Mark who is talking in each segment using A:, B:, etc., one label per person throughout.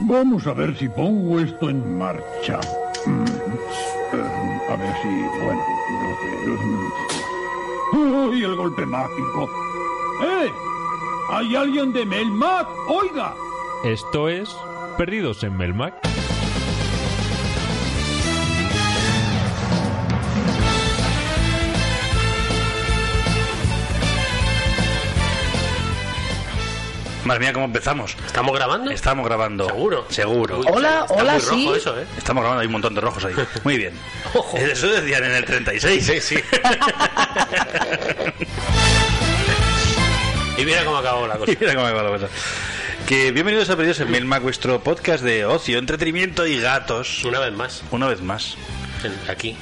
A: Vamos a ver si pongo esto en marcha. Mm, eh, A ver si, bueno, no sé. ¡Uy, el golpe mágico! ¡Eh! ¿Hay alguien de Melmac? ¡Oiga!
B: Esto es Perdidos en Melmac.
C: Madre mía, ¿cómo empezamos?
D: ¿Estamos grabando?
C: Estamos grabando.
D: ¿Seguro?
C: Seguro.
D: Uy,
E: Hola,
D: está
E: hola,
D: muy
E: sí.
D: rojo eso, ¿eh?
C: Estamos grabando, hay un montón de rojos ahí. Muy bien.
D: Ojo.
C: Eso decían en el 36.
D: Sí, sí. y mira cómo acabó la cosa.
C: Pues Mira cómo me va la cosa. Que bienvenidos a Perdidos en Melmac, vuestro podcast de ocio, entretenimiento y gatos.
D: Una vez más,
C: Una vez más,
D: en- aquí,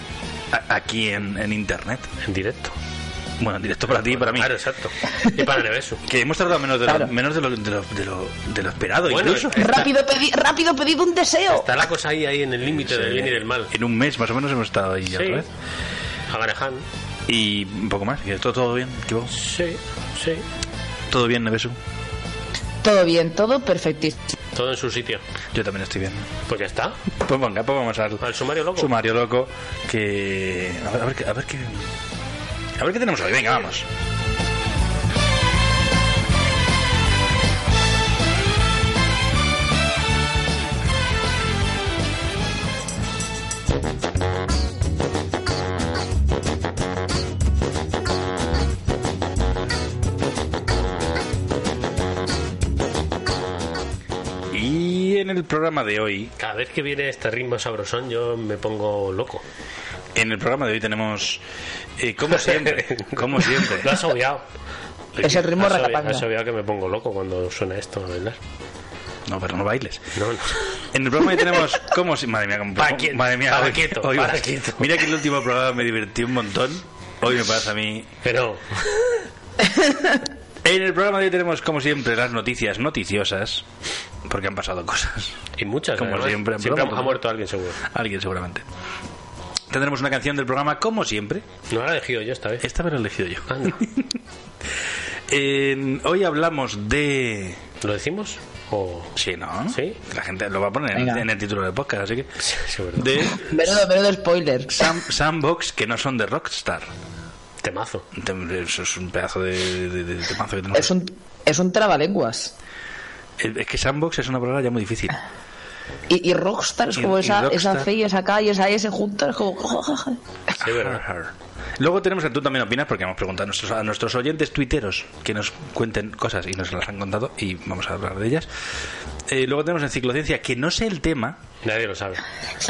C: a- aquí en, en internet.
D: en directo.
C: Bueno, en directo para ti y para mí.
D: Claro, exacto. Y para Nevesu.
C: Que hemos tardado menos de, lo-
E: Claro.
C: menos de, lo, de, lo, de lo- de lo esperado,
D: Bueno,
C: incluso.
D: eh,
E: Rápido pedid, rápido pedid un deseo.
D: Está la cosa ahí, ahí en el límite del bien y del mal.
C: En un mes más o menos hemos estado ahí
D: Sí.
C: otra vez.
D: Agarahan.
C: Y un poco más. que ¿Todo, todo bien? ¿Qué vamos?
D: Sí, sí.
C: ¿Todo bien, Nevesu?
E: Todo bien, todo perfectísimo.
D: Todo en su sitio.
C: Yo también estoy bien.
D: Pues ya está.
C: Pues venga, pues vamos al,
D: Al sumario loco.
C: sumario loco que a ver, a ver, qué- a ver qué a ver qué tenemos hoy. Venga, vamos. Y en el programa de hoy
D: Cada vez que viene este ritmo sabrosón, yo me pongo loco.
C: En el programa de hoy tenemos, eh, como siempre, como siempre,
D: Lo has obviado.
E: Es el ritmo
D: Has obvi-
E: ratapanga.
D: Has obviado que me pongo loco cuando suena esto, la verdad.
C: no, pero no bailes.
D: No, no.
C: En el programa de hoy tenemos, como si, madre mía, como,
D: Para quieto,
C: madre mía,
D: para
C: hoy-
D: quieto,
C: hoy
D: para
C: vas-
D: quieto.
C: Mira que el último programa me divertí un montón. Hoy me pasa a mí.
D: Pero
C: En el programa de hoy tenemos, como siempre, las noticias noticiosas, porque han pasado cosas.
D: Y muchas,
C: Como
D: además.
C: siempre, en broma,
D: ha,
C: porque-
D: muerto alguien seguro.
C: Alguien seguramente. Tendremos una canción del programa, como siempre.
D: No la he elegido yo esta vez. Ah,
C: Esta me la he elegido yo.
D: Anda,
C: En- hoy hablamos de...
D: ¿Lo decimos? ¿O...
C: Sí, ¿no?
D: Sí.
C: La gente lo va a poner en,
E: Venga.
C: en el título del podcast, así que...
D: Sí, es verdad.
C: De
E: Menudo, menudo spoiler.
C: Sam- sandbox que no son de Rockstar.
D: Temazo.
C: Te- Eso es un pedazo de, de- de- de temazo que tenemos.
E: Es un, es un trabalenguas.
C: Eh, es que Sandbox es una palabra ya muy difícil.
E: Y, y Rockstar es
C: Y-
E: como
C: y
E: esa,
C: Rockstar.
E: esa C y esa K y esa S juntas, como.
D: Sí, verdad.
C: Arr. Luego tenemos el tú también opinas porque hemos preguntado a nuestros, a nuestros oyentes tuiteros que nos cuenten cosas y nos las han contado y vamos a hablar de ellas. Eh, luego tenemos enciclociencia que no sé el tema,
D: Nadie lo sabe.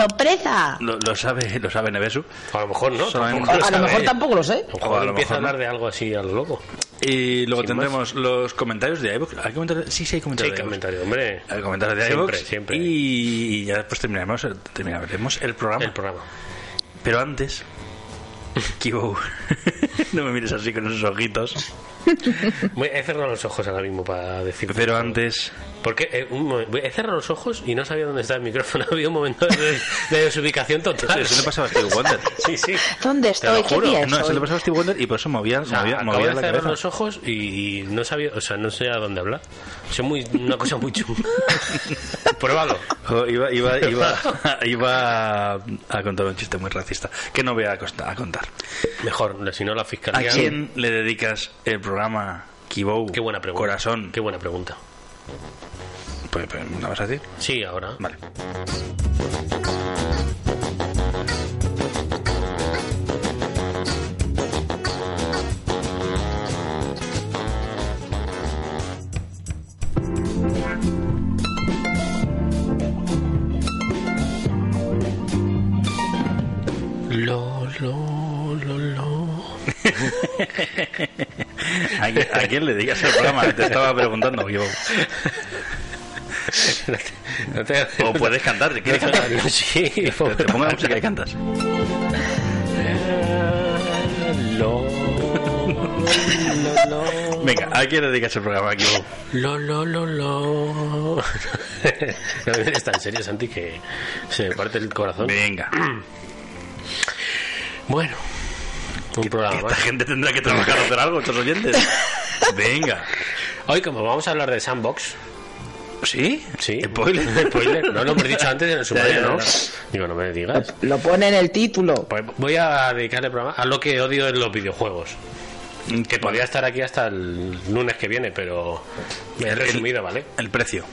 E: ¡Sorpresa!
C: lo, lo sabe lo sabe Nevesu.
D: O a lo mejor no.
C: Solamente-
D: tampoco lo
E: A lo
D: sabe.
E: mejor tampoco lo sé.
D: A lo
C: O a
D: mejor
C: lo
D: empieza a
C: mejor no.
D: hablar de algo así a lo loco.
C: Y luego
D: Sin
C: tendremos los comentarios de iVoox. ¿Hay comentarios? Sí, sí hay
D: Sí,
C: comentarios. de iVoox.
D: comentario, hombre.
C: El comentario de
D: Siempre,
C: iVoox.
D: siempre.
C: Y ya después terminaremos el, terminaremos el programa.
D: El programa.
C: Pero antes, Kibo, no me mires así con esos ojitos.
D: Voy- He cerrado los ojos ahora mismo para decir.
C: Pero antes,
D: Porque eh, un momen- voy- he cerrado los ojos y no sabía dónde estaba el micrófono. Había un momento de, de desubicación total.
C: eso le pasaba a Steve Wonder.
D: Sí, sí.
E: ¿Dónde
D: Te lo
E: estoy? ¿Qué
D: juro.
E: día es
C: No, eso
E: hoy?
C: le pasaba a Steve Wonder y por eso movía,
D: O sea,
C: movía,
D: acabo
C: movía
D: de
C: la
D: cerrar
C: cabeza.
D: los ojos y, y no sabía, o sea, no sé a dónde hablar. Es muy, una cosa muy chunga. Pruébalo.
C: Jo, Oh, iba, iba, iba, iba a contar un chiste muy racista que no voy a, costa- a contar.
D: Mejor, si no la
C: ¿A
D: fiscalía.
C: quién le dedicas el programa Kibo?
D: Qué buena pregunta.
C: Corazón.
D: Qué buena pregunta.
C: Pues, pues, ¿me la vas a decir?
D: Sí, ahora.
C: Vale.
D: Lo, lo, lo, lo.
C: ¿A, quién- a quién le dedicas el programa? Te estaba preguntando, Kibo.
D: No te-
C: O puedes cantar, si quieres cantar.
D: No, sí,
C: Te, te pongo la música y cantas.
D: Lo, lo,
C: Venga, ¿a quién le dedicas el programa Kibo?
D: lo, lo, lo, lo. No me mires tan serio, Santi, que se me parte el corazón.
C: Venga.
D: Bueno, un programa
C: Esta
D: más.
C: Pues gente tendrá que trabajar a hacer algo, estos oyentes. Venga.
D: Hoy, como vamos a hablar de Sandbox,
C: ¿Sí?
D: Sí.
C: Spoiler.
D: Spoiler. No lo hemos dicho antes en el
C: Ya,
D: sumario,
C: ya,
D: ¿no?
C: ya.
D: Digo, no me digas.
E: Lo pone en el título.
D: Pues voy a dedicar el programa a lo que odio en los videojuegos.
C: Que
D: Que podría estar aquí hasta el lunes que viene, pero me he resumido, ¿vale?
C: El precio.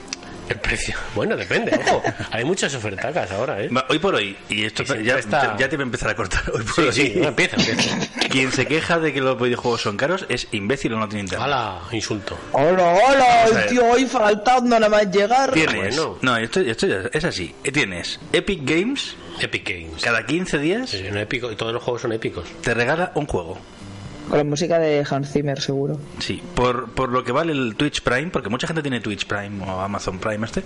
D: El precio. Bueno, depende, ojo. Hay muchas ofertacas ahora, ¿eh?
C: Va, Hoy por hoy, y esto
D: Y siempre
C: ya,
D: está-
C: ya te va a empezar a cortar. Hoy por
D: Sí,
C: hoy.
D: sí, empieza, empieza.
C: Quien se queja de que los videojuegos son caros es imbécil o no tiene internet.
D: ¡Hala! Insulto.
E: Hola, hola,
C: a ver.
E: el tío hoy faltando nada más llegar.
C: Tienes.
D: bueno.
C: No, esto, esto ya es así. Tienes Epic Games,
D: Epic Games.
C: cada 15 días
D: Es un épico, y todos los juegos son épicos.
C: te regala un juego.
E: Con la música de Hans Zimmer, seguro.
C: Sí, por, por lo que vale el Twitch Prime, porque mucha gente tiene Twitch Prime o Amazon Prime este.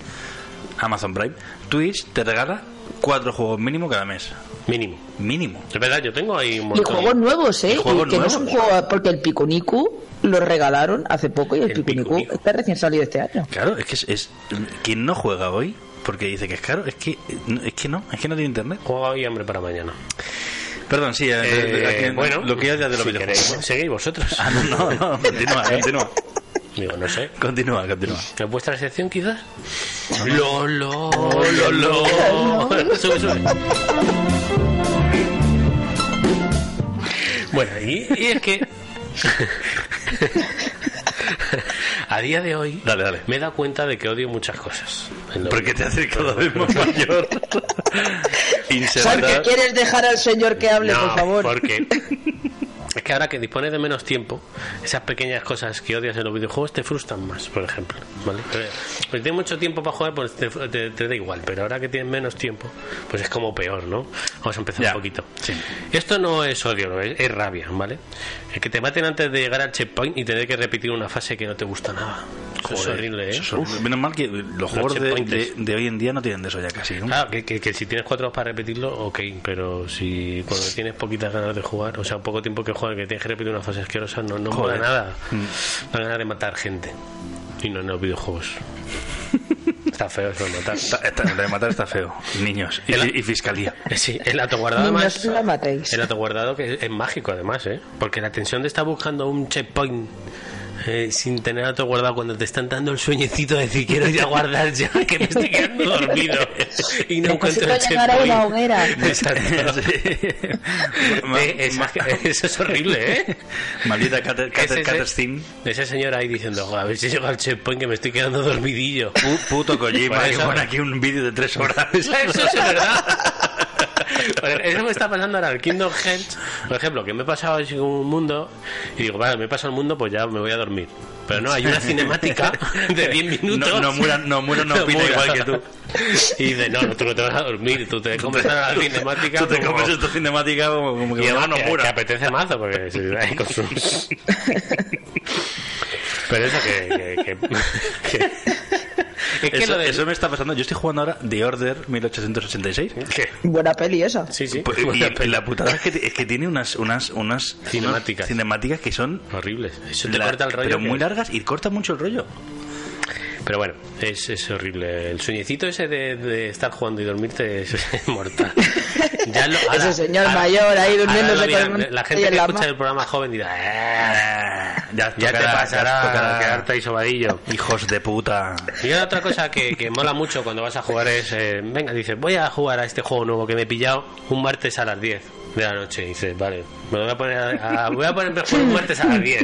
C: Amazon Prime. Twitch te regala cuatro juegos mínimo cada mes.
D: Mínimo.
C: Mínimo.
D: Es verdad, yo tengo ahí un
E: Y
D: montón.
E: juegos nuevos, ¿eh?
C: Y juegos
E: Y que no son
C: nuevos.
E: juegos- porque el Picunicu lo regalaron hace poco y el,
D: El
E: Picunicu,
D: Picunicu.
E: está recién salido este año.
C: Claro, es que es, es- quien no juega hoy porque dice que es caro, es que es que no, es que no tiene internet.
D: Juego y hambre para mañana.
C: Perdón, sí, eh,
D: Eh,
C: aquí-
D: bueno,
C: lo que ya de los
D: si
C: videojuegos.
D: queréis, ¿Eh? seguid vosotros.
C: Ah, no, no, no, continúa, continúa.
D: Digo, no sé.
C: Continúa, continúa.
D: ¿Es vuestra sección quizás? Lolo, lo, lo. Sube, sube. Bueno, y, y es que a día de hoy
C: Dale, dale.
D: me he dado cuenta de que odio muchas cosas. En lo-
C: Porque te haces cada vez más mayor.
E: Porque
C: Insertar.
E: quieres dejar al señor que hable,
D: No,
E: por favor.
D: Porque es que ahora que dispones de menos tiempo, esas pequeñas cosas que odias en los videojuegos te frustran más, por ejemplo. ¿vale? Eh, Pues tienes mucho tiempo para jugar, pues te, te- te da igual, pero ahora que tienes menos tiempo, pues es como peor, ¿no? Vamos a empezar
C: Ya,
D: un poquito.
C: sí.
D: Esto no es odio, no, es, es rabia, ¿vale? El que te maten antes de llegar al checkpoint y tener que repetir una fase que no te gusta nada. Eso es
C: Joder,
D: horrible, ¿eh?
C: eso es horrible. Menos mal que los juegos de, de-
D: checkpoints.
C: de hoy en día no tienen de eso ya casi. ¿no?
D: Claro, que, que- que si tienes cuatro horas para repetirlo, ok, pero si cuando tienes poquitas ganas de jugar, o sea, poco tiempo que jugar, que tienes que repetir una fase asquerosa, no, no mola
C: Joder.
D: nada. Da ganas de matar gente. Y no en los videojuegos. Está feo eso de matar.
C: Está- está- lo de matar está feo. Niños y, y fiscalía.
D: Eh, Sí, el ato
E: Ni
D: guardado
E: nos
D: más.
E: la matéis.
D: El autoguardado que es, es mágico además, ¿eh? Porque la tensión de estar buscando un checkpoint eh, sin tener autoguardado cuando te están dando el sueñecito de decir quiero ya guardar ya que me estoy quedando dormido y no
E: Necesito
D: encuentro el
E: llegar a
D: checkpoint.
E: una hoguera.
D: Exacto.
C: Ma-
D: Eh, esa- eso es horrible, ¿eh?
C: Maldita Cater, Cater,
D: Ese-
C: Cater Steam.
D: ese, ese señor ahí diciendo, "Jo, a ver si llego al checkpoint que me estoy quedando dormidillo.
C: Pu- Puto Kojima
D: Por
C: que
D: eso-
C: pone aquí un vídeo de tres horas.
D: Eso es verdad. Bueno, Eso me está pasando ahora el Kingdom Hearts, por ejemplo, que me he pasado así como un mundo y digo, vale, me he pasado el mundo, pues ya me voy a dormir. Pero no, hay una cinemática de 10 minutos.
C: No, no Mura- no, Mura no opina igual que tú.
D: Y dice, no, no, tú no te vas a dormir, tú te comes a la cinemática.
C: Tú te
D: como-
C: comes esta cinemática como, como que
D: y además
C: no
D: que,
C: Mura.
D: que apetece mazo porque se ahí con sus... Pero eso que... que, que- que- Es que
C: Eso,
D: lo de...
C: eso me está pasando. Yo estoy jugando ahora The Order 1886.
D: que-
E: Buena peli esa.
D: Sí, sí.
C: Pues, y- y la putada es que, es que tiene unas, unas, unas
D: Cinemáticas.
C: unas cinemáticas que son
D: Horribles. Eso te
C: la-
D: corta el rollo.
C: pero
D: que-
C: muy largas y corta mucho el rollo.
D: Pero bueno, es, es horrible. El sueñecito ese de, de estar jugando y dormirte es mortal. Ya lo-
E: Ese señor mayor ahí
D: ahora
E: durmiéndose
D: lo dirán.
E: con un-
D: La
E: y
D: gente
E: en
D: que
E: la
D: escucha
E: ma-
D: el programa joven dirá... "Eh,
C: Ya,
D: ya te
C: tocará-
D: pasará
C: ya tocará.
D: quedarte ahí sobadillo.
C: Hijos de puta.
D: Y ahora otra cosa que, que mola mucho cuando vas a jugar es, eh, venga, dices, voy a jugar a este juego nuevo que me he pillado un martes a las 10 de la noche. Y dices, vale, me lo voy a poner a, a- voy a poner a jugar un martes a las 10.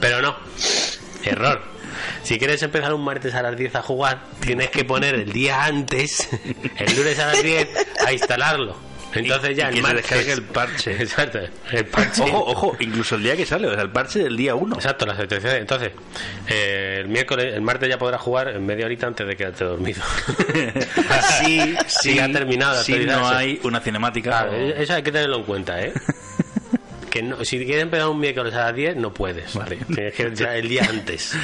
D: Pero no, error. Si quieres empezar un martes a las 10 a jugar, tienes que poner el día antes, el lunes a las 10, a instalarlo. Entonces
C: Y
D: ya el
C: que se
D: martes-
C: descargue el parche.
D: Exacto, el parche.
C: Ojo, ojo, incluso el día que sale, o sea, el parche del día 1.
D: Exacto, las actualizaciones. Entonces, eh, el miércoles, el martes ya podrás jugar en media horita antes de quedarte dormido.
C: sí,
D: Si ha terminado de
C: Si
D: actualizar
C: no
D: eso.
C: hay una cinemática.
D: Claro,
C: o-
D: eso hay que tenerlo en cuenta, ¿eh? Que no- si quieres empezar un miércoles a las 10, no puedes. Vale. Tienes que ya el día antes.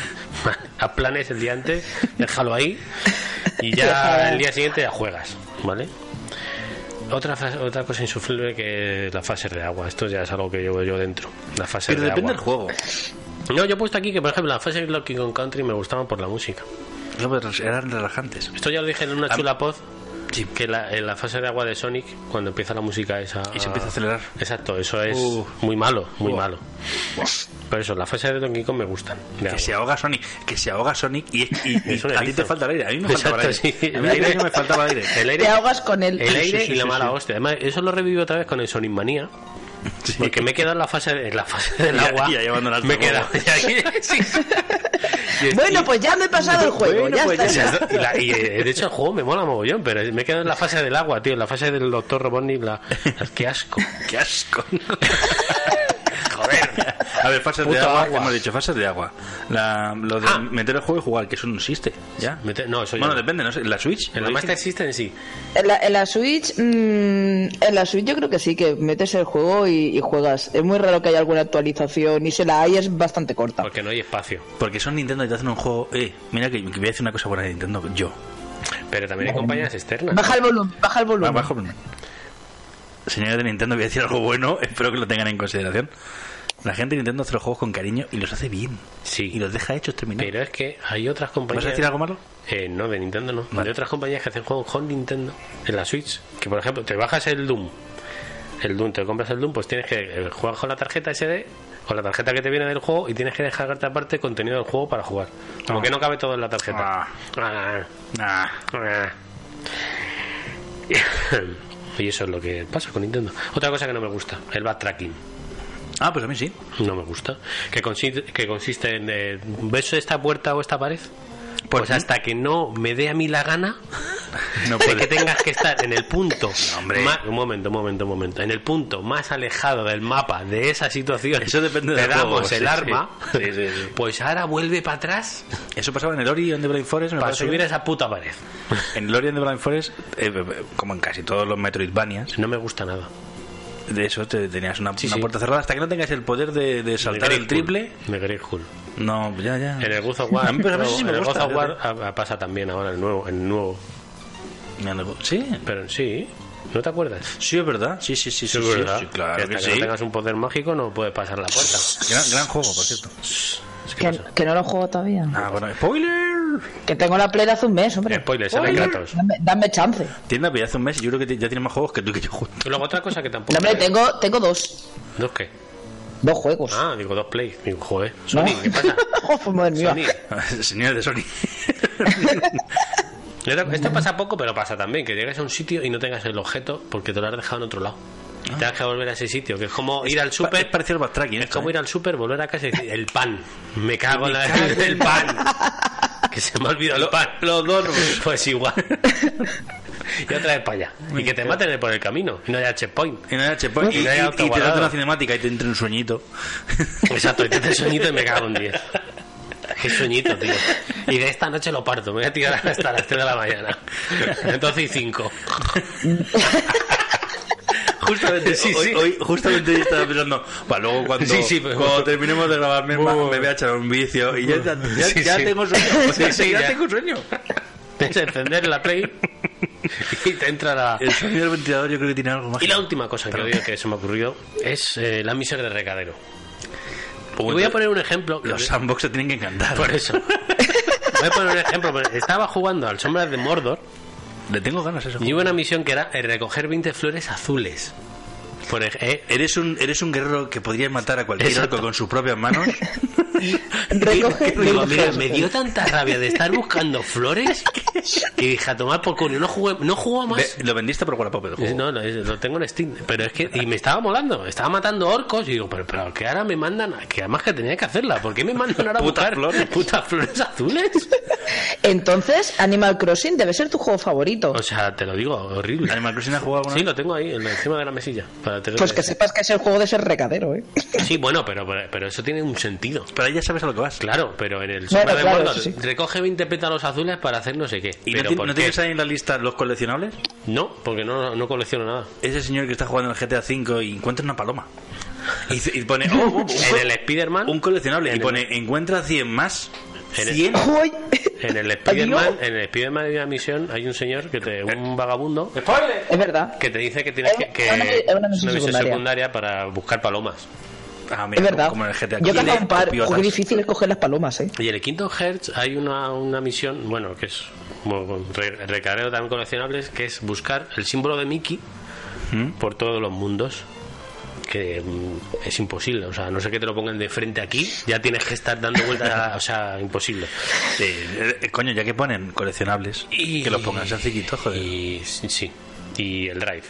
D: Haz planes el día antes, déjalo ahí y ya el día siguiente ya juegas, ¿vale? Otra, fase- otra cosa insufrible que es la fase de agua. Esto ya es algo que llevo yo dentro. La fase
C: Pero
D: de
C: depende
D: agua.
C: del juego.
D: No, yo he puesto aquí que, por ejemplo, las fases de Locking on Country me gustaban por la música.
C: No, pero eran relajantes.
D: Esto ya lo dije en una chula pod
C: Sí.
D: que la- en la fase de agua de Sonic, cuando empieza la música esa...
C: Y se empieza a acelerar.
D: Exacto, eso es
C: Uh.
D: muy malo, muy
C: Buah.
D: malo. Por eso, las fases de Donkey Kong me gustan. de agua.
C: Que se ahoga Sonic, que se ahoga Sonic y, y- y
D: Eso lo he
C: a ti
D: visto.
C: te falta el aire, a mí me faltaba el aire.
D: Exacto, sí.
C: A mí el aire me faltaba el aire.
D: El aire,
E: Te ahogas con él.
D: el
E: Sí,
D: aire
E: sí, sí,
D: y la
E: sí,
D: mala
E: sí.
D: hostia. Además, eso lo reviví otra vez con el Sonic Manía.
C: Sí.
D: Porque me he quedado en la fase, de- en la fase del
C: Ya-
D: agua.
C: ya llevando el alto
D: me he quedado. Sí. Y-
E: Bueno, pues ya me he pasado el juego.
C: Bueno,
E: ya
C: pues
E: está.
D: y- y la- y, eh, de hecho el juego me mola mogollón, pero me he quedado en la fase del agua, tío, en la fase del doctor Robotnik, la... qué asco.
C: ¡Qué asco! Joder. A ver, fases de
D: Puto
C: agua,
D: agua.
C: hemos dicho, fases de agua. La- lo de
D: Ah.
C: meter el juego y jugar, que eso no existe. ¿Ya?
D: Mete- No, eso ya
C: Bueno,
D: no.
C: depende, ¿no? sé, ¿La Switch?
D: En la Master System sí.
E: En la, en la Switch, mm, en la Switch yo creo que sí, que metes el juego y, y juegas. Es muy raro que haya alguna actualización y si la hay es bastante corta.
D: Porque no hay espacio.
C: Porque son Nintendo y te hacen un juego... Eh, mira que, que voy a decir una cosa buena de Nintendo, yo.
D: Pero también hay compañías externas.
E: Baja el volumen, baja el volumen.
C: Abajo. Señores de Nintendo, voy a decir algo bueno, espero que lo tengan en consideración. La gente de Nintendo hace los juegos con cariño y los hace bien.
D: Sí.
C: Y los deja hechos terminados.
D: Pero es que hay otras compañías.
C: ¿Vas a decir algo malo?
D: Eh, no, de Nintendo no.
C: Vale.
D: De otras compañías que hacen juegos con Nintendo en la Switch. Que por ejemplo, te bajas el Doom. El Doom, te compras el Doom, pues tienes que eh, jugar con la tarjeta SD, con la tarjeta que te viene del juego, y tienes que dejarte aparte contenido del juego para jugar. Como
C: Ah.
D: que no cabe todo en la tarjeta.
C: Ah. Nah.
D: Ah, ah. y eso es lo que pasa con Nintendo. Otra cosa que no me gusta, el backtracking.
C: Ah, pues a mí sí.
D: No me gusta. Que consiste, que consiste en. eh, ¿Ves esta puerta o esta pared? Pues,
C: Ujú.
D: hasta que no me dé a mí la gana
C: No
D: de
C: puede.
D: que tengas que estar en el punto.
C: hombre.
D: ma- un momento, un momento, un momento. En el punto más alejado del mapa de esa situación.
C: Eso depende
D: Te
C: del
D: damos
C: juego, sí,
D: el
C: sí.
D: arma.
C: Sí, sí, sí.
D: Pues ahora vuelve para atrás
C: Eso pasaba en el Ori de Blind Forest. me
D: para
C: parece
D: subir
C: que-
D: a esa puta pared.
C: En el Ori de Blind Forest, eh, eh, como en casi todos los Metroidvanias,
D: No me gusta nada.
C: de eso te tenías una,
D: Sí,
C: una
D: sí.
C: puerta cerrada. Hasta que no tengas el poder de, de saltar el triple,
D: De Greyhood.
C: no, ya, ya.
D: En el God of War.
C: A mí, pero a mí sí
D: nuevo,
C: me
D: en el God
C: gusta,
D: of War, ah, ah, pasa también ahora el nuevo, el nuevo.
C: En el go- Sí,
D: Pero sí, ¿no te acuerdas?
C: sí, es verdad. Sí, sí, sí, sí,
D: es
C: sí,
D: verdad.
C: sí, claro
D: que
C: que,
D: hasta que
C: sí.
D: no tengas un poder mágico no puedes pasar la puerta.
C: Gran, gran juego, por cierto. pues,
E: que, que no lo juego todavía.
C: Ah, bueno, spoiler.
E: Que tengo la play de hace un mes, hombre.
C: Eh, pues-
D: Spoiler, salen gratos.
E: Dame, dame chance.
C: Tienda, pero ya hace un mes y yo creo que te- ya tiene más juegos que tú y que yo juntos.
D: Y luego otra cosa que
E: No,
D: tampoco...
C: Pues,
E: hombre, tengo, tengo dos.
D: ¿Dos qué?
E: Dos juegos.
D: Ah, digo dos play. Digo, joder. Sonic,
E: ¿No?
D: ¿qué pasa?
E: Oh, pues madre mía.
D: Sonic.
C: Señores de Sony.
D: Y otra- Esto pasa poco, pero pasa también. Que llegues a un sitio y no tengas el objeto porque te lo has dejado en otro lado. Te Tengas que volver a ese sitio. Que Ah. es como ir al
C: Es
D: súper...
C: parecido al backtracking.
D: Es
C: esto,
D: como
C: ¿eh?
D: ir al súper, volver a casa y decir, el pan. Me cago en la- el pan. Que se me ha olvidado el pan. Los dos. Pues igual. Y otra vez para allá. Y que te maten por el camino. Y no haya checkpoint.
C: Y no hay checkpoint,
D: Y
C: y,
D: no hay
C: y- y te
D: autoguardado.
C: da una cinemática y te entra un sueñito.
D: Exacto, y te haces sueñito y me cago en 10. Qué sueñito, tío. Y de esta noche lo parto, me voy a tirar hasta las 3 de la mañana. Entonces 5.
C: Justamente,
D: Sí,
C: hoy,
D: sí.
C: hoy justamente yo estaba pensando, para luego cuando,
D: Sí, sí, pero-
C: cuando terminemos de grabar me,
D: Buah.
C: me voy a echar un vicio y ya, ya, ya-
D: Sí,
C: ya
D: sí.
C: tengo sueño.
D: Sí, sí,
C: ya,
D: ya.
C: tengo sueño.
D: Tienes que encender la play y te entra la...
C: El sueño del ventilador yo creo que tiene algo más.
D: Y la última cosa que odio que se me ha ocurrido es eh, la miseria de recadero. Y voy a poner un ejemplo. que-
C: Los sandbox se tienen que encantar.
D: Por eso. Voy a poner un ejemplo. porque Estaba jugando al Sombras de Mordor
C: Le tengo ganas a eso.
D: y hubo una misión que era eh, recoger 20 flores azules. Por ej- eh,
C: Eres un, eres un guerrero que podría matar a cualquier
D: Exacto.
C: orco con sus propias manos.
E: Recoge.
D: Digo, mira, me dio tanta rabia de estar buscando flores que dije a tomar por culo. No jugué, no juego más.
C: Ve- lo vendiste por guardapop el juego.
D: No, no, es- lo tengo en Steam. Pero es que. Y me estaba molando. Estaba matando orcos. Y digo, pero, pero que ahora me mandan. a- Que además que tenía que hacerla. ¿Por qué me mandan ahora a
C: Putas
D: buscar
C: flores.
D: putas flores azules?
E: Entonces, Animal Crossing debe ser tu juego favorito.
C: Pues,
D: O sea, te lo digo, horrible.
C: Animal Crossing ha jugado alguna
D: Sí,
C: vez?
D: lo tengo ahí, en- encima de la mesilla. Para tener-
C: eh,
E: Pues que sepas que es el juego de ser recadero, ¿eh?
D: Sí, bueno, pero, pero, pero eso tiene un sentido.
C: Pero ahí ya sabes a lo que vas.
D: Claro, pero en el
E: Bueno,
D: Sombra de
E: claro,
D: Mordor,
E: eso sí.
D: recoge 20 pétalos azules para hacer no sé qué.
C: ¿Y no
D: pero
C: ti-
D: ¿por
C: no
D: qué?
C: tienes ahí en la lista los coleccionables?
D: No, porque no, no colecciono nada.
C: ese señor que está jugando en el GTA V y encuentra una paloma. Y, dice- y pone, oh, oh,
D: En el Spider-Man,
C: un coleccionable.
D: En
C: Y
D: ¿Ah?
C: pone,
D: el-
C: encuentra 100 más.
D: En el-
C: 100.
E: Uy.
D: en el
E: Ay,
D: Spider-Man,
E: no.
D: en el Spider-Man de la misión hay un señor que
C: Eh.
D: te, un vagabundo
E: Es verdad.
D: que te dice que tienes que, que
E: Es una- es una misión
D: es una misión
E: secundaria.
D: secundaria para buscar palomas.
C: Ah, mira,
E: Es verdad.
C: como en el GTA.
E: Yo he cazado
C: Killer,
E: un par.
C: copiotas.
E: Qué difícil es coger las palomas, ¿eh?
D: Y en el Kingdom Hearts hay una, una misión, bueno, que es bueno, con re- recargado también coleccionables, que es buscar el símbolo de Mickey
C: ¿Mm?
D: por todos los mundos. Que mm, es imposible, o sea, a no sé que te lo pongan de frente aquí, ya tienes que estar dando vueltas, a- o sea, imposible.
C: Sí, eh, eh, coño, ya que ponen coleccionables,
D: Y-
C: que los pongan sencillito, joder.
D: Y sí, sí. y el Drive,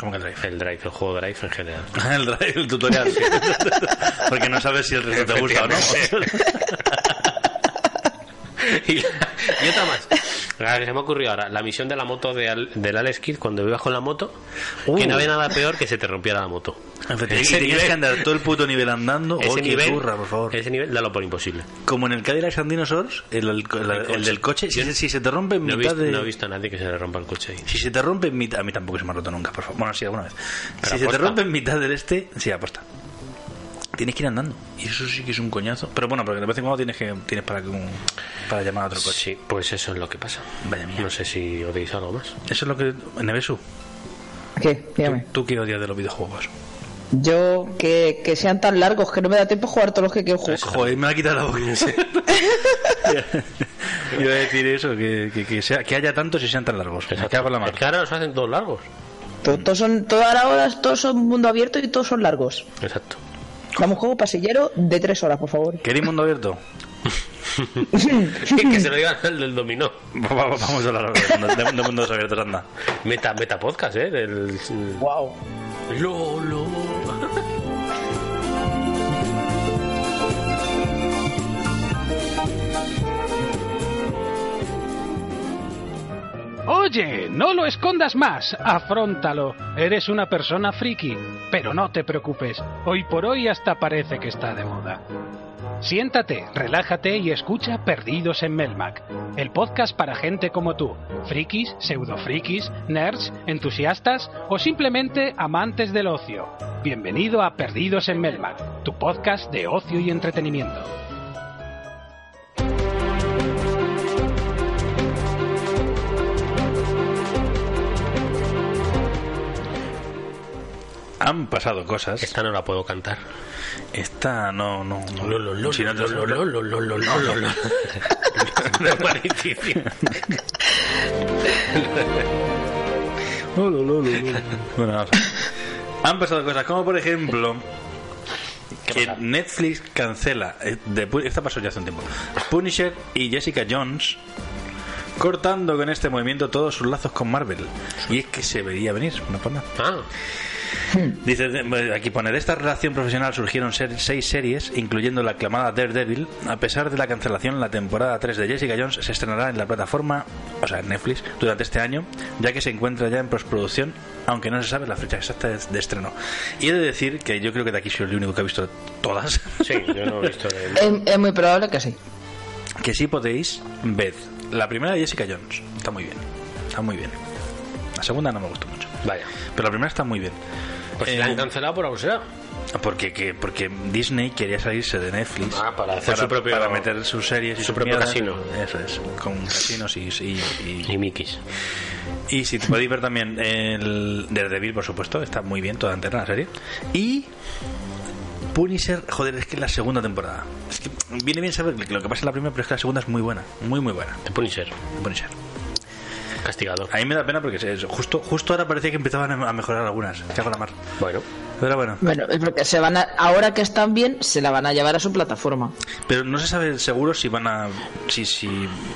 C: ¿Cómo que el drive?
D: el Drive, el juego Drive en general.
C: El, drive, el tutorial, sí. Porque no sabes si el resto te gusta o no.
D: y, y otra más. La que se me ha ocurrido ahora, la misión de la moto de Al- del Alex Kidd cuando ibas con la moto,
C: Uh.
D: que no había nada peor que se te rompiera la moto.
C: Efectivamente, y tenías que andar todo el puto nivel andando. o
D: ese
C: Oh, qué
D: nivel,
C: turra, por favor.
D: ese nivel, dalo por imposible.
C: Como en el Cadillac and Dinosaurs, el, el- el- el
D: coche.
C: del coche, si, si se te rompe en
D: No he,
C: mitad
D: visto,
C: de...
D: no he visto a nadie que se le rompa el coche ahí.
C: Si se te rompe en mitad... A mí tampoco se me ha roto nunca, por favor. Bueno, sí, alguna vez. si se
D: aposta.
C: te rompe en mitad del este, sí, aposta. Tienes que ir andando. Y eso sí que es un coñazo. Pero bueno, porque de vez en cuando tienes, que, tienes para, que un- para llamar a otro coche.
D: Sí, pues eso es lo que pasa.
C: Vaya mía.
D: No sé si odiáis algo más.
C: Eso es lo que... Nevesu,
E: ¿Qué? Dígame.
C: ¿tú qué odias de los videojuegos?
E: Yo, que, que sean tan largos que no me da tiempo a jugar todos los que quiero jugar.
C: Pues, Joder, me ha quitado la boca. Yo iba a decir eso, que, que, que sea, que haya tantos y sean tan largos. Me cago en la
D: Es
C: mano.
D: que ahora los hacen todos largos.
E: To- Todos son, todas las horas, todos son mundo abierto y todos son largos.
D: Exacto.
E: Vamos, juego pasillero de tres horas, por favor.
C: ¿Queréis mundo abierto?
D: que se lo digan al del dominó.
C: Vamos vamos a hablar de mundo- de mundo- de mundos abiertos, anda.
D: Meta, meta podcast, ¿eh? Del,
E: Wow.
D: Lolo.
F: Oye, no lo escondas más, afróntalo. Eres una persona friki, pero no te preocupes, hoy por hoy hasta parece que está de moda. Siéntate, relájate y escucha Perdidos en Melmac, el podcast para gente como tú, frikis, pseudofrikis, nerds, entusiastas o simplemente amantes del ocio. Bienvenido a Perdidos en Melmac, tu podcast de ocio y entretenimiento.
C: Han pasado cosas.
D: Esta no la puedo cantar.
C: Esta no, no. no.
D: Lolo,
C: Si no te-
D: lolo, lolo, lolo, lolo, lolo. No es difícil.
C: Bueno, vamos a ver. Han pasado cosas como, por ejemplo, que
D: pasa?
C: Netflix cancela. eh, de Pu- esta pasó ya hace un tiempo. Punisher y Jessica Jones cortando con este movimiento todos sus lazos con Marvel. Y es que se veía venir, una panda.
D: Ah,
C: Dice, eh, aquí pone, de esta relación profesional surgieron ser- seis series, incluyendo la aclamada Daredevil. A pesar de la cancelación, la temporada 3 de Jessica Jones se estrenará en la plataforma, o sea, en Netflix, durante este año, ya que se encuentra ya en postproducción, aunque no se sabe la fecha exacta de, de estreno. Y he de decir que yo creo que de aquí soy el único que ha visto todas,
D: sí, yo no he visto. de-
E: Es, es muy probable que sí.
C: que sí podéis ver. La primera de Jessica Jones, está muy bien, está muy bien. La segunda no me gustó mucho,
D: Vaya.
C: pero la primera está muy bien.
D: Pues
C: Eh,
D: la han cancelado por abusar.
C: Porque, que, porque Disney quería salirse de Netflix
D: Ah, para hacer su propio-
C: para meter sus series y
D: su
C: sus
D: propio
C: mierdas.
D: casino.
C: Eso es, con casinos y, y, y-
D: Y Mikis.
C: y si podéis ver también el Daredevil, por supuesto, está muy bien toda entera la serie. Y Punisher, joder, es que es la segunda temporada. Es que viene bien saber lo que pasa en la primera, pero es que la segunda es muy buena, muy muy buena.
D: The Punisher.
C: Punisher.
D: Castigador.
C: A mí me da pena porque es- justo justo ahora parecía que empezaban a mejorar algunas. Cago en la mar.
D: Bueno.
C: Pero bueno.
E: Bueno, es porque se van a, ahora que están bien, se la van a llevar a su plataforma.
C: Pero no se sabe seguro si van a si si,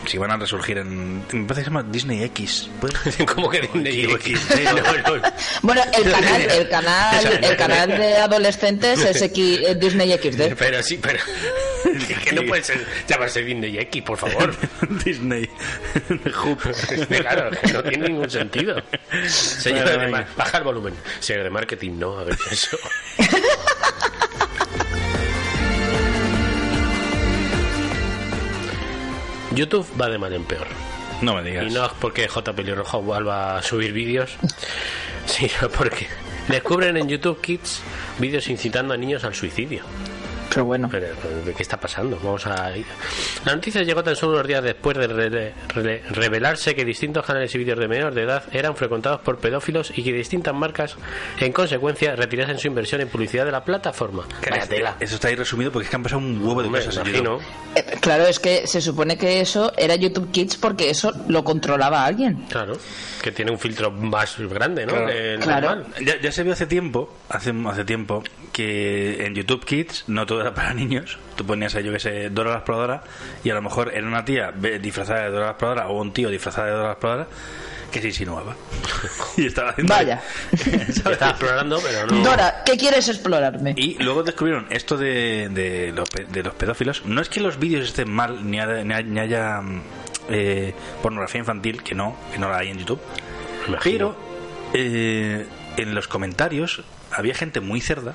C: si van a resurgir en me parece que se llama Disney X. ¿Puede ser?
D: ¿Cómo que Disney?
C: Digo, Disney, no.
D: No, no.
E: Bueno, el canal, el canal, el canal de adolescentes es X- eh, Disney XD.
D: Pero sí, pero. que no puede ser llamarse Disney X, por favor.
C: Disney Hoop.
D: claro, que no tiene ningún sentido. Señor
C: Bueno,
D: de
C: venga.
D: ma- baja el volumen. Señor de marketing, no, a ver eso. YouTube va de mal en peor.
C: No me digas.
D: Y no es porque J. Pelirroja vuelva a subir vídeos, sino porque descubren en YouTube Kids vídeos incitando a niños al suicidio.
E: Pero
C: Ah.
E: bueno.
D: Pero, ¿de ¿Qué está pasando? Vamos a ir. La noticia llegó tan solo unos días después de rele- rele- revelarse que distintos canales y vídeos de menor de edad eran frecuentados por pedófilos y que distintas marcas, en consecuencia, retirasen su inversión en publicidad de la plataforma. Vaya tela.
C: Eso está ahí resumido porque es que han pasado un huevo de
D: Hombre,
C: cosas. en
D: imagino.
C: YouTube.
E: Eh, claro, es que se supone que eso era YouTube Kids porque eso lo controlaba alguien.
D: Claro, que tiene un filtro más grande, ¿no?
C: Claro.
D: Que el
E: Claro.
D: normal.
C: Ya, ya se vio hace tiempo, hace, hace tiempo, que en YouTube Kids no todo era para niños. Tú ponías, yo que sé, Dora la Exploradora y a lo mejor era una tía ve- disfrazada de Dora la Exploradora o un tío disfrazado de Dora la Exploradora que se insinuaba. y estaba haciendo...
E: Vaya.
C: ¿Sabes?
D: Estaba explorando, pero no.
E: Dora, ¿qué quieres explorarme?
C: Y luego descubrieron esto de, de, los, pe- de los pedófilos. No es que los vídeos estén mal, ni, ha- ni ha- ni haya mm, eh, pornografía infantil, que no, que no la hay en YouTube.
D: Imagino.
C: Pero eh, en los comentarios había gente muy cerda,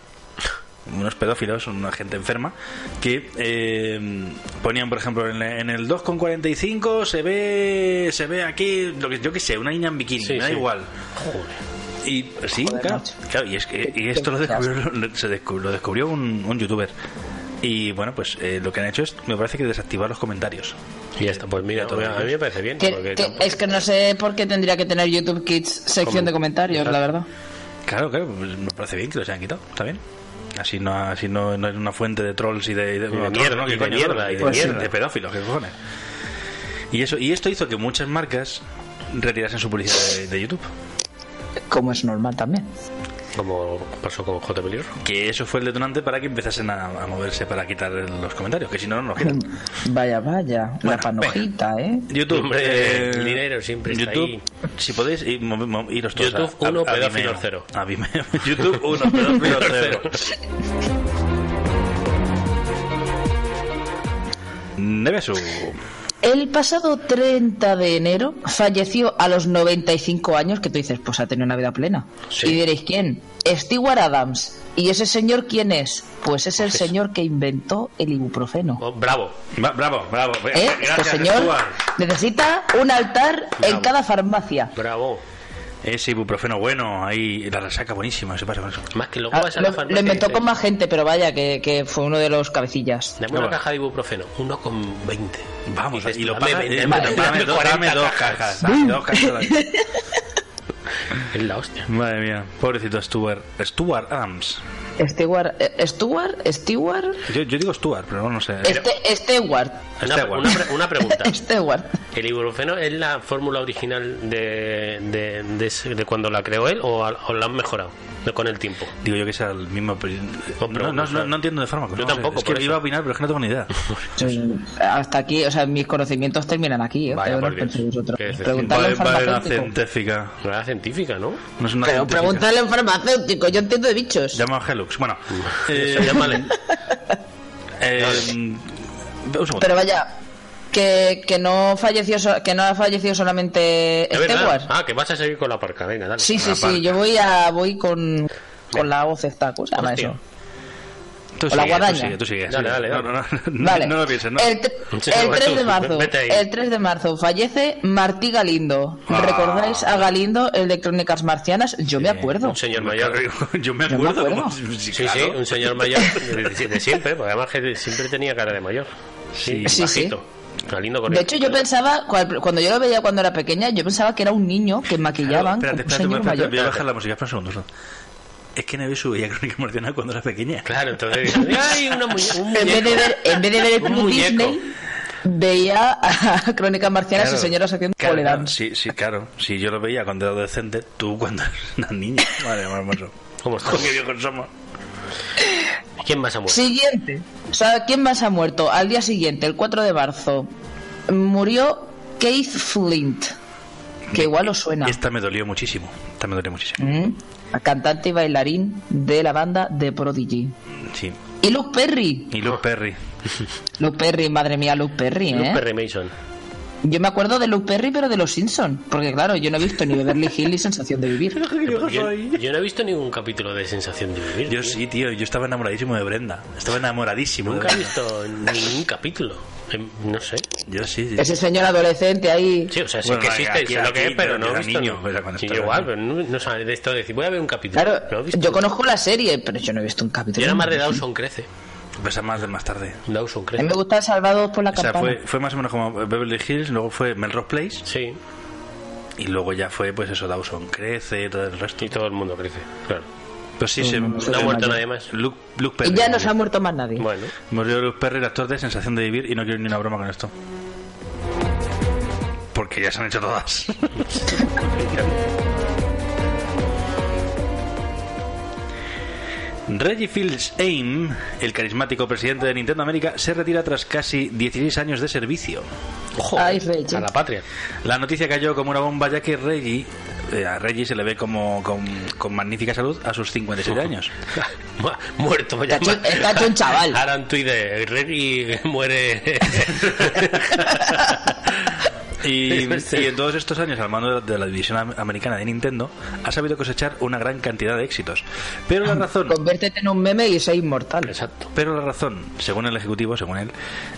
C: unos pedófilos, una gente enferma, que eh, ponían, por ejemplo, en, la- en el 2.45 se ve se ve aquí, lo que, yo qué sé, una niña en bikini,
D: Sí,
C: me da
D: sí.
C: igual. Y sí,
E: Joder,
C: claro,
E: macho.
C: claro, y, es que, y esto lo descubrió, lo- se descu- lo descubrió un, un youtuber. Y bueno, pues eh, lo que han hecho es, me parece que desactivar los comentarios.
D: Y ya está, pues mira,
C: todo
D: a mí me parece bien.
E: Que-
D: porque
E: que-
D: tampoco-
E: es que no sé por qué tendría que tener YouTube Kids sección de comentarios, la verdad.
C: Claro, claro, pues me parece bien que los hayan quitado, está bien. Así no, así no, no es una fuente de trolls y de, y de-
D: de
C: bueno,
D: mierda,
C: trolls,
D: y de
C: coño,
D: mierda,
C: trolls,
D: y de
C: pues sí,
D: mierda.
C: de pedófilos, qué cojones. Y eso, y esto hizo que muchas marcas retirasen su publicidad de, de YouTube.
E: Como es normal también.
D: como pasó con J. Pelirrojo.
C: Que eso fue el detonante para que empezasen a, a moverse para quitar los comentarios, que si no, no los quitan.
E: Vaya, vaya. la
C: Bueno,
E: panojita, ¿eh?
C: YouTube, eh,
D: Hombre, el dinero siempre está
C: YouTube,
D: ahí.
C: Si podéis, ir- mo- mo- iros todos
D: YouTube
C: a, a-
D: uno,
C: a Vimeo.
D: pedófilos cero.
C: A Vimeo. YouTube 1, pedófilos 0. Nevesu.
E: El pasado 30 de enero falleció a los 95 años, que tú dices, pues ha tenido una vida plena.
D: Sí.
E: Y diréis, ¿quién? Stewart Adams. ¿Y ese señor quién es? Pues es el señor que inventó el ibuprofeno.
D: Oh, bravo.
C: Va- Bravo, bravo.
E: ¿Eh?
C: Gracias,
E: este señor
C: Stuart.
E: necesita un altar en
C: Bravo.
E: cada farmacia.
D: Bravo.
C: Ese ibuprofeno bueno, ahí la resaca buenísima, se pasa con eso.
D: Más que luego
E: Ah,
D: vas a la
E: lo,
D: farmacia
E: lo
D: y
E: inventó
D: dices,
E: con más gente, pero vaya, que, que fue uno de los cabecillas.
D: Dame una
C: Vamos.
D: caja de ibuprofeno, 1,20.
C: Vamos,
D: Dices,
C: y lo
D: dame
C: paga,
D: 20,
C: eh,
D: vale,
C: dame, dame
D: dame
C: dos,
D: 40
C: dame dos
D: cajas.
C: cajas, dame dos cajas.
D: Es la hostia.
C: Madre mía, pobrecito Stuart. Stuart Adams.
E: Stewart, eh, Stewart, Stewart,
C: Yo, yo digo Stuart, pero no sé.
E: este, Stewart,
D: Una,
C: Este guay.
D: una pre- una pregunta.
E: Stewart.
D: ¿El ibuprofeno es la fórmula original de, de, de ese- de cuando la creó él o, a- o la han mejorado de- con el tiempo?
C: Digo yo que sea el mismo. pero- No,
D: pero,
C: no,
D: o sea,
C: no- no entiendo de fármacos.
D: yo
C: no sé.
D: tampoco,
C: Es que
D: por eso.
C: iba a opinar, pero es que no tengo ni idea.
E: Pues, Hasta aquí, o sea, mis conocimientos terminan aquí. ¿eh?
D: Vaya,
E: Pero no
D: por Dios.
E: penséis vosotros.
D: Qué decepción.
E: Preguntadle a un
C: una
E: farmacéutico.
C: científica.
D: No era científica, ¿no?
C: No es una
E: Pero
C: científica.
E: preguntadle a un farmacéutico, yo entiendo de bichos.
C: Llama a Helux. Bueno. eh,
D: Eso, llámale.
C: eh, un segundo.
E: Pero vaya, que, que no falleció, so- que no ha fallecido solamente
D: Es verdad.
E: Stewart.
D: Ah, que vas a seguir con la parca, venga, dale.
E: Este sí, sí,
C: la
E: sí, yo voy a voy con, con la voz esta, ¿cómo se llama
D: Hostia.
E: eso?
C: Tú
E: o la
C: sigue, tú
E: guadaña.
C: sigue, tú sigue.
D: Dale,
C: sigue.
D: dale,
C: No,
D: dale.
C: no, no, no,
E: Vale.
C: no lo pienses, no.
E: El, tre-
D: Sí,
E: el
D: no,
E: 3
D: tú,
E: de marzo.
D: vete ahí. Ah.
E: El 3 de marzo fallece Martí Galindo. ¿Recordáis a Galindo, el de Crónicas Marcianas? Yo me acuerdo.
D: Un señor mayor.
C: Yo me
E: Yo me
C: acuerdo.
E: acuerdo.
C: como si- si-
D: Sí, sí,
C: claro.
D: un señor mayor de, de siempre, porque además que siempre tenía cara de mayor. Sí,
E: Sí,
D: bajito. Galindo con
E: De hecho, yo pensaba, cual- cuando yo lo veía cuando era pequeña, yo pensaba que era un niño que
C: Claro,
E: maquillaban
C: espérate,
E: con un
C: espérate,
E: señor
C: espérate,
E: mayor.
C: voy a bajar la música, espera un segundo. Es que Nevesu veía Crónica Marciana cuando era pequeña.
D: Claro, entonces dices, ¡ay, una muñe- un
E: En vez de
D: muñeco!
E: ver, en vez de ver el
D: Un
E: Club
D: muñeco.
E: Disney, veía a Crónicas Marcianas
C: Claro.
E: y señoras haciendo
C: Claro,
E: pole
C: claro,
E: dance.
C: Sí, sí, claro. Si yo lo veía cuando era adolescente, tú cuando eras una niña. Vale, más hermoso.
D: ¿Cómo estamos?
C: Qué viejos somos.
D: ¿Quién más ha muerto?
E: Siguiente. O sea, ¿quién más ha muerto? Al día siguiente, el 4 de marzo, murió Keith Flint. Que igual os suena.
C: Esta me dolió muchísimo. Esta me dolió muchísimo.
E: Mm, Cantante y bailarín de la banda The Prodigy.
C: Sí.
E: Y Luke Perry.
C: Y Luke Perry.
E: Luke Perry, madre mía, Luke Perry, ¿eh?
D: Luke Perry Mason.
E: Yo me acuerdo de Luke Perry, pero de los Simpsons. Porque claro, yo no he visto ni Beverly Hills ni Sensación de Vivir.
D: Yo, yo no he visto ningún capítulo de Sensación de Vivir.
C: Yo
D: tío.
C: sí, tío. Yo estaba enamoradísimo de Brenda. Estaba enamoradísimo de
D: Nunca he
C: Brenda.
D: visto ningún capítulo. Em, No sé.
C: Yo sí, sí.
E: Ese señor adolescente ahí.
D: Sí, o sea, sí
C: Bueno,
D: que
C: aquí-
D: existe,
C: aquí-
D: sé lo que
C: aquí
D: es, pero
C: yo
D: no
C: era
D: he visto.
C: niño,
D: no.
C: o sea, cuando
D: Sí,
C: estaba
D: igual,
C: niño.
D: pero no, no sabes de esto de decir, voy a ver un capítulo.
E: Claro,
D: No he visto.
E: yo conozco la serie, pero yo no he visto un capítulo.
D: Yo era más de Dawson Crece.
C: pesa más del más tarde.
D: Dawson,
E: A mí
D: creo.
E: me gusta Salvados por la
C: O sea,
E: Campana.
C: fue, fue más o menos como Beverly Hills, luego fue Melrose Place
D: Sí,
C: y luego ya fue, pues eso, Dawson Crece y todo el resto.
D: y todo el mundo crece, claro.
C: Pues sí, se,
D: No ha muerto nadie más.
C: Luke, Luke
E: Y
C: Perry.
E: ya no se ha muerto más nadie.
D: Bueno,
C: Murió Luke Perry, el actor de Sensación de Vivir, y no quiero ni una broma con esto. Porque ya se han hecho todas. Reggie Fields Aim, el carismático presidente de Nintendo América, se retira tras casi 16 años de servicio.
D: ojo,
E: Ay, Reggie.
D: a la patria.
C: La noticia cayó como una bomba ya que Reggie, eh, a Reggie se le ve como con, con magnífica salud a sus 57 años.
D: Mu- Muerto, vaya.
E: Está hecho- está hecho un chaval.
D: Ahora en Twitter, Reggie muere.
C: Y,
D: Sí.
C: y en todos estos años al mando de la división am- americana de Nintendo ha sabido cosechar una gran cantidad de éxitos. Pero la razón,
E: Conviértete en un meme y sé inmortal.
D: Ah, Exacto.
C: pero la razón, según el ejecutivo, según él,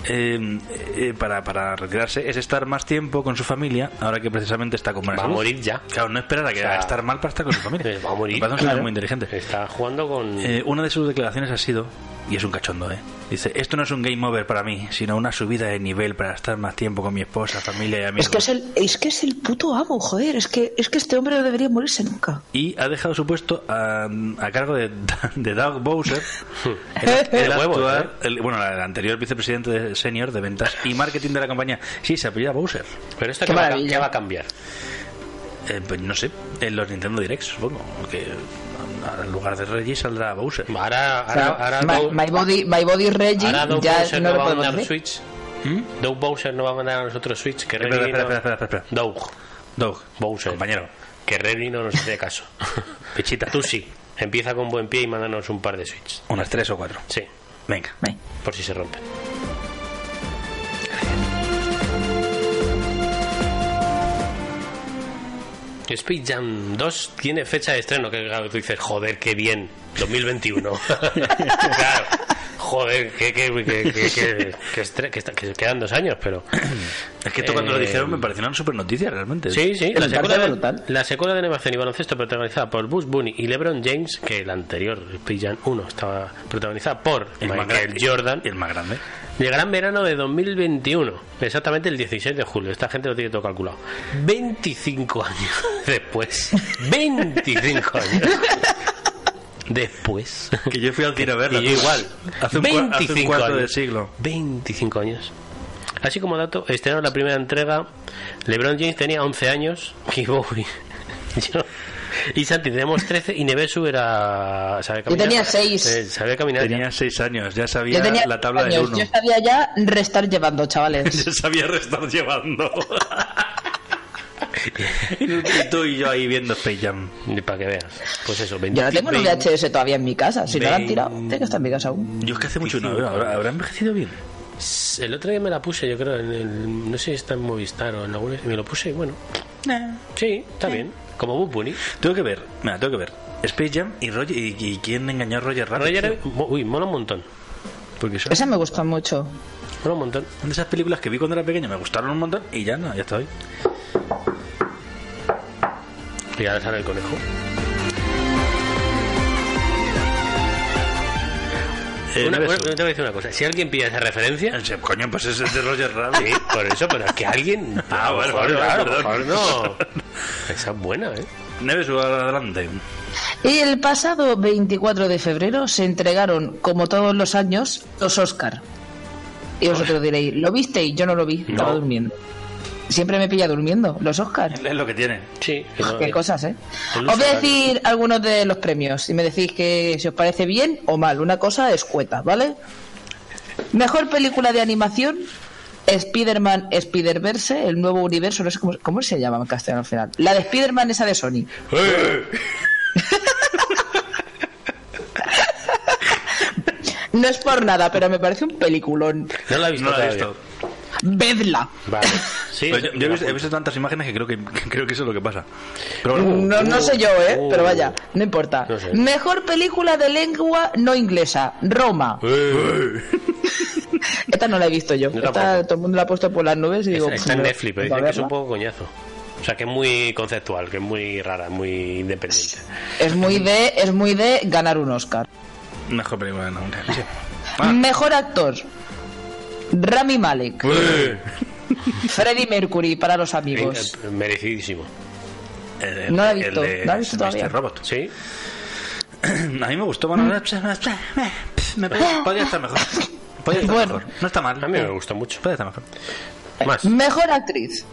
C: eh, eh, para, para retirarse es estar más tiempo con su familia ahora que precisamente está con buena
D: Va a
C: salud.
D: morir ya.
C: Claro, no esperar a que
D: O sea,
C: a estar mal para estar con su familia.
D: eh, va a morir,
C: Me parece un señor
E: claro.
C: muy inteligente.
D: Está jugando con.
C: Eh, una de sus declaraciones ha sido, y es un cachondo, ¿eh? Dice, esto no es un game over para mí, sino una subida de nivel para estar más tiempo con mi esposa, familia y amigos.
E: Es que es, el, es que es el puto amo, joder. Es que, es que este hombre no debería morirse nunca.
C: Y ha dejado su puesto a, a cargo de, de Doug Bowser, el,
D: De huevos, ¿eh?
C: actual- el- bueno, el anterior vicepresidente de- senior de ventas y marketing de la compañía. Sí, se apellida Bowser.
D: Pero esto
E: Qué
D: que va, a,
E: maravilla.
D: qué va a cambiar.
C: Eh, pues no sé, en los Nintendo Directs, supongo, que a- en lugar de Reggie saldrá Bowser.
D: Ahora, ahora,
E: Claro,
D: ahora,
E: my,
D: Doug-
E: my body, my body Reggie
D: ahora Doug
E: ya
D: Bowser
E: no
D: no
E: lo
D: va a
E: podemos
D: mandar
E: decir.
D: Switch. Doug Bowser no va a mandar a nosotros Switch. Que
C: ¿Mm? Espera,
D: Reggie
C: espera,
D: no-
C: espera, espera, espera, espera.
D: Doug.
C: Doug,
D: Bowser.
C: compañero,
D: Que Reggie no nos hace caso.
C: pechita,
D: Tú sí. Empieza con buen pie y mándanos un par de Switch.
C: unas tres o cuatro.
D: Sí.
C: Venga.
E: Ven.
D: Por si se rompen. Speed Jam 2 tiene fecha de estreno, que claro, tú dices, joder, qué bien, 2021. claro, joder, que, que, que, que, que- que estre- que está- que quedan dos años, pero...
C: Es que esto cuando lo
D: Eh,
C: dijeron me pareció una super noticia realmente.
D: Sí, sí, la
E: Me
D: secuela,
E: parece
D: de,
E: brutal.
D: la secuela de animación y baloncesto protagonizada por Bush Bunny y LeBron James, que el anterior, Speed Jam 1, estaba protagonizada por
C: El más
D: Michael
C: grande.
D: Jordan,
C: Y el más grande.
D: Llegará en verano de 2021, exactamente el 16 de julio. Esta gente lo tiene todo calculado. 25 años después. 25 años después.
C: Que yo fui al tiro a verla.
D: Y yo
C: tú.
D: igual.
C: Hace un, cua- hace un cuarto de siglo.
D: 25 años. Así como dato, estrenaron la primera entrega. LeBron James tenía 11 años. Y Bowie. Yo. Y Santi teníamos 13 y Nevesu era... sabía caminar.
E: tenía seis.
D: Eh, sabía caminar. ya.
C: Tenía seis años, ya sabía
E: Yo tenía
C: la tabla del
E: años,
C: uno.
E: Yo sabía ya restar llevando, chavales.
C: Yo sabía restar llevando. y tú y yo ahí viendo Space Jam.
D: Y Para que veas. Pues eso, 25
E: Yo la tengo en un
C: Vein-
E: VHS todavía en mi casa. Si no la han
C: Vein-
E: tirado, tiene que estar en mi casa aún.
C: Yo es que hace mucho no veo, ¿habrá, habrá envejecido bien.
D: El otro día me la puse, yo creo, en el, no sé si está en Movistar o en alguna. y Me lo puse y bueno. Sí, está bien. Como Bob Bunny.
C: Tengo que ver, mira, tengo que ver. Space Jam y Roger. ¿Y, y quién engañó a Roger Rabbit?
D: Roger, mo- uy, mola un montón.
C: Porque son
E: Esa me gusta mucho.
D: Mola un montón.
C: son de esas películas que vi cuando era pequeño, me gustaron un montón y ya no, ya estoy.
D: Y ahora sale el conejo.
C: Eh,
D: Una-
C: no ves
D: bueno, te voy a decir una cosa. Si alguien pilla esa referencia.
C: tú. Eh, Coño, pues ese es de Roger Rabbit.
D: Sí, por eso, pero que alguien.
C: Ah,
D: a lo
C: bueno,
D: mejor,
C: perdón,
D: a lo
C: perdón.
D: mejor no. Esa es buena, ¿eh?
C: Neves, adelante.
E: Y el pasado 24 de febrero se entregaron, como todos los años, los Oscar. Y vosotros diréis, ¿lo visteis? Yo no lo vi, estaba
D: No.
E: durmiendo. Siempre me pilla durmiendo, los Oscar.
C: Es lo que tiene.
D: Sí. que
C: Ah,
D: no-
E: Qué cosas, ¿eh?
D: El
E: Os voy a
D: Oscar.
E: decir algunos de los premios y me decís que si os parece bien o mal. Una cosa escueta, ¿vale? Mejor película de animación, Spider-Man Spider-Verse, el nuevo universo, no sé cómo, cómo se llama en castellano al final. La de Spider-Man esa de Sony. No es por nada, pero me parece un peliculón.
D: No la he visto.
C: No la he
D: todavía.
C: visto.
E: Vedla.
D: Vale. Sí.
C: Pero yo yo he, visto, he visto tantas imágenes que creo que, que creo que eso es lo que pasa. Pero bueno,
E: No, no sé yo, ¿eh?
D: Uh,
E: pero vaya, no importa.
D: no sé.
E: Mejor película de lengua no inglesa, Roma. Esta no la he visto yo.
D: Eh. Yo
E: Esta
D: tampoco.
E: todo el mundo la ha puesto por las nubes y digo...
D: Está, está en
E: "Pff,
D: Netflix, pero
E: voy a
D: dicen que es un
E: verla".
D: poco coñazo. O sea, que es muy conceptual, que es muy rara, muy independiente.
E: Es muy de, es muy de ganar un Oscar.
C: mejor película de nombre. Sí. Ah.
E: Mejor actor. Rami Malek.
C: Uy.
E: Freddie Mercury para los amigos.
D: Eh, Merecidísimo.
C: El, Eh, de-
E: No la he visto,
C: El de
E: no la he visto
C: Mr.
E: todavía.
C: Robot.
D: ¿Sí?
C: A mí me gustó. Bueno, me- podría estar mejor. Podría estar
E: Ah. Bueno.
C: mejor. No está mal. Eh,
D: A mí me gusta mucho.
C: Podría estar mejor.
D: Más.
E: Mejor actriz.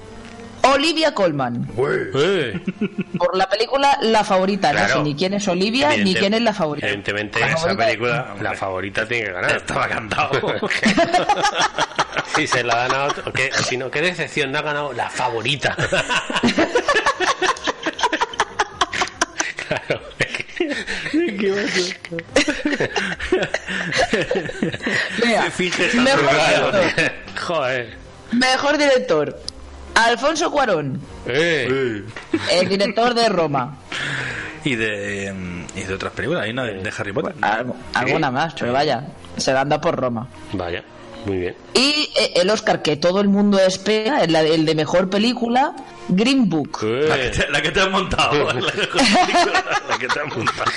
E: Olivia Colman.
D: Eh,
E: Por la película La Favorita. No
D: Claro.
E: sé ni quién es Olivia ni
D: evidente-
E: quién es la favorita.
D: Evidentemente,
E: La
D: esa
E: favorita-
D: película, la favorita tiene que ganar.
C: Estaba cantado.
D: si se la dan a otro. ¿qué? Si no, qué decepción, no ha ganado la favorita. claro.
E: Vea,
C: Te finges tan
E: mejor,
C: raro,
E: director.
D: Joder.
E: Mejor director. Alfonso Cuarón,
D: Eh,
E: el director de Roma.
C: y de mm, y de otras películas y no de, de Harry Potter
E: Algo- alguna más, pero vaya, se la anda por Roma.
D: Vaya, muy bien.
E: Y eh, el Oscar que todo el mundo espera, el, el de mejor película, Green Book.
C: la, que te, la que te has montado la, que te has montado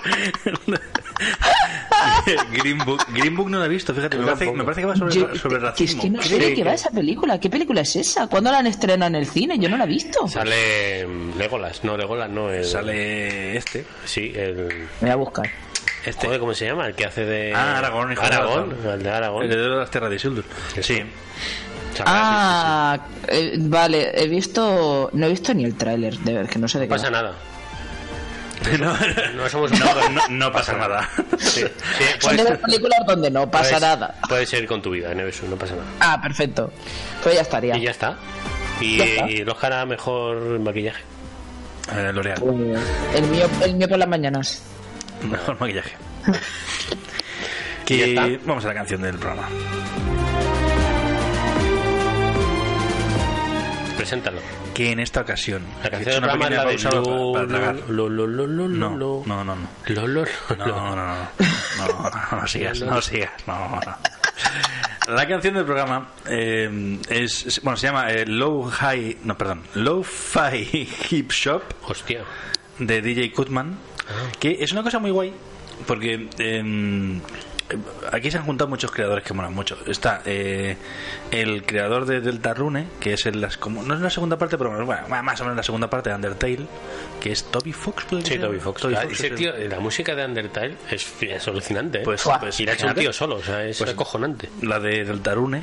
C: Green Book Green Book no la he visto fíjate me parece, me parece que va sobre,
E: Yo-
C: sobre
E: que es
C: racismo
E: que no sé de qué va esa película. ¿Qué película es esa? ¿Cuándo la han estrenado en el cine? Yo no la he visto.
D: Sale mm, Legolas, no, Legolas no. El,
C: sale este
D: Sí, el.
E: Me voy a buscar.
D: Este. Joder, ¿cómo se llama? El que hace de.
C: ah Aragón hijo de
D: Aragón, el de Aragón.
C: el de las tierras de Isildur
D: Eso.
C: sí
D: Sabrás,
E: Ah, eh, vale, he visto. No he visto ni el tráiler, de ver, que no sé de
D: No
E: qué.
D: pasa
E: va.
D: nada.
C: no,
D: No somos
C: no, no- no pasa nada
D: Sí, sí,
E: Son
C: pues,
E: de
D: puedes-
E: las películas donde no pasa
D: puedes-
E: nada.
D: Puedes seguir con tu vida, Nevesu, no pasa nada.
E: Ah, perfecto. Pues ya estaría.
D: Y ya está. Y,
E: Ya está.
D: y el Oscar a mejor maquillaje.
C: Eh, L'Oreal
E: Pues, El mío, el mío por las mañanas.
C: Mejor maquillaje.
D: Ya
C: que
D: está.
C: vamos a la canción del programa.
D: Preséntalo.
C: Que en esta ocasión.
D: La
C: he hecho
D: canción del
C: una
D: programa es
C: pequeña
D: la de
C: pausa
D: Lo-
C: para- para tragar.
D: Lo- Lo- Lo- Lo- Lo-
C: No,
D: Lo-
C: no, no, no.
D: Lo- Lo- Lo-
C: No,
D: Lo.
C: no, no, no, no, no, no sigas, no sigas, no, no. La canción del programa eh, es, es- bueno, se llama eh, Low High, no, perdón, Low Fi Hip Shop
D: Hostia.
C: de DJ Kutman,
D: Ah.
C: que es una cosa muy guay, porque eh, aquí se han juntado muchos creadores que molan mucho. Está eh, el creador de Deltarune, que es el, las, como, no es la segunda parte, pero bueno, más o menos la segunda parte de Undertale, que es Toby Fox. ¿puede
D: Sí,
C: ser?
D: Toby Fox.
C: Toby
D: Ah,
C: Fox
D: ese
C: es el-
D: tío, la música de Undertale es, es alucinante. ¿eh?
C: Pues,
E: Fua.
C: pues,
D: y la ha hecho un
C: fíjate.
D: tío solo, o sea, es
C: Pues-
D: acojonante.
C: la de Deltarune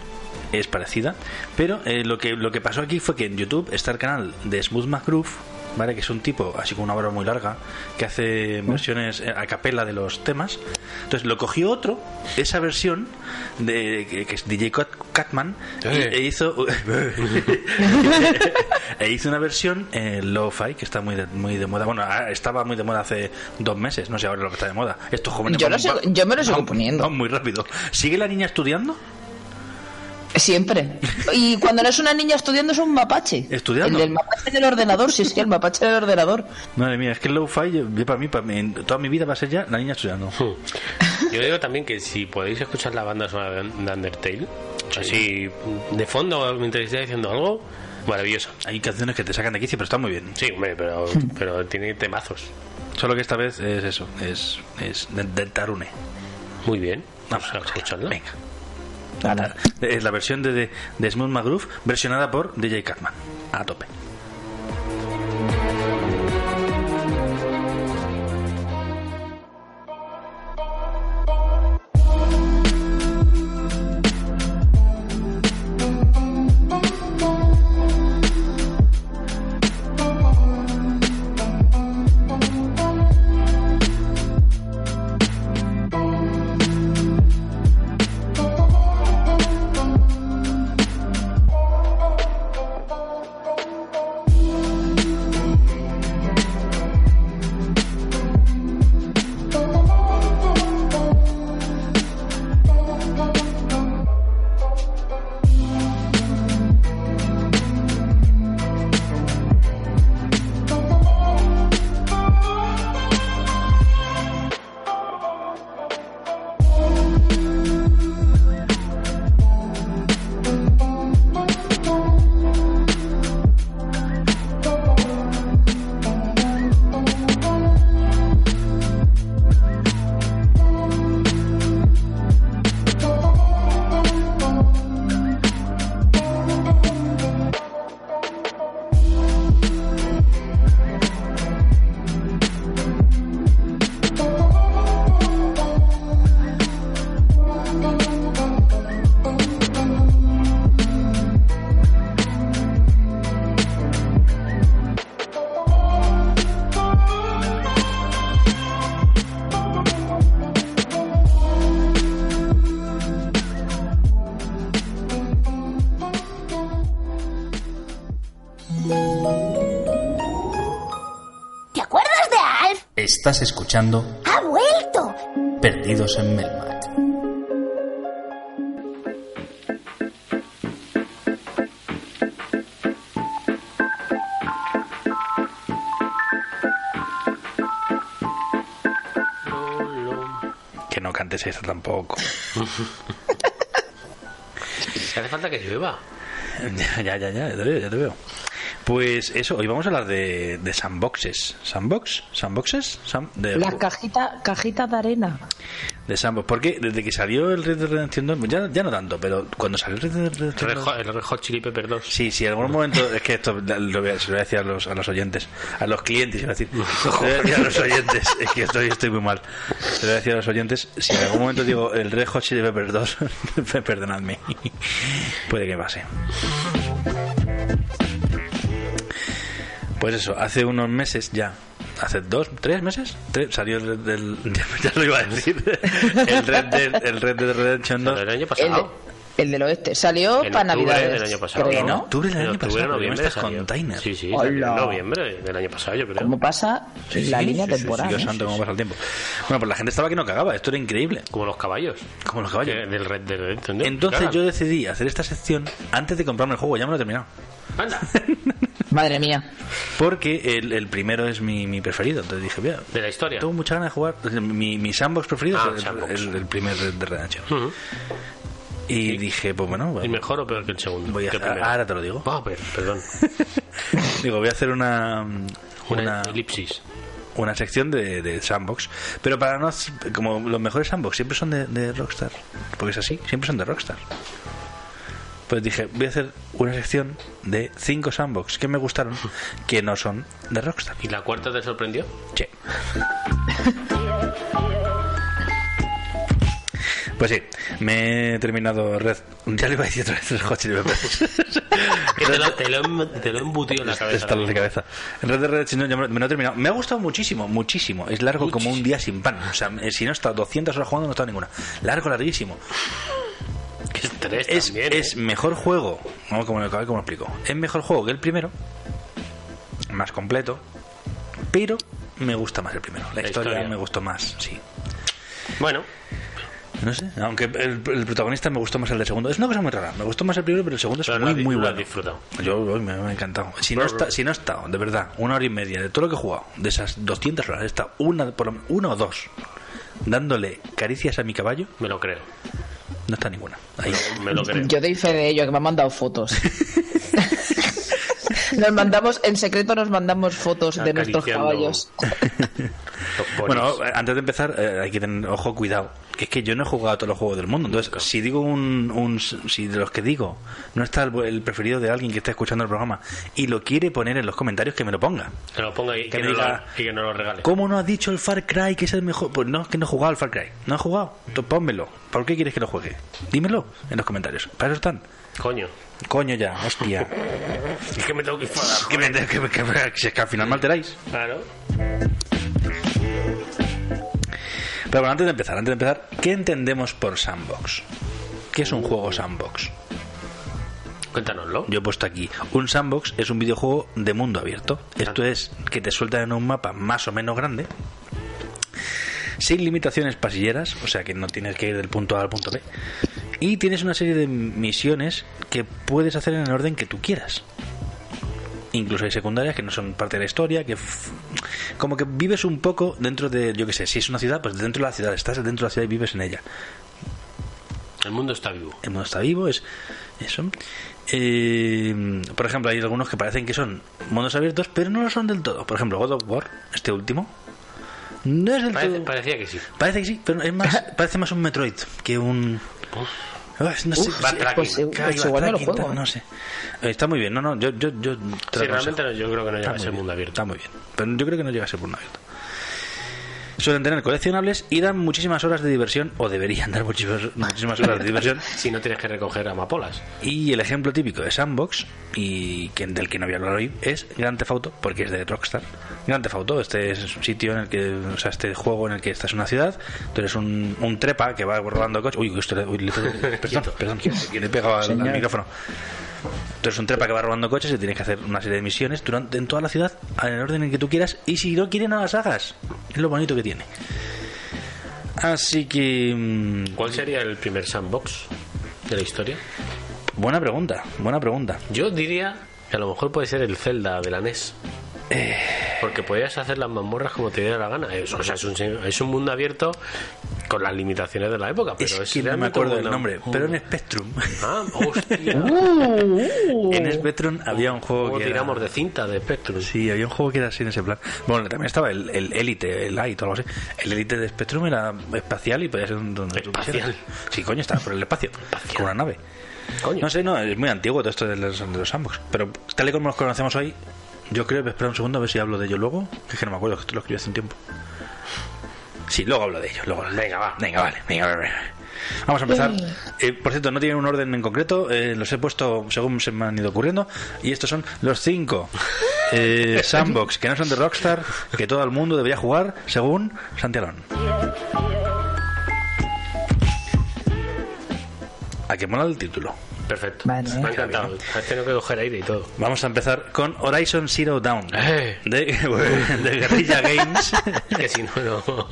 C: es parecida, pero eh, lo que lo que pasó aquí fue que en YouTube está el canal de Smooth McGroove, ¿vale? que es un tipo así con una barba muy larga que hace versiones eh, a capela de los temas. Entonces lo cogió otro, esa versión de que, que es DJ Cat- Catman y-
D: Eh.
C: e hizo e hizo una versión en lo-fi que está muy de, muy de moda. Bueno, ah, estaba muy de moda hace dos meses, no sé ahora lo que está de moda. Estos jóvenes
E: Yo
C: van-
E: lo sigo-
C: van-
E: yo me lo sigo
C: van-
E: poniendo.
C: van muy rápido. ¿Sigue la niña estudiando?
E: Siempre. Y cuando no es una niña estudiando, es un mapache.
C: Estudiando.
E: El del mapache del ordenador, si es que el mapache del ordenador.
C: Madre mía, es que el low-fi yo- yo para mí, para mí, en toda mi vida va a ser ya la niña estudiando.
D: Hmm. Yo digo también que si podéis escuchar la banda sonora de de Undertale, así de fondo mientras esté diciendo algo, maravillosa.
C: Hay canciones que te sacan de quicio, pero está muy bien.
D: Sí, hombre, pero,
E: Hmm.
D: pero tiene temazos.
C: Solo que esta vez es eso, es, es del, del Tarune.
D: Muy bien.
C: Vamos
D: Vamos a escucharla.
C: Venga. Es la versión de, de, de Smooth McGroove versionada por DJ Catman. A tope. Estás escuchando
G: ¡Ha vuelto!
C: Perdidos en Melmat. Que no cantes esta tampoco.
D: Se hace falta que llueva.
C: Ya, ya, ya, ya, ya te veo, ya te veo. Pues eso, hoy vamos a hablar de, de sandboxes. ¿Sandbox? ¿Sandboxes? Sam- de,
E: Las cajitas cajitas de arena.
C: de sandbox. Porque desde que salió el Red Dead Redemption 2, ya, ya no tanto, pero cuando salió el Red Dead Redemption 2...
D: El rejo Chili Pepper 2.
C: Sí, sí, en algún momento. Es que esto lo voy a, se lo voy a decir a los, a los oyentes, a los clientes, iba a decir. Se lo voy a decir a los oyentes, es que estoy, estoy muy mal. Se lo voy a decir a los oyentes, si en algún momento digo el Red Hot Chili Peppers 2, perdonadme. Puede que pase. Pues eso, hace unos meses ya. Hace dos, tres meses tres, salió el, Red Dead- ya lo iba a decir el Red, Dead, el Red Dead Redemption 2
D: El año
E: El, de-
D: pasado.
E: el del oeste. Salió
D: En
E: para
D: octubre
E: Navidades.
D: del año pasado.
E: creo,
C: ¿En
E: ¿no?
C: octubre del
D: En
C: año
D: octubre,
C: pasado? Pero
D: noviembre
C: me estás
D: salió.
C: container.
D: Sí, sí,
E: Hola.
D: en noviembre del año pasado, yo creo.
E: ¿Cómo pasa
C: Sí,
E: la
C: sí,
E: línea
C: sí, sí,
E: temporal?
C: sí, Dios
E: eh?
C: santo, cómo pasa el tiempo. Bueno, pues la gente estaba que no cagaba. Esto era increíble.
D: Como los caballos.
C: Como los
D: Que-
C: caballos.
D: Del Red Dead Redemption.
C: Entonces
D: Claro.
C: yo decidí hacer esta sección antes de comprarme el juego. Ya me lo he terminado.
D: Anda.
E: Madre mía.
C: Porque el, el primero es mi, mi preferido. Entonces dije, mira,
D: De la historia.
C: tengo mucha ganas de jugar. Mi, mi sandbox preferido
D: Ah,
C: es el,
D: sandbox.
C: el- el primer Red Dead Redemption.
D: Ujú.
C: Y dije, pues bueno,
D: ¿Y
C: voy
D: mejor o peor que el segundo?
C: a,
D: Que el primero.
C: ahora te lo digo.
D: Ah, per- perdón.
C: Digo, voy a hacer una...
D: Una
C: Una,
D: elipsis.
C: una sección de, de sandbox. Pero para no... Como los mejores sandbox siempre son de, de Rockstar. Porque es así, siempre son de Rockstar. Pues dije, voy a hacer una sección de cinco sandbox que me gustaron que no son de Rockstar.
D: ¿Y la cuarta te sorprendió?
C: Che. Pues sí, me he terminado Red... Ya le iba a decir otra vez Red Hot Chili Peppers.
D: Que te lo, te lo, he- te lo he embutido en la cabeza.
C: Está de cabeza. Red Dead Redemption, no, ya me lo- me lo he terminado. Me ha gustado muchísimo, muchísimo. Es largo como un día sin pan. O sea, eh, si no he estado 200 horas jugando, no he estado ninguna. Largo, larguísimo.
D: Que es tres
C: Es,
D: también,
C: es
D: ¿eh?
C: mejor juego. No, como, lo- como lo explico. Es mejor juego que el primero. Más completo. Pero me gusta más el primero. La,
D: La
C: historia,
D: historia.
C: me gustó más, sí.
D: Bueno,
C: No sé, aunque el, el protagonista me gustó más el del segundo. Es una cosa muy rara. Me gustó más el primero, pero el segundo es
D: Pero lo
C: muy,
D: has-
C: muy
D: lo has
C: bueno.
D: disfrutado.
C: Yo uy, me, me ha encantado. Si no, está, si no he estado, de verdad, una hora y media de todo lo que he jugado, de esas 200 horas, está una, por lo men- una o dos dándole caricias a mi caballo,
D: me lo creo.
C: no está ninguna. Ahí.
D: Me lo creo.
E: Yo doy fe de ello, que me han mandado fotos. nos mandamos, en secreto nos mandamos fotos de nuestros
D: Acariciando
E: caballos.
D: los ponis.
C: Bueno, eh, antes de empezar, eh, hay que tener ojo, cuidado. Que es que yo no he jugado a todos los juegos del mundo. Entonces, si digo un, un- Si de los que digo no está el, el preferido de alguien que está escuchando el programa y lo quiere poner en los comentarios, que me lo ponga.
D: que lo ponga y
C: que
D: que, no
C: diga-
D: lo, y que no lo regale.
C: ¿Cómo no has dicho el Far Cry que es el mejor? Pues no, es que no he jugado al Far Cry. No he jugado. Tú Pónmelo. ¿Por qué quieres que lo juegue? Dímelo en los comentarios. Para eso están.
D: Coño.
C: Coño ya, hostia.
D: Es que me tengo que enfadar.
C: que, me- que me- que me- si es que al final me alteráis.
D: Claro.
C: Pero bueno, antes de empezar, antes de empezar, ¿qué entendemos por sandbox? ¿Qué es un juego sandbox?
D: Cuéntanoslo.
C: Yo he puesto aquí. Un sandbox es un videojuego de mundo abierto. Esto es que te sueltan en un mapa más o menos grande. Sin limitaciones pasilleras, o sea que no tienes que ir del punto A al punto B. Y tienes una serie de misiones que puedes hacer en el orden que tú quieras. Incluso hay secundarias que no son parte de la historia, que f- como que vives un poco dentro de, yo qué sé, si es una ciudad, pues dentro de la ciudad, estás dentro de la ciudad y vives en ella
D: El mundo está vivo.
C: el mundo está vivo, es eso. Eh, por ejemplo, hay algunos que parecen que son mundos abiertos, pero no lo son del todo. Por ejemplo, God of War, este último, no es del
D: Parece-
C: todo.
D: parecía que sí.
C: Parece que sí, pero es más, parece más un Metroid que un. Ah, no sé,
D: Uf, backtracking.
E: pues, eh,
C: Claro,
E: pues
C: y
E: igual no lo
C: backtracking,
E: juego.
C: tal, no sé. Eh, Está muy bien, no, no, yo. yo, yo te lo
D: Sí,
C: aconsejo.
D: realmente no, yo creo que
C: Está
D: no llega a
C: muy
D: ser
C: bien,
D: mundo abierto.
C: Está muy bien. Pero yo creo que no llega a ser mundo abierto. Suelen tener coleccionables y dan muchísimas horas de diversión, o deberían dar muchísimas, muchísimas horas de diversión,
D: Si no tienes que recoger amapolas.
C: y el ejemplo típico de Sandbox, y que- del que no voy a hablar hoy, es Grand Theft Auto, porque es de Rockstar. Grand Theft Auto, este es un sitio en el que, o sea, este juego en el que estás en una ciudad, tú eres un, un trepa que va rodando coches. Uy, esto le, uy, le- perdón, perdón, que le he pegado al- al micrófono. Tú eres un trepa que va robando coches y tienes que hacer una serie de misiones durante, en toda la ciudad, en el orden en que tú quieras, y si no quieren, no las hagas. Es lo bonito que tiene. Así que. mm,
D: ¿Cuál sería el primer sandbox de la historia?
C: Buena pregunta, buena pregunta.
D: Yo diría que a lo mejor puede ser el Zelda de la NES. Porque podías hacer las mazmorras como te diera la gana. Es, o sea, es un, es un mundo abierto con las limitaciones de la época, pero es,
C: es que no me
D: realmente un
C: acuerdo del
D: mundo-
C: nombre, pero en este- Spectrum.
D: Ah, hostia.
C: en Spectrum había un juego
D: Como
C: que. era-
D: tiramos de cinta de Spectrum.
C: Sí, había un juego que era así en ese plan. Bueno, también estaba el el Elite, el Light o algo así. El Elite de Spectrum era espacial y podía ser un- donde tú
D: Espacial.
C: quisieras. Sí, coño, estaba por el espacio, con una nave.
D: Coño.
C: No sé, no, es muy antiguo todo esto de los, de los sandbox. Pero tal y como los conocemos hoy, yo creo que espera un segundo a ver si hablo de ello luego. que Es que no me acuerdo, que esto lo escribí hace un tiempo. Sí, luego hablo de ello. Luego hablo de ello.
D: Venga, va.
C: Venga, vale, venga, vale, vale. Vamos a empezar. Eh, por cierto, no tienen un orden en concreto, eh, los he puesto según se me han ido ocurriendo. Y estos son los cinco eh, sandbox que no son de Rockstar, que todo el mundo debería jugar según Santialón. A que mola el título.
D: Perfecto.
E: Vale.
D: Me ha encantado. Has tenido que coger aire y todo.
C: Vamos a empezar con Horizon Zero Dawn
D: Eh.
C: de, de Guerrilla Games,
D: Que si no, no.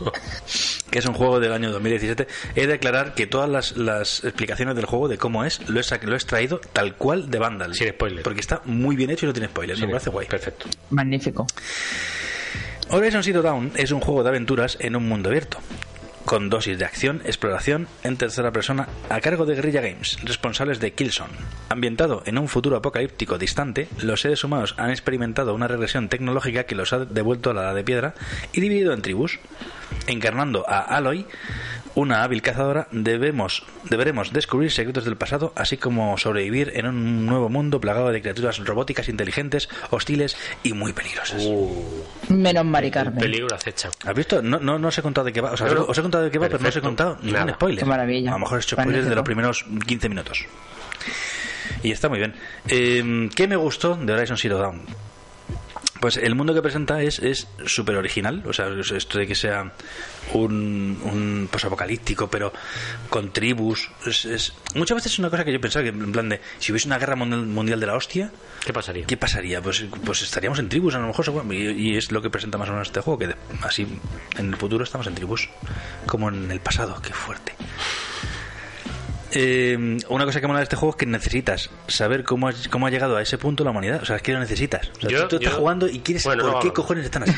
C: que es un juego del año 2017. He de declarar que todas las, las explicaciones del juego de cómo es lo he, sa- lo he extraído tal cual de Vandal.
D: Sin spoiler.
C: Porque está muy bien hecho y no tiene spoilers. me parece guay.
D: Perfecto.
E: Magnífico.
C: Horizon Zero Dawn es un juego de aventuras en un mundo abierto, con dosis de acción, exploración en tercera persona a cargo de Guerrilla Games, responsables de Killzone. Ambientado en un futuro apocalíptico distante, los seres humanos han experimentado una regresión tecnológica que los ha devuelto a la edad de piedra y dividido en tribus. Encarnando a Aloy, una hábil cazadora, debemos, deberemos descubrir secretos del pasado, así como sobrevivir en un nuevo mundo plagado de criaturas robóticas inteligentes, hostiles y muy peligrosas.
E: Menos Mari
D: El
E: Carmen.
D: peligro acecha.
C: ¿Has visto? No, no, no os he contado de qué va. O sea, os he-
D: No, no.
C: os he contado de qué va, pero no os he
D: Perfecto.
C: contado ningún
D: Nada.
C: spoiler.
E: Qué maravilla.
C: A lo mejor he hecho spoilers de
E: Magnífico.
C: los primeros 15 minutos. Y está muy bien. Eh, ¿Qué me gustó de Horizon Zero Dawn? Pues el mundo que presenta es es súper original. O sea, es- esto de que sea un, un posapocalíptico, pero con tribus. Es, es- Muchas veces es una cosa que yo pensaba que, en plan de, si hubiese una guerra mundial, mundial de la hostia,
D: ¿Qué pasaría?
C: ¿Qué pasaría? Pues, pues estaríamos en tribus, a lo mejor. seguro. Y, y es lo que presenta más o menos este juego, que de- así en el futuro estamos en tribus, como en el pasado, qué fuerte. Eh, una cosa que mola de este juego es que necesitas saber cómo, has- cómo ha llegado a ese punto la humanidad. O sea, es que lo necesitas. O sea,
D: Yo-
C: tú, tú estás
D: yo-
C: jugando y quieres
D: Bueno,
C: por
D: no,
C: qué
D: no.
C: cojones están así.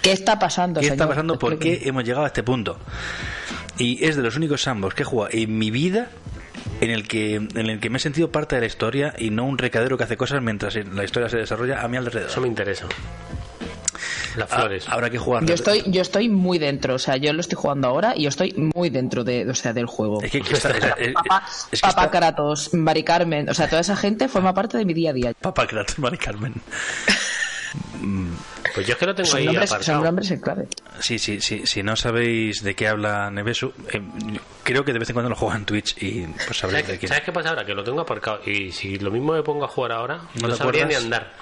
E: ¿Qué está pasando,
C: ¿Qué está
E: señor?
C: pasando? ¿Por qué
E: Explíqueme.
C: hemos llegado a este punto? Y es de los únicos sandbox que he jugado en mi vida en el que en el que me he sentido parte de la historia y no un recadero que hace cosas mientras la historia se desarrolla a mi alrededor.
D: Eso me interesa. Las
C: Ah,
D: flores.
C: habrá que jugar.
E: Yo estoy, yo estoy muy dentro, o sea, yo lo estoy jugando ahora y yo estoy muy dentro de, o sea, del juego.
C: Es que, que está- es- es-
E: Papá,
C: es que
E: Papá
C: está-
E: Kratos, Mari Carmen, o sea, toda esa gente forma parte de mi día a día.
C: Papá Kratos, Mari Carmen.
D: Pues yo es que lo tengo
E: Son
D: ahí
E: nombres, son
D: aparcado.
E: nombres en clave.
C: Sí, sí, sí. Si no sabéis de qué habla Nevesu, eh, creo que de vez en cuando lo juegan en Twitch y pues sabréis de
D: ¿Sabes,
C: quién.
D: sabes qué pasa ahora? Que lo tengo aparcado. Y si lo mismo me pongo a jugar ahora, no,
C: te
D: sabría
C: acuerdas?
D: ni andar.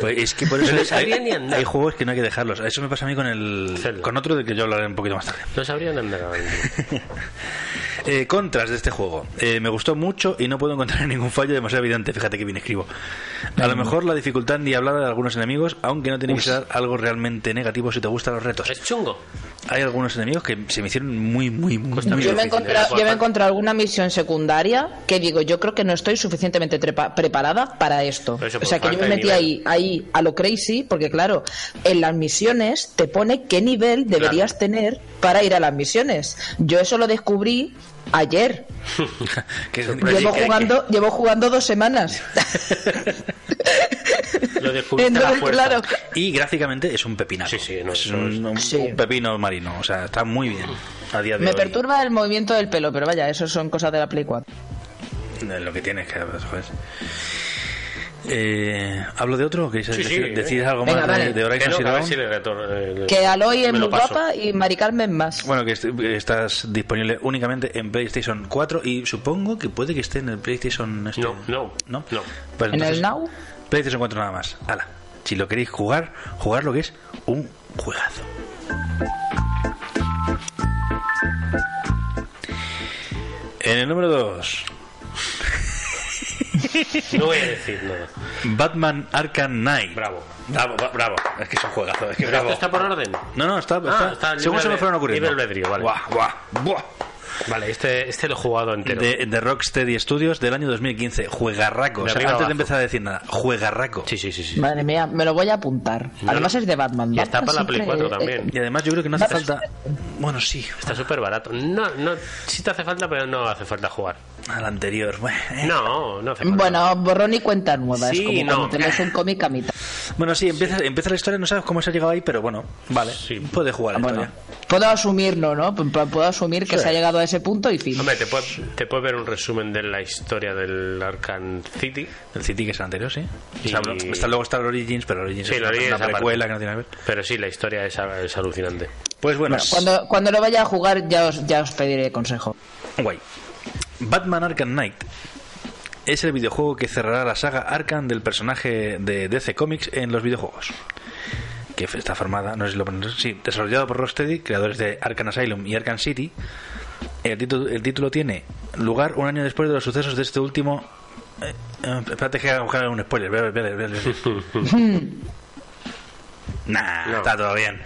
C: Pues es que por eso
D: No
C: hay-
D: sabía
C: hay,
D: ni andar.
C: hay juegos que no hay que dejarlos. Eso me pasa a mí con el
D: Zelda.
C: con otro del que yo hablaré un poquito más tarde.
D: No sabría ni andar. ahora mismo.
C: Eh, contras de este juego. Eh, me gustó mucho y no puedo encontrar ningún fallo demasiado evidente. Fíjate que bien escribo. A lo mejor la dificultad ni hablada de algunos enemigos, aunque no tiene que ser algo realmente negativo si te gustan los retos.
D: Es chungo.
C: Hay algunos enemigos que se me hicieron muy, muy, muy,
D: Costa
C: muy
E: Yo me,
C: difíciles.
E: he encontrado, yo me he encontrado alguna misión secundaria que digo, yo creo que no estoy suficientemente trepa- preparada para esto.
D: Eso
E: O
D: por
E: sea, que yo
D: falta de
E: me metí
D: nivel.
E: ahí, ahí a lo crazy, porque claro, en las misiones te pone qué nivel deberías tener para ir a las misiones. Yo eso lo descubrí ayer.
C: Que es-
D: Pues
E: Llevo
C: que- que-
E: jugando, llevo jugando dos semanas.
D: Lo descubriste a la
E: Entonces,
D: fuerza.
E: claro,
C: Y gráficamente es un pepinazo.
D: Sí, sí, no,
C: es
D: eso
C: un, un-
E: Sí.
C: un pepino marino. O sea, está muy bien. A día de
E: me
C: hoy.
E: perturba el movimiento del pelo, pero vaya, eso son cosas de la Play 4.
C: Eh, Lo que tienes que joder. Eh, ¿Hablo de otro? o ¿Queréis
D: Sí, sí,
C: decir,
D: eh.
C: decir algo más
E: Venga,
C: de-
E: vale.
C: de,
D: Que
C: Horizon
D: no, que
C: Zero
D: a ver
C: Dawn?
D: si le retor- eh,
E: Que Aloy es
D: me lo
E: muy
D: paso.
E: guapa y Mari Carmen más.
C: Bueno, que est- que estás disponible únicamente en PlayStation 4 y supongo que puede que esté en el PlayStation... este-
D: No, no,
C: ¿No?
D: no.
C: Pues
E: ¿En
C: entonces,
E: el Now?
C: PlayStation 4 nada más. Hala. Si lo queréis jugar, jugar lo que es un juegazo. En el número 2.
D: No voy a decir nada.
C: Batman Arkham Knight.
D: Bravo.
C: Bravo, bra- bravo. Es que son juegazos. Es que
D: Pero
C: bravo.
D: esto está por orden.
C: No, no, está. está-
D: Ah, está libre
C: según se me
D: de-
C: fueron ocurriendo.
D: libre albedrío, vale.
C: Buah, buah, buah.
D: Vale, este, este lo he jugado entero.
C: De, de Rocksteady Studios del año 2015. Juegarraco.
D: De
C: O sea,
D: arriba
C: antes
D: abajo.
C: de empezar a decir nada, juegarraco.
D: Sí, sí, sí, sí.
E: Madre mía, me lo voy a apuntar.
D: No,
E: Además
D: no.
E: es de Batman.
D: Y está
E: Batman
D: para la Play
E: siempre-
D: 4
E: eh,
D: también.
C: Y además yo creo que no hace
E: Vamos.
C: falta. Bueno, sí,
D: Está súper barato. No, no, sí te hace falta, pero no hace falta jugar.
C: al anterior. Bueno, eh.
D: No, no hace falta.
E: Bueno, borrón y cuenta nueva.
D: Sí,
E: es como
D: no.
E: cuando tenéis un cómic a mitad.
C: Bueno, sí, empieza, empieza la historia, no sabes cómo se ha llegado ahí, pero bueno, vale.
D: Sí. Ah,
C: Puede jugar la
E: Bueno,
C: historia.
E: puedo asumirlo, ¿no? En plan, Puedo asumir que
C: Sí.
E: se ha llegado a ese punto y fin.
D: Hombre, te puedes te puedes ver un resumen de la historia del Arkham City.
C: El City que es el anterior, sí.
D: Y-
C: O sea, bueno, está, luego está el Origins, pero el Origins
D: Sí,
C: es
D: el
C: una,
D: Origins
C: una
D: aparte.
C: precuela que no tiene nada que ver.
D: Pero sí, la historia es, es alucinante.
C: Pues bueno,
E: Bueno, cuando, cuando lo vaya a jugar ya os, ya os pediré consejo.
C: Guay. Batman Arkham Knight es el videojuego que cerrará la saga Arkham del personaje de DC Comics en los videojuegos. Que está formada, no sé si lo ponen- sí, desarrollado por Rocksteady, creadores de Arkham Asylum y Arkham City. El título, el título tiene lugar un año después de los sucesos de este último. eh, eh, espérate que voy a buscar un spoiler. Ve, ve, ve, ve, ve. Nah,
D: No.
C: está todo bien.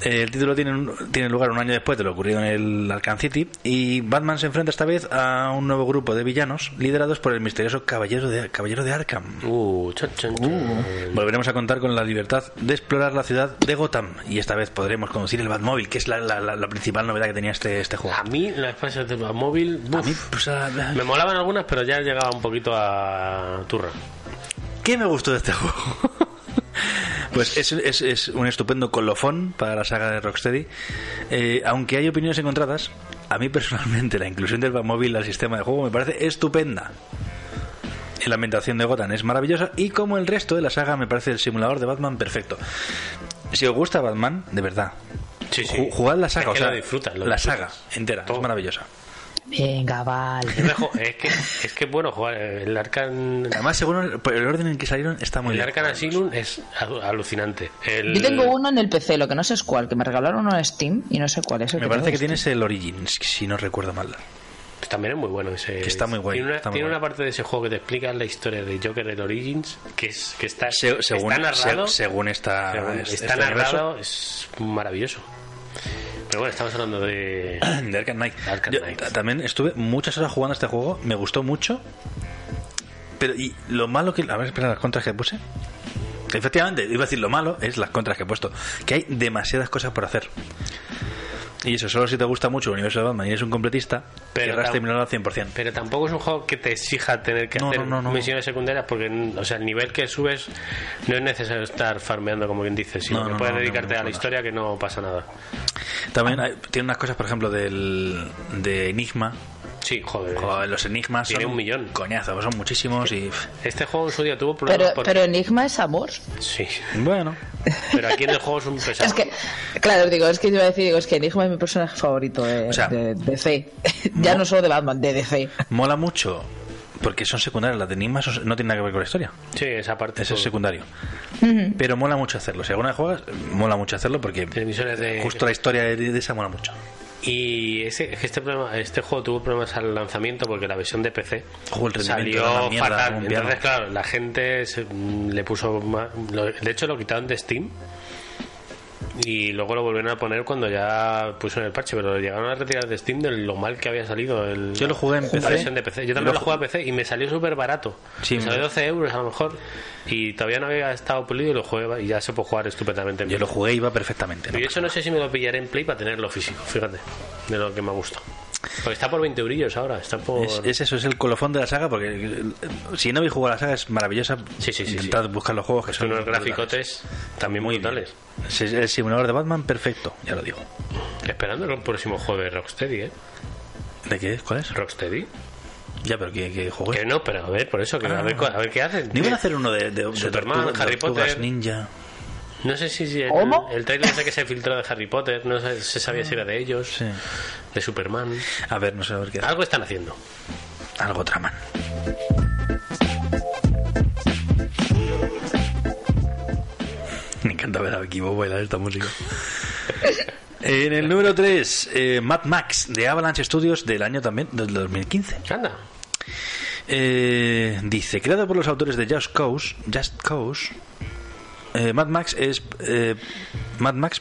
C: Eh, El título tiene, un- tiene lugar un año después de lo ocurrido en el Arkham City y Batman se enfrenta esta vez a un nuevo grupo de villanos liderados por el misterioso Caballero de, Caballero de Arkham.
D: Uh, chon, chon, chon.
C: Volveremos a contar con la libertad de explorar la ciudad de Gotham y esta vez podremos conducir el Batmóvil, que es la, la- la- la principal novedad que tenía este, este juego.
D: A mí las fases de móvil
C: A mí,
D: uf,
C: pues, a- a-
D: me molaban algunas, pero ya llegaba un poquito a turra.
C: ¿Qué me gustó de este juego? Pues es, es- es un estupendo colofón para la saga de Rocksteady. Eh, aunque hay opiniones encontradas, a mí personalmente la inclusión del Batmóvil al sistema de juego me parece estupenda. La ambientación de Gotham es maravillosa y como el resto de la saga me parece el simulador de Batman perfecto. Si os gusta Batman, de verdad,
D: Sí,
C: ju- jugad la saga,
D: Es que
C: o sea,
D: lo disfrutas, lo
C: la
D: disfrutas.
C: saga entera,
D: Todo.
C: es maravillosa.
E: Venga, vale.
D: Es mejor- Es que es que es bueno jugar el Arkham
C: Además, según el, por el orden en que salieron está muy
D: el
C: bien.
D: Arkham Asylum es al- alucinante. El-
E: Yo tengo uno en el PC, lo que no sé es cuál, que me regalaron uno en Steam y no sé cuál es. el
C: Me parece
E: tengo
C: que
E: en
C: tienes el Origins, si no recuerdo mal.
D: Pues También es muy bueno ese.
C: Que está muy guay,
D: Tiene, una,
C: está muy
D: tiene
C: guay.
D: una parte de ese juego que te explica la historia de Joker del Origins, que es que está,
C: Se- según,
D: está narrado.
C: se- según esta,
D: según
C: este
D: Ah, está
C: universo
D: narrado, es maravilloso. Pero bueno, estamos hablando de.
C: de Arkham Knight.
D: De Arkham
C: Yo
D: Knight.
C: ta- también estuve muchas horas jugando a este juego, me gustó mucho. Pero y lo malo que. A ver, espera, las contras que puse. Efectivamente, iba a decir lo malo es las contras que he puesto. Que hay demasiadas cosas por hacer. Y eso, solo si te gusta mucho el universo de Batman y eres un completista,
D: Pero
C: querrás
D: tam-
C: terminarlo al 100%.
D: Pero tampoco es un juego que te exija tener que
C: No,
D: hacer
C: no, no, no.
D: misiones secundarias porque, o sea, el nivel que subes no es necesario estar farmeando, como bien dices, sino
C: No,
D: que
C: no,
D: puedes
C: no, no,
D: dedicarte
C: no,
D: a
C: no.
D: la historia que no pasa nada.
C: También hay- tiene unas cosas, por ejemplo, del, de Enigma.
D: Sí, joder.
C: Joder, los enigmas
D: Tiene
C: son
D: un millón.
C: Coñazo, son muchísimos y. pff,
D: Este juego en su día tuvo problemas
E: Pero,
D: porque-
E: pero Enigma es amor.
D: Sí,
C: Bueno,
D: pero aquí en el juego es un pesado.
E: Es que, claro, digo, es que yo iba a decir, digo, es que Enigma es mi personaje favorito de,
C: O sea,
E: de DC. ya no solo de Batman, de DC.
C: mola mucho porque son secundarias. Las de Enigma son- no tienen nada que ver con la historia.
D: Sí, esa parte.
C: Ese es
D: todo.
C: secundario. Pero mola mucho hacerlo. Si alguna vez juegas, mola mucho hacerlo porque
D: Tiene misiones de-
C: justo la historia de, de esa mola mucho.
D: Y ese, es que este, problema, este juego tuvo problemas al lanzamiento porque la versión de PC
C: Ojo, el rendimiento era
D: salió
C: una mierda,
D: fatal.
C: como un piano.
D: Entonces, claro, la gente se- mm, le puso más. lo- de hecho, lo quitaron de Steam y luego lo volvieron a poner cuando ya pusieron el parche, pero lo llegaron a retirar de Steam de lo mal que había salido. El,
C: Yo lo jugué en
D: la
C: PC.
D: versión de PC. Yo
C: Lo
D: también lo
C: ju-
D: jugué a PC y me salió súper barato.
C: Sí,
D: me
C: me-
D: salió 12 euros a lo mejor y todavía no había estado pulido y lo jugué y ya se puede jugar estupendamente. en
C: Yo
D: PC.
C: lo jugué y iba perfectamente. ¿no?
D: Y de hecho no sé si me lo pillaré en Play para tenerlo físico, fíjate, de lo que me gusta. Porque está por 20 eurillos ahora, está por...
C: Es, es eso, es el colofón de la saga porque eh, si no habéis jugado a la saga es maravillosa.
D: Sí, sí, sí,
C: Intentad buscar los juegos que son
D: unos
C: brutales.
D: graficotes también muy brutales.
C: Es- es El simulador de Batman, perfecto, ya lo digo.
D: Esperando el próximo juego de Rocksteady, ¿eh?
C: ¿De qué es? ¿Cuál es?
D: Rocksteady.
C: Ya, pero ¿qué, qué juego es?
D: Que no, pero a ver, por eso, que a, ver, cu- a ver qué hacen.
C: Pues- ¿No iban a hacer uno de, de, de
D: Superman,
C: tortuga-
D: Harry
C: tortugas
D: Potter.
C: ninja?
D: No sé si si el,
E: ¿Cómo?
D: el trailer ese que se filtró de Harry Potter, no sé- se sabía si era de ellos,
C: Sí.
D: de Superman.
C: A ver, no sé a ver qué.
D: Algo están haciendo.
C: Algo traman. Me encanta ver a Vicky Bob bailar esta música. En el número eh, 3, Mad Max, de Avalanche Studios, del año también, del 2015.
D: Anda.
C: Eh, dice, creado por los autores de Just Cause, Just Cause, eh, Mad Max es eh, Mad Max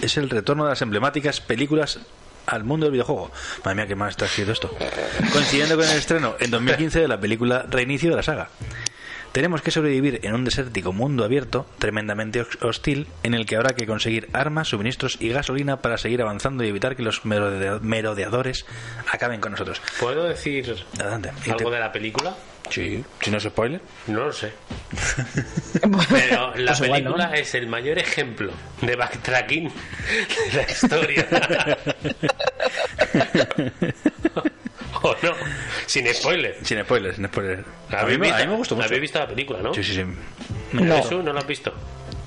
C: es el retorno de las emblemáticas películas al mundo del videojuego. Madre mía, qué mal está haciendo esto. Coincidiendo con el estreno en 2015 de la película Reinicio de la saga. Tenemos que sobrevivir en un desértico mundo abierto, tremendamente hox- hostil, en el que habrá que conseguir armas, suministros y gasolina para seguir avanzando y evitar que los merode- merodeadores acaben con nosotros.
D: ¿Puedo decir
C: Adelante. Y te-
D: algo de la película?
C: Sí, si no es spoiler.
D: No lo sé. Pero la
E: Pues igual, ¿no?
D: película es el mayor ejemplo de backtracking de la historia. o no, sin spoiler.
C: Sin spoilers, sin spoilers.
D: ¿La
C: a, mí,
D: habéis
C: me- a
D: visto?
C: mí me gustó
D: ¿La
C: mucho.
D: habéis visto la película, no?
C: Sí, sí, sí.
E: No.
D: ¿Jesús, no la has visto?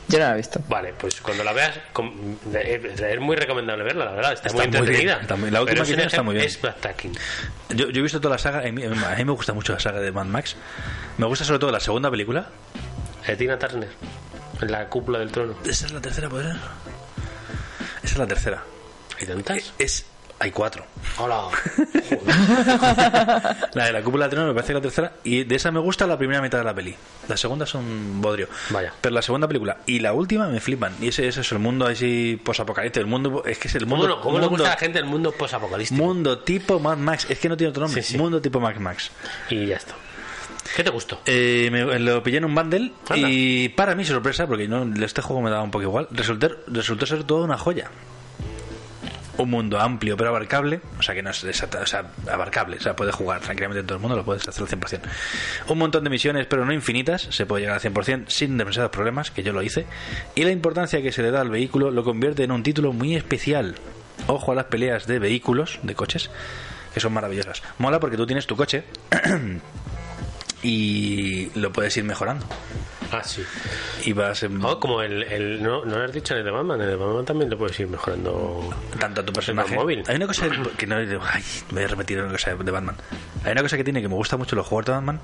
E: Yo no la he visto.
D: Vale, pues cuando la veas, com- eh, es muy recomendable verla, la verdad. Está,
C: Está
D: muy
C: muy bien,
D: entretenida.
C: está muy- la última
D: Pero es
C: que
D: un
C: hicieron está
D: ejem-
C: muy bien.
D: Es backtracking.
C: Yo, yo he visto toda la saga. A mí, a mí me gusta mucho la saga de Mad Max. Me gusta sobre todo la segunda película.
D: De Eh, Tina Turner, en la cúpula del trono.
C: Esa es la tercera, ¿puede ser? Esa es la tercera.
D: ¿Hay tantas?
C: Es. Hay cuatro.
D: Hola.
C: La de la cúpula de trono me parece que es la tercera. Y de esa me gusta la primera mitad de la peli. La segunda es un bodrio.
D: Vaya.
C: Pero la segunda película y la última me flipan. Y ese, ese es el mundo así posapocalíptico. El mundo. Es que es el
D: ¿Cómo,
C: mundo.
D: no- cómo le
C: mundo-
D: gusta a la gente el mundo posapocalíptico?
C: Mundo tipo Mad Max. Es que no tiene otro nombre.
D: Sí, sí.
C: Mundo tipo Mad Max.
D: Y ya está. ¿Qué te gustó?
C: Eh, me, lo pillé en un bundle
D: Anda.
C: y para mi sorpresa, porque no, este juego me daba un poco igual, resultó, resultó ser toda una joya. Un mundo amplio pero abarcable, o sea que no es exacta- o sea, abarcable, o sea, puedes jugar tranquilamente en todo el mundo, lo puedes hacer al 100%. Un montón de misiones, pero no infinitas, se puede llegar al 100% sin demasiados problemas, que yo lo hice, y la importancia que se le da al vehículo lo convierte en un título muy especial. Ojo a las peleas de vehículos, de coches, que son maravillosas. Mola porque tú tienes tu coche y lo puedes ir mejorando.
D: Ah, sí.
C: Y vas en-
D: Oh, como el, el- no, no lo has dicho en el de Batman, en el de Batman también lo puedes ir mejorando.
C: tanto a tu personaje.
D: el móvil.
C: Hay una cosa que no ay, voy a repetir una cosa de Batman. Hay una cosa que tiene que me gusta mucho los juegos de Batman,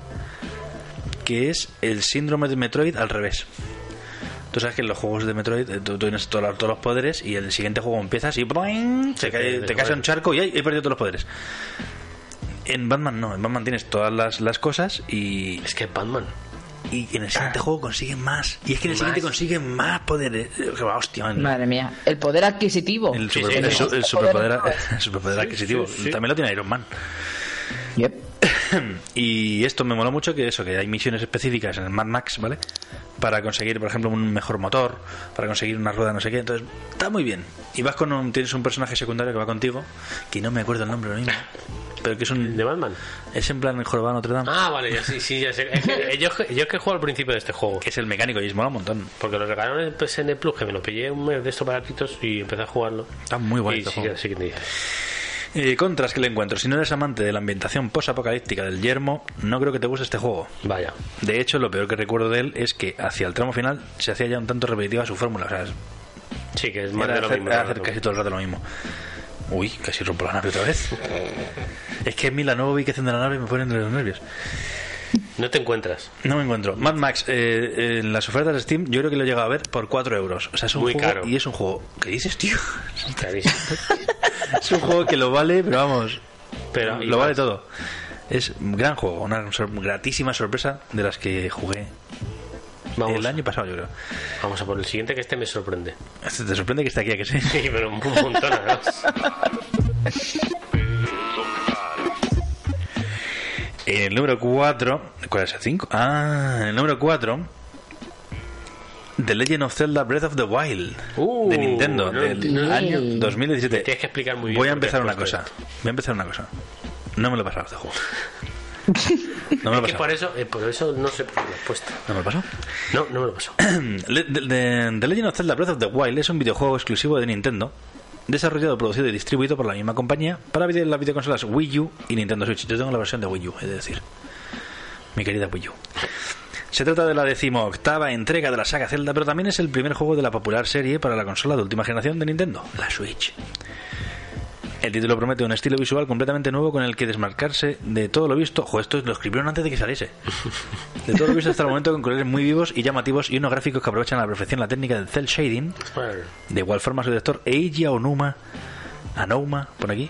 C: que es el síndrome de Metroid al revés. Tú sabes que en los juegos de Metroid eh, tú, tú tienes todos los- todos los poderes y el siguiente juego empiezas y ¡boing!
D: Sí,
C: te, cae,
D: te-
C: te caes en un charco y ¡ay! he perdido todos los poderes. En Batman no, en Batman tienes todas las, las cosas y,
D: Es que Batman.
C: y en el siguiente juego consiguen más. Y es que en el
D: Ah. Más.
C: siguiente consiguen más poderes. Eh, que va, Hostia, man.
E: Madre mía. El poder adquisitivo.
C: El,
D: Sí,
C: super-
D: sí,
C: el
D: sí.
C: su- el superpoder, el superpoder adquisitivo.
D: sí, sí.
C: También lo tiene Iron Man.
E: Yep.
C: Y esto me mola mucho que eso, que hay misiones específicas en el Mad Max, ¿vale? Para conseguir, por ejemplo, un mejor motor, para conseguir una rueda, no sé qué. Entonces, está muy bien. Y vas con un, tienes un personaje secundario que va contigo, que no me acuerdo el nombre ahora mismo, pero que es
D: ¿El de
C: un...
D: Batman?
C: Es en plan el jorobado de Notre Dame.
D: Ah, vale, ya, sí, sí, ya sé. Es que- eh, yo, yo es que juego al principio de este juego.
C: Que es el mecánico y es mola un montón.
D: Porque lo regalaron en PSN Plus, que me lo pillé un mes de estos baratitos y empecé a jugarlo.
C: Está muy guay
D: Y
C: este
D: sí,
C: juego.
D: así que te dije.
C: Eh, contras que le encuentro. Si no eres amante de la ambientación posapocalíptica del yermo, no creo que te guste este juego.
D: Vaya.
C: De hecho, lo peor que recuerdo de él es que hacia el tramo final se hacía ya un tanto repetitiva su fórmula. O sea,
D: Sí, que es más
C: era
D: de lo
C: hacer,
D: mismo.
C: era
D: la
C: hacer
D: verdad.
C: casi todo el rato lo mismo. Uy, casi rompo la nave otra vez. es que a mí la nueva ubicación de la nave me pone entre los nervios.
D: No te encuentras.
C: No me encuentro. Mad Max, eh, en las ofertas de Steam, yo creo que lo he llegado a ver por 4 euros. O sea, es un
D: Muy
C: juego.
D: caro.
C: Y es un juego. ¿Qué dices, tío?
D: Clarísimo.
C: es un juego que lo vale, pero vamos.
D: Pero
C: lo vale todo. Es un gran juego, una sor- gratísima sorpresa de las que jugué
D: Vamos,
C: el año pasado, yo creo.
D: vamos a por el siguiente que este me sorprende.
C: Este, ¿Te sorprende que esté aquí? ¿a que sí?
D: Sí, pero un montón además.
C: El número 4. ¿Cuál es el 5? Ah, el número 4. The Legend of Zelda Breath of the Wild
D: Uh,
C: de Nintendo
D: no
C: del
D: entiendo.
C: año
D: Me
C: 2017.
D: tienes que explicar muy bien
C: Voy a
D: por qué has
C: empezar una
D: puesto
C: cosa. Voy a empezar una cosa. No me lo he pasado este juego. No me lo he
D: Que por
C: pasado.
D: eso, eh, por eso no sé por qué lo he puesto.
C: No me lo he pasado.
D: No, no me lo paso.
C: Mm, Le- de- de- The Legend of Zelda Breath of the Wild es un videojuego exclusivo de Nintendo, desarrollado, producido y distribuido por la misma compañía para vide- las videoconsolas Wii U y Nintendo Switch. Yo tengo la versión de Wii U, es decir, mi querida Wii U. Se trata de la decimoctava entrega de la saga Zelda, pero también es el primer juego de la popular serie para la consola de última generación de Nintendo, la Switch. El título promete un estilo visual completamente nuevo con el que desmarcarse de todo lo visto. Ojo, esto lo escribieron antes de que saliese. De todo lo visto hasta el momento con colores muy vivos y llamativos y unos gráficos que aprovechan a la perfección la técnica del cel shading.
D: Bueno,
C: De igual forma su director Eiji Aonuma, Anouma, por aquí,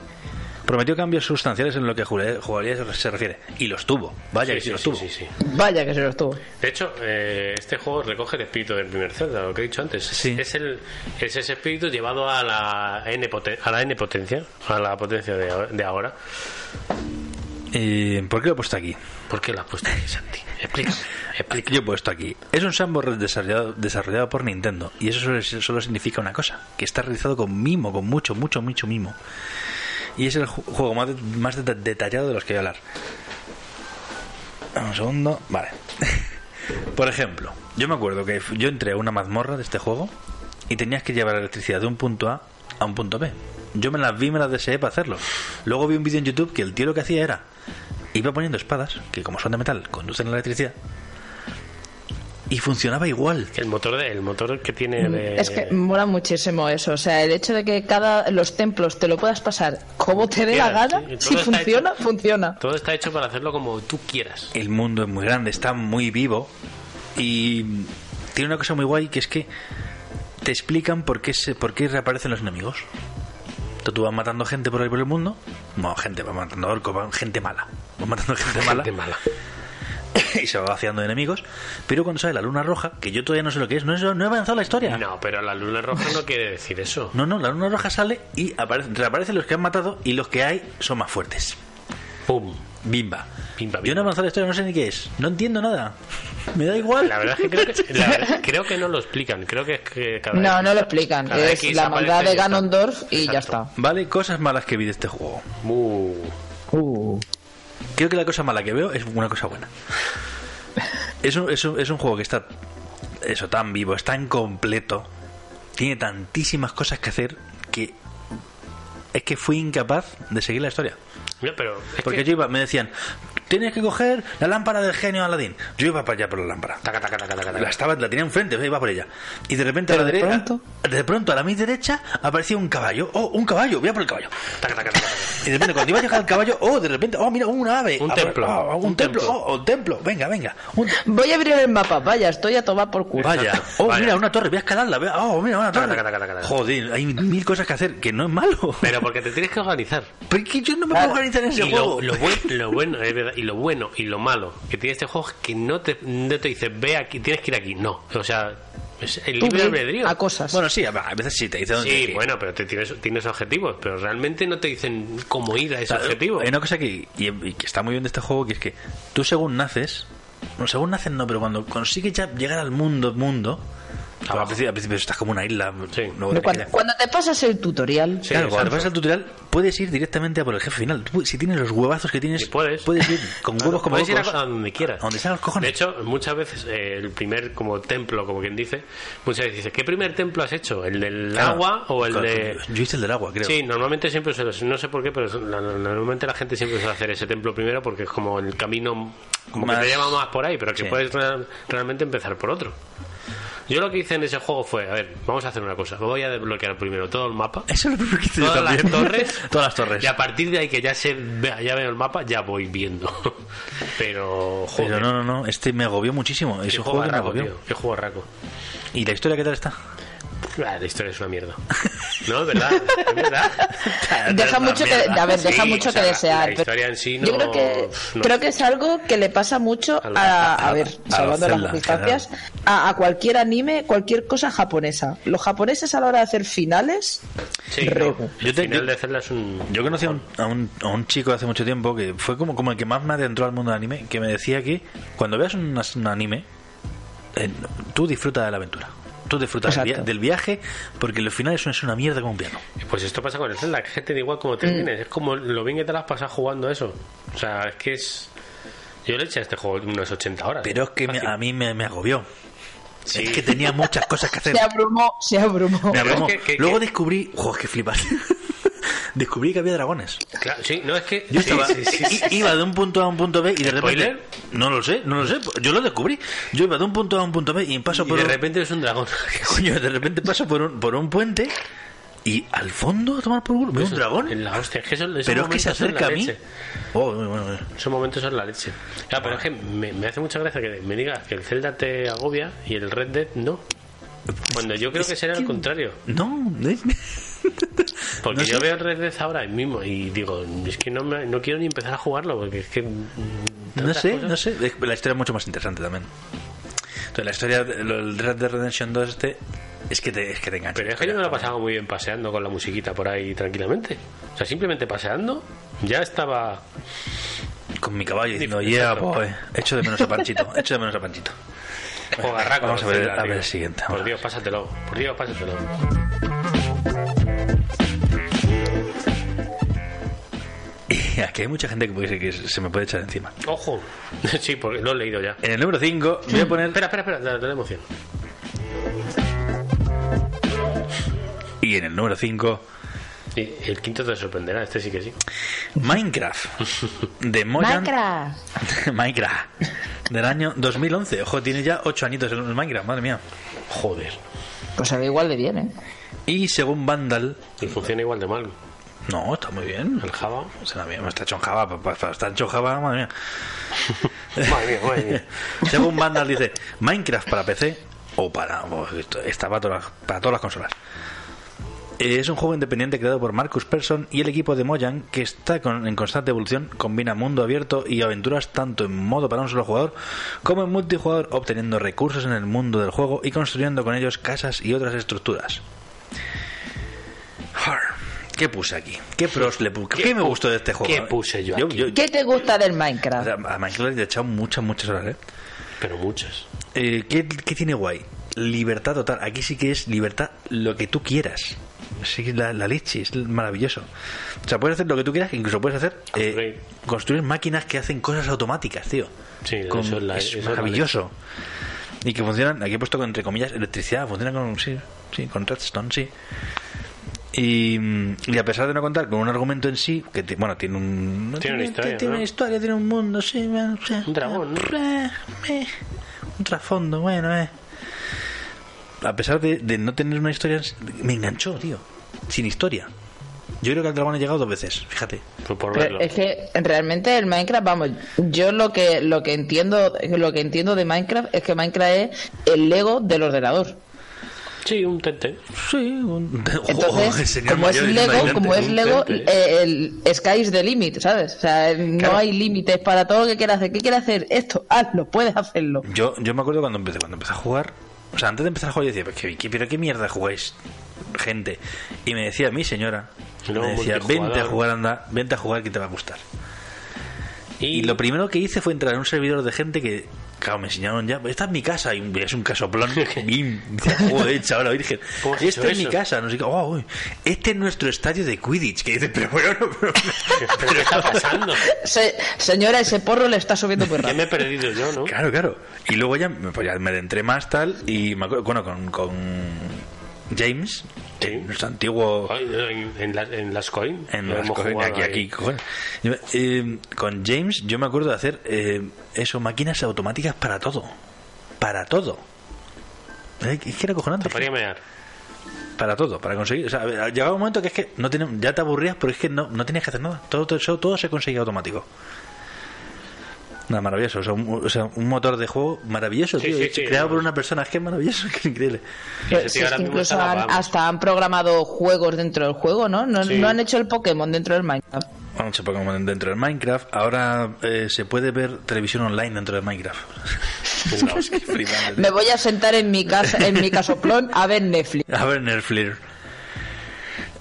C: prometió cambios sustanciales en lo que jugabilidad jugabilidad se refiere. Y los tuvo. Vaya que sí, los tuvo.
D: sí, sí.
E: Vaya que se los tuvo.
D: De hecho, eh, este juego recoge el espíritu del primer Zelda, lo que he dicho antes.
C: Sí.
D: Es, el, es ese espíritu llevado a la N, poten- a la N potencia, a la potencia de, ahora- de ahora.
C: Eh, ¿Por qué lo he puesto aquí?
D: ¿Por qué la has puesto ahí, Santi? Explícame, explícame.
C: Yo he puesto aquí. Es un sandbox desarrollado, desarrollado por Nintendo. Y eso solo, solo significa una cosa: que está realizado con mimo, con mucho, mucho, mucho mimo. Y es el ju- juego más, de- más deta- detallado de los que voy a hablar. Un segundo. Vale. por ejemplo, yo me acuerdo que yo entré a una mazmorra de este juego y tenías que llevar electricidad de un punto A a un punto B. Yo me las vi, me las deseé para hacerlo. Luego vi un vídeo en YouTube que el tío lo que hacía era. Iba poniendo espadas, que como son de metal, conducen la electricidad, y funcionaba igual.
D: El motor, de, el motor que tiene de...
E: Mm, Es que mola muchísimo eso. O sea, el hecho de que cada los templos te lo puedas pasar como te dé la
D: Funciona,
E: gana,
D: sí, todo
E: si
D: está
E: funciona,
D: hecho.
E: funciona.
D: Todo está hecho para hacerlo como tú quieras.
C: El mundo es muy grande, está muy vivo y tiene una cosa muy guay que es que te explican por qué, se, por qué reaparecen los enemigos. Tú, tú vas matando gente por ahí por el mundo. No, gente, vas matando orcos, vas- gente mala. Vas matando gente mala
D: Qué mala.
C: y se va vaciando de enemigos. Pero cuando sale la luna roja, que yo todavía no sé lo que es, no, he- no he avanzado la historia.
D: No, pero la luna roja no quiere decir eso.
C: no, no, la luna roja sale y aparecen, reaparecen los que han matado y los que hay son más fuertes.
D: ¡Pum!
C: Bimba.
D: Bimba,
C: Yo no he
D: bimba.
C: avanzado la historia, no sé ni qué es. No entiendo nada. Me da igual.
D: La verdad es que creo que, la verdad- creo que no lo explican. Creo que es que cada
E: No,
D: X-
E: no lo explican.
D: cada
E: es
D: X
E: la
D: aparece
E: maldad
D: y ya
E: de
D: está.
E: Ganondorf y ya
D: Exacto.
E: está.
C: Vale, cosas malas que vi de este juego.
D: Uh,
C: Creo que la cosa mala que veo es una cosa buena. Es un, es un- es un juego que está eso tan vivo, es tan completo, tiene tantísimas cosas que hacer que es que fui incapaz de seguir la historia.
D: no, pero es
C: Porque
D: que-
C: yo iba, me decían, tienes que coger la lámpara del genio Aladdin. Yo iba para allá por la lámpara.
D: Taca, taca, taca, taca, taca.
C: La, estaba, la tenía enfrente, iba por ella. Y de repente
E: Pero
C: a la
E: de
C: derecha,
E: pronto-
C: de pronto a la mi derecha aparecía un caballo. Oh, un caballo, voy a por el caballo.
D: Taca, taca, taca, taca.
C: Y de repente, cuando iba a llegar el caballo, oh, de repente, oh, mira, un ave.
D: Un
C: Ah,
D: templo.
C: ah, un,
D: Un
C: templo,
D: templo.
C: oh, un templo. Venga, venga. Un te-
E: Voy a abrir el mapa. Vaya, estoy a tomar por culo.
C: Vaya. Oh,
D: Vaya.
C: mira, una torre, voy a escalarla. voy a- Oh, mira, una
D: Taca,
C: torre.
D: taca, taca, taca, taca.
C: Joder, hay mil cosas que hacer, que no es malo.
D: Pero porque te tienes que organizar.
C: Pero es que yo no me puedo organizar en ese
D: y lo,
C: juego.
D: lo buen- lo bueno, es verdad, y lo bueno y lo malo que tiene este juego es que no te, no te dice, ve aquí, tienes que ir aquí. No, o sea, es el
E: Tú
D: libre
E: ve
D: albedrío.
E: a cosas.
C: Bueno, sí, a a veces sí, te dice dónde tienes
D: Sí,
C: que ir.
D: bueno, pero te tienes, tienes objetivos, pero realmente no te dicen cómo ir a ese
C: Claro,
D: objetivo.
C: Hay una cosa que, y- y que está muy bien de este juego, que es que tú según naces, no, según naces no, pero cuando consigues ya llegar al mundo, mundo, al
D: Abajo.
C: principio, al principio estás como una isla,
D: Sí.
C: luego
E: Pero
C: te
E: cuando,
C: quedas-
E: cuando te pasas el tutorial,
D: Sí,
C: claro, cuando
D: exacto.
C: vas al tutorial puedes ir directamente a por el jefe final. Tú, si tienes los huevazos que tienes,
D: Y puedes.
C: ir con
D: Claro,
C: huevos como
D: puedes ir a
C: locos.
D: a donde quieras.
C: A donde están los cojones.
D: De hecho, muchas veces eh, el primer como templo, como quien dice, muchas veces dices, ¿qué primer templo has hecho? ¿El del
C: Claro.
D: agua o el
C: Claro,
D: de...?
C: Yo hice el del agua, creo.
D: Sí, normalmente siempre suele, no sé por qué, pero la- la- normalmente la gente siempre suele hacer ese templo primero porque es como el camino como
C: Más-
D: que te lleva más por ahí, pero que
C: Sí.
D: puedes re- realmente empezar por otro. Yo lo que hice en ese juego fue, a ver, vamos a hacer una cosa, voy a desbloquear primero todo el mapa.
C: Eso es lo primero que hice yo
D: Todas las
C: también.
D: torres.
C: Todas las torres.
D: Y a partir de ahí que ya se vea- ya veo el mapa, ya voy viendo. Pero, joder.
C: Pero no, no, no, este me agobió muchísimo.
D: qué
C: Es un
D: juego
C: juego que me
D: raco,
C: agobió.
D: tío. Qué juego raco.
C: ¿Y la historia qué tal está?
D: Ah, la historia es una mierda. No, es verdad. Es verdad.
E: deja mucho que, a ver, deja
D: Sí,
E: mucho
D: o sea,
E: que
D: la-
E: desear.
D: La
E: pero
D: historia en sí no.
E: yo creo que
D: no.
E: creo que es algo que le pasa mucho
D: A
E: a,
D: la-
E: a,
C: a-
E: ver,
C: a
E: salvando
C: los
E: las
C: Zelda en
E: distancias, a, a cualquier anime, cualquier cosa japonesa. Los japoneses a la hora de hacer finales,
D: Sí, no.
E: Rego.
D: El
C: Yo te-
D: final
C: yo-
D: de Zelda es un.
C: Yo conocí a un, a, un, a un chico hace mucho tiempo que fue como, como el que más me adentró al mundo del anime, que me decía que cuando veas un, as- un anime, eh, tú disfruta de la aventura. Tú disfrutas del,
E: Exacto.
C: via- del viaje porque los finales son es una mierda como un piano.
D: Pues esto pasa con el Zelda, que gente da igual como
E: Mm.
D: termines. Es como lo bien que te las pasas jugando eso. O sea, es que es. Yo le eché a este juego unas 80 horas.
C: Pero es que me-
D: Fácil.
C: a mí me, me agobió.
D: Sí.
C: Es que tenía muchas cosas que hacer.
E: se abrumó, se abrumó.
C: Me
D: Pero es
C: abrumó.
D: que- que-
C: Luego
D: que-
C: descubrí... ¡Joder, que flipas! descubrí que había dragones.
D: Claro, sí, no es que.
C: Yo
D: sí,
C: estaba,
D: sí, sí, sí.
C: i- iba de un punto A a un punto B y de repente...
D: ¿Spoiler?
C: No lo sé, no lo sé. Yo lo descubrí. Yo iba de un punto A a un punto B y paso
D: Y
C: por
D: de
C: un-
D: repente es un dragón.
C: Coño, de repente paso por un, por un puente y al fondo a tomar por culo veo un dragón.
D: En la hostia, es que son- esos
C: Pero es que se
D: momentos son
C: acerca a
D: la
C: mí.
D: leche.
C: Oh, bueno, bueno, bueno.
D: Esos momentos son la leche. Claro, pero es que me, me hace mucha gracia que me digas que el Zelda te agobia y el Red Dead no. Bueno, yo creo que será al contrario.
C: No, ¿eh? es-
D: Porque
C: No
D: yo
C: sé.
D: veo Red Dead ahora mismo y digo, es que no, me- no quiero ni empezar a jugarlo porque es que. mm,
C: no
D: tantas
C: sé,
D: cosas.
C: no sé. Es- La historia es mucho más interesante también. Entonces, la historia del Red Dead Redemption 2 este es que te, es que te engancha.
D: Pero es que yo me lo he pasado muy bien paseando con la musiquita por ahí tranquilamente. O sea, simplemente paseando, ya estaba.
C: Con mi caballo diciendo,
D: Diferente,
C: yeah,
D: exacto.
C: boy. Echo de menos a Panchito. Echo de menos a Panchito.
D: O garraco,
C: Vamos a ver,
D: etcétera,
C: a ver
D: tío.
C: el siguiente.
D: Por Dios, pásatelo. Por Dios, pásatelo.
C: Y aquí hay mucha gente que, puede ser que se me puede echar encima.
D: Ojo. Sí, porque lo he leído ya.
C: En el número 5 voy a poner.
D: Espera, espera, espera, de la- de la emoción.
C: Y en el número 5,
D: Y el quinto te sorprenderá, este sí que sí.
C: Minecraft. De Mojang.
E: Minecraft.
C: Minecraft. Del año 2011. Ojo, tiene ya 8 añitos el Minecraft, madre mía.
D: Joder.
E: Pues se ve igual de bien, ¿eh?
C: Y según Vandal.
D: Y funciona igual de mal.
C: No, está muy bien.
D: El Java.
C: Será bien, está hecho en Java, pa- pa- pa- está hecho en Java, madre mía.
D: Madre mía, madre mía.
C: Según Vandal dice, Minecraft para PC o para... o esto- Está para todas, las- para todas las consolas. Eh, Es un juego independiente creado por Marcus Persson y el equipo de Mojang que está con- en constante evolución, combina mundo abierto y aventuras tanto en modo para un solo jugador como en multijugador, obteniendo recursos en el mundo del juego y construyendo con ellos casas y otras estructuras. Har, ¿Qué puse aquí? ¿Qué pros le puse? ¿Qué, me
D: pu-
C: gustó de este juego?
D: qué puse yo aquí?
E: ¿Qué te gusta del
C: O sea,
E: Minecraft?
C: a Minecraft le he echado muchas, muchas horas, ¿eh?
D: Pero muchas.
C: Eh, ¿qué, qué tiene guay? Libertad total. Aquí sí que es libertad lo que tú quieras. Sí, que es la, la leche es maravilloso. O sea, puedes hacer lo que tú quieras, incluso puedes hacer eh,
D: Upgrade.
C: construir máquinas que hacen cosas automáticas, tío.
D: Sí, eso es la- eso es la
C: maravilloso. y que funcionan, aquí he puesto con, entre comillas electricidad, funcionan con sí, sí, con redstone, sí. Y, mm, y a pesar de no contar con un argumento en sí, que ti- bueno, tiene un
D: Tiene una historia,
C: tiene
D: ¿no?
C: una historia, tiene un mundo, sí, bueno, o sea,
D: Un dragón, ¿no?
C: eh, eh, un trasfondo, bueno, eh. A pesar de, de no tener una historia, me enganchó, tío. Sin historia. Yo creo que al dragón he llegado dos veces, fíjate.
D: Pues por
E: Pero
D: verlo.
E: Es que realmente el Minecraft, vamos, yo lo que lo que entiendo lo que entiendo de Minecraft es que Minecraft es el Lego del ordenador.
D: Sí, un tente.
C: Sí, un...
E: Entonces,
C: Joder, señor
E: como es
C: mayor,
E: Lego,
C: imagínate.
E: como es Lego, eh, el Sky is the limit, ¿sabes? O sea, eh, no
C: Claro.
E: hay límites para todo lo que quieras hacer. ¿Qué quieres hacer? Esto, hazlo, puedes hacerlo.
C: Yo, yo me acuerdo cuando empecé, cuando empecé a jugar. O sea, antes de empezar a jugar, yo decía, "Pero qué- qué- pero qué mierda jugáis, gente. Y me decía mi señora,
D: Y luego
C: me decía,
D: multijugador.
C: vente a jugar, anda, vente a jugar que te va a gustar. Y
D: Y,
C: lo primero que hice fue entrar en un servidor de gente que, claro, me enseñaron ya, esta es mi casa, y es un casoplón. bim, dice, Joder, chaval, virgen.
D: ¿Cómo has
C: Esta
D: hecho
C: es mi
D: eso?
C: casa, no sé qué. "Oh, uy, este es nuestro estadio de Quidditch. Que dice, pero bueno, pero,
D: ¿Pero qué está pasando?
E: Se- señora, ese porro le está subiendo muy
D: Ya
E: rápido.
D: me he perdido yo, ¿no?
C: Claro, claro. Y luego ya, me- pues ya me adentré más tal y me acuerdo, bueno, con, con James,
D: Sí.
C: nuestro antiguo...
D: Ay, En, en, la- en las coin.
C: En
D: Lo
C: las
D: hemos
C: cojones,
D: jugado
C: aquí,
D: ahí.
C: aquí, cojones. Yo me- eh, con James yo me acuerdo de hacer eh, eso, máquinas automáticas para todo. Para todo. Eh, Es que era cojonante.
D: Te podía mear.
C: Para todo, para conseguir. O sea, llegaba un momento que es que no tenías- ya te aburrías, pero es que no, no tenías que hacer nada. Todo, todo, eso- todo se conseguía automático. Nada, maravilloso. O sea, un, o sea, un motor de juego maravilloso,
D: Sí,
C: tío.
D: sí,
C: hecho-
D: sí,
C: creado por
D: vamos.
C: una persona, es que es maravilloso, que es increíble.
E: Pero
D: Ese
E: si
D: tío
E: es
D: ahora
E: que
D: mismo
E: incluso
D: está la
E: han-
D: vamos.
E: hasta han programado juegos dentro del juego, ¿no? No,
D: Sí.
E: no han hecho el Pokémon dentro del Minecraft.
C: Bueno, se Pokémon dentro del Minecraft. Ahora eh, se puede ver televisión online dentro del Minecraft. No, es que es flipante, tío.
E: Me voy a sentar en mi casa, en mi casoplón, a ver Netflix.
C: A ver, Nerflir.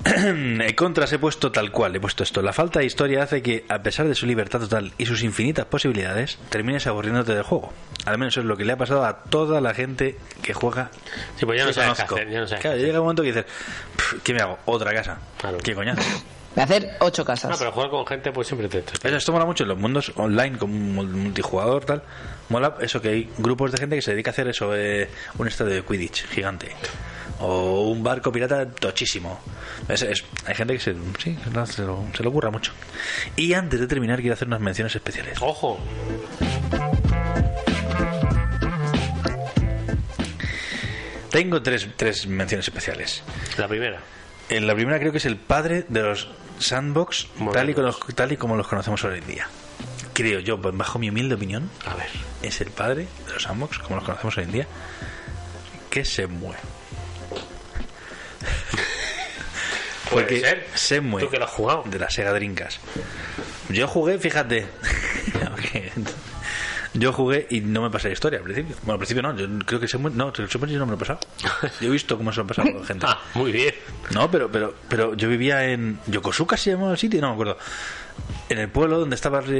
C: En Contras he puesto tal cual, he puesto esto. La falta de historia hace que, a pesar de su libertad total y sus infinitas posibilidades, termines aburriéndote del juego. Al menos eso es lo que le ha pasado a toda la gente que juega.
D: Sí, pues ya no
C: que
D: sabes qué
C: conozco.
D: hacer, ya no sabes
C: claro,
D: qué
C: llega un momento que dices, "Pff, ¿qué me hago? ¿Otra casa?
D: Claro.
C: ¿Qué coñazo?
E: De hacer ocho
D: No,
E: casas.
D: pero jugar con gente pues siempre te... te-
C: Eso, esto mola mucho en los mundos online, como un mul- multijugador, tal. Mola eso que hay grupos de gente que se dedica a hacer eso, eh, un estadio de Quidditch gigante. O un barco pirata tochísimo. Es- es- hay gente que se, sí, no, se, lo, se lo curra mucho. Y antes de terminar, quiero hacer unas menciones especiales.
D: ¡Ojo!
C: Tengo tres, tres menciones especiales.
D: La primera.
C: En la primera creo que es el padre de los sandbox,
D: Modernos.
C: tal y, con los- tal y como los conocemos hoy en día. Creo yo, bajo mi humilde opinión,
D: A ver.
C: es el padre de los sandbox, como los conocemos hoy en día. que Semue.
D: Puede
C: Porque
D: ser.
C: Semue.
D: Tú que lo has jugado.
C: De la Sega Drinkas. Yo jugué, fíjate. aunque- yo jugué y no me pasé la historia al principio. Bueno, al principio no, yo creo que Semue. No, el Semue yo no me lo he pasado. Yo he visto cómo se lo ha pasado la gente.
D: Ah, muy bien.
C: No, pero, pero, pero yo vivía en Yokosuka, se llamaba el sitio, no me acuerdo. En el pueblo donde estaba el,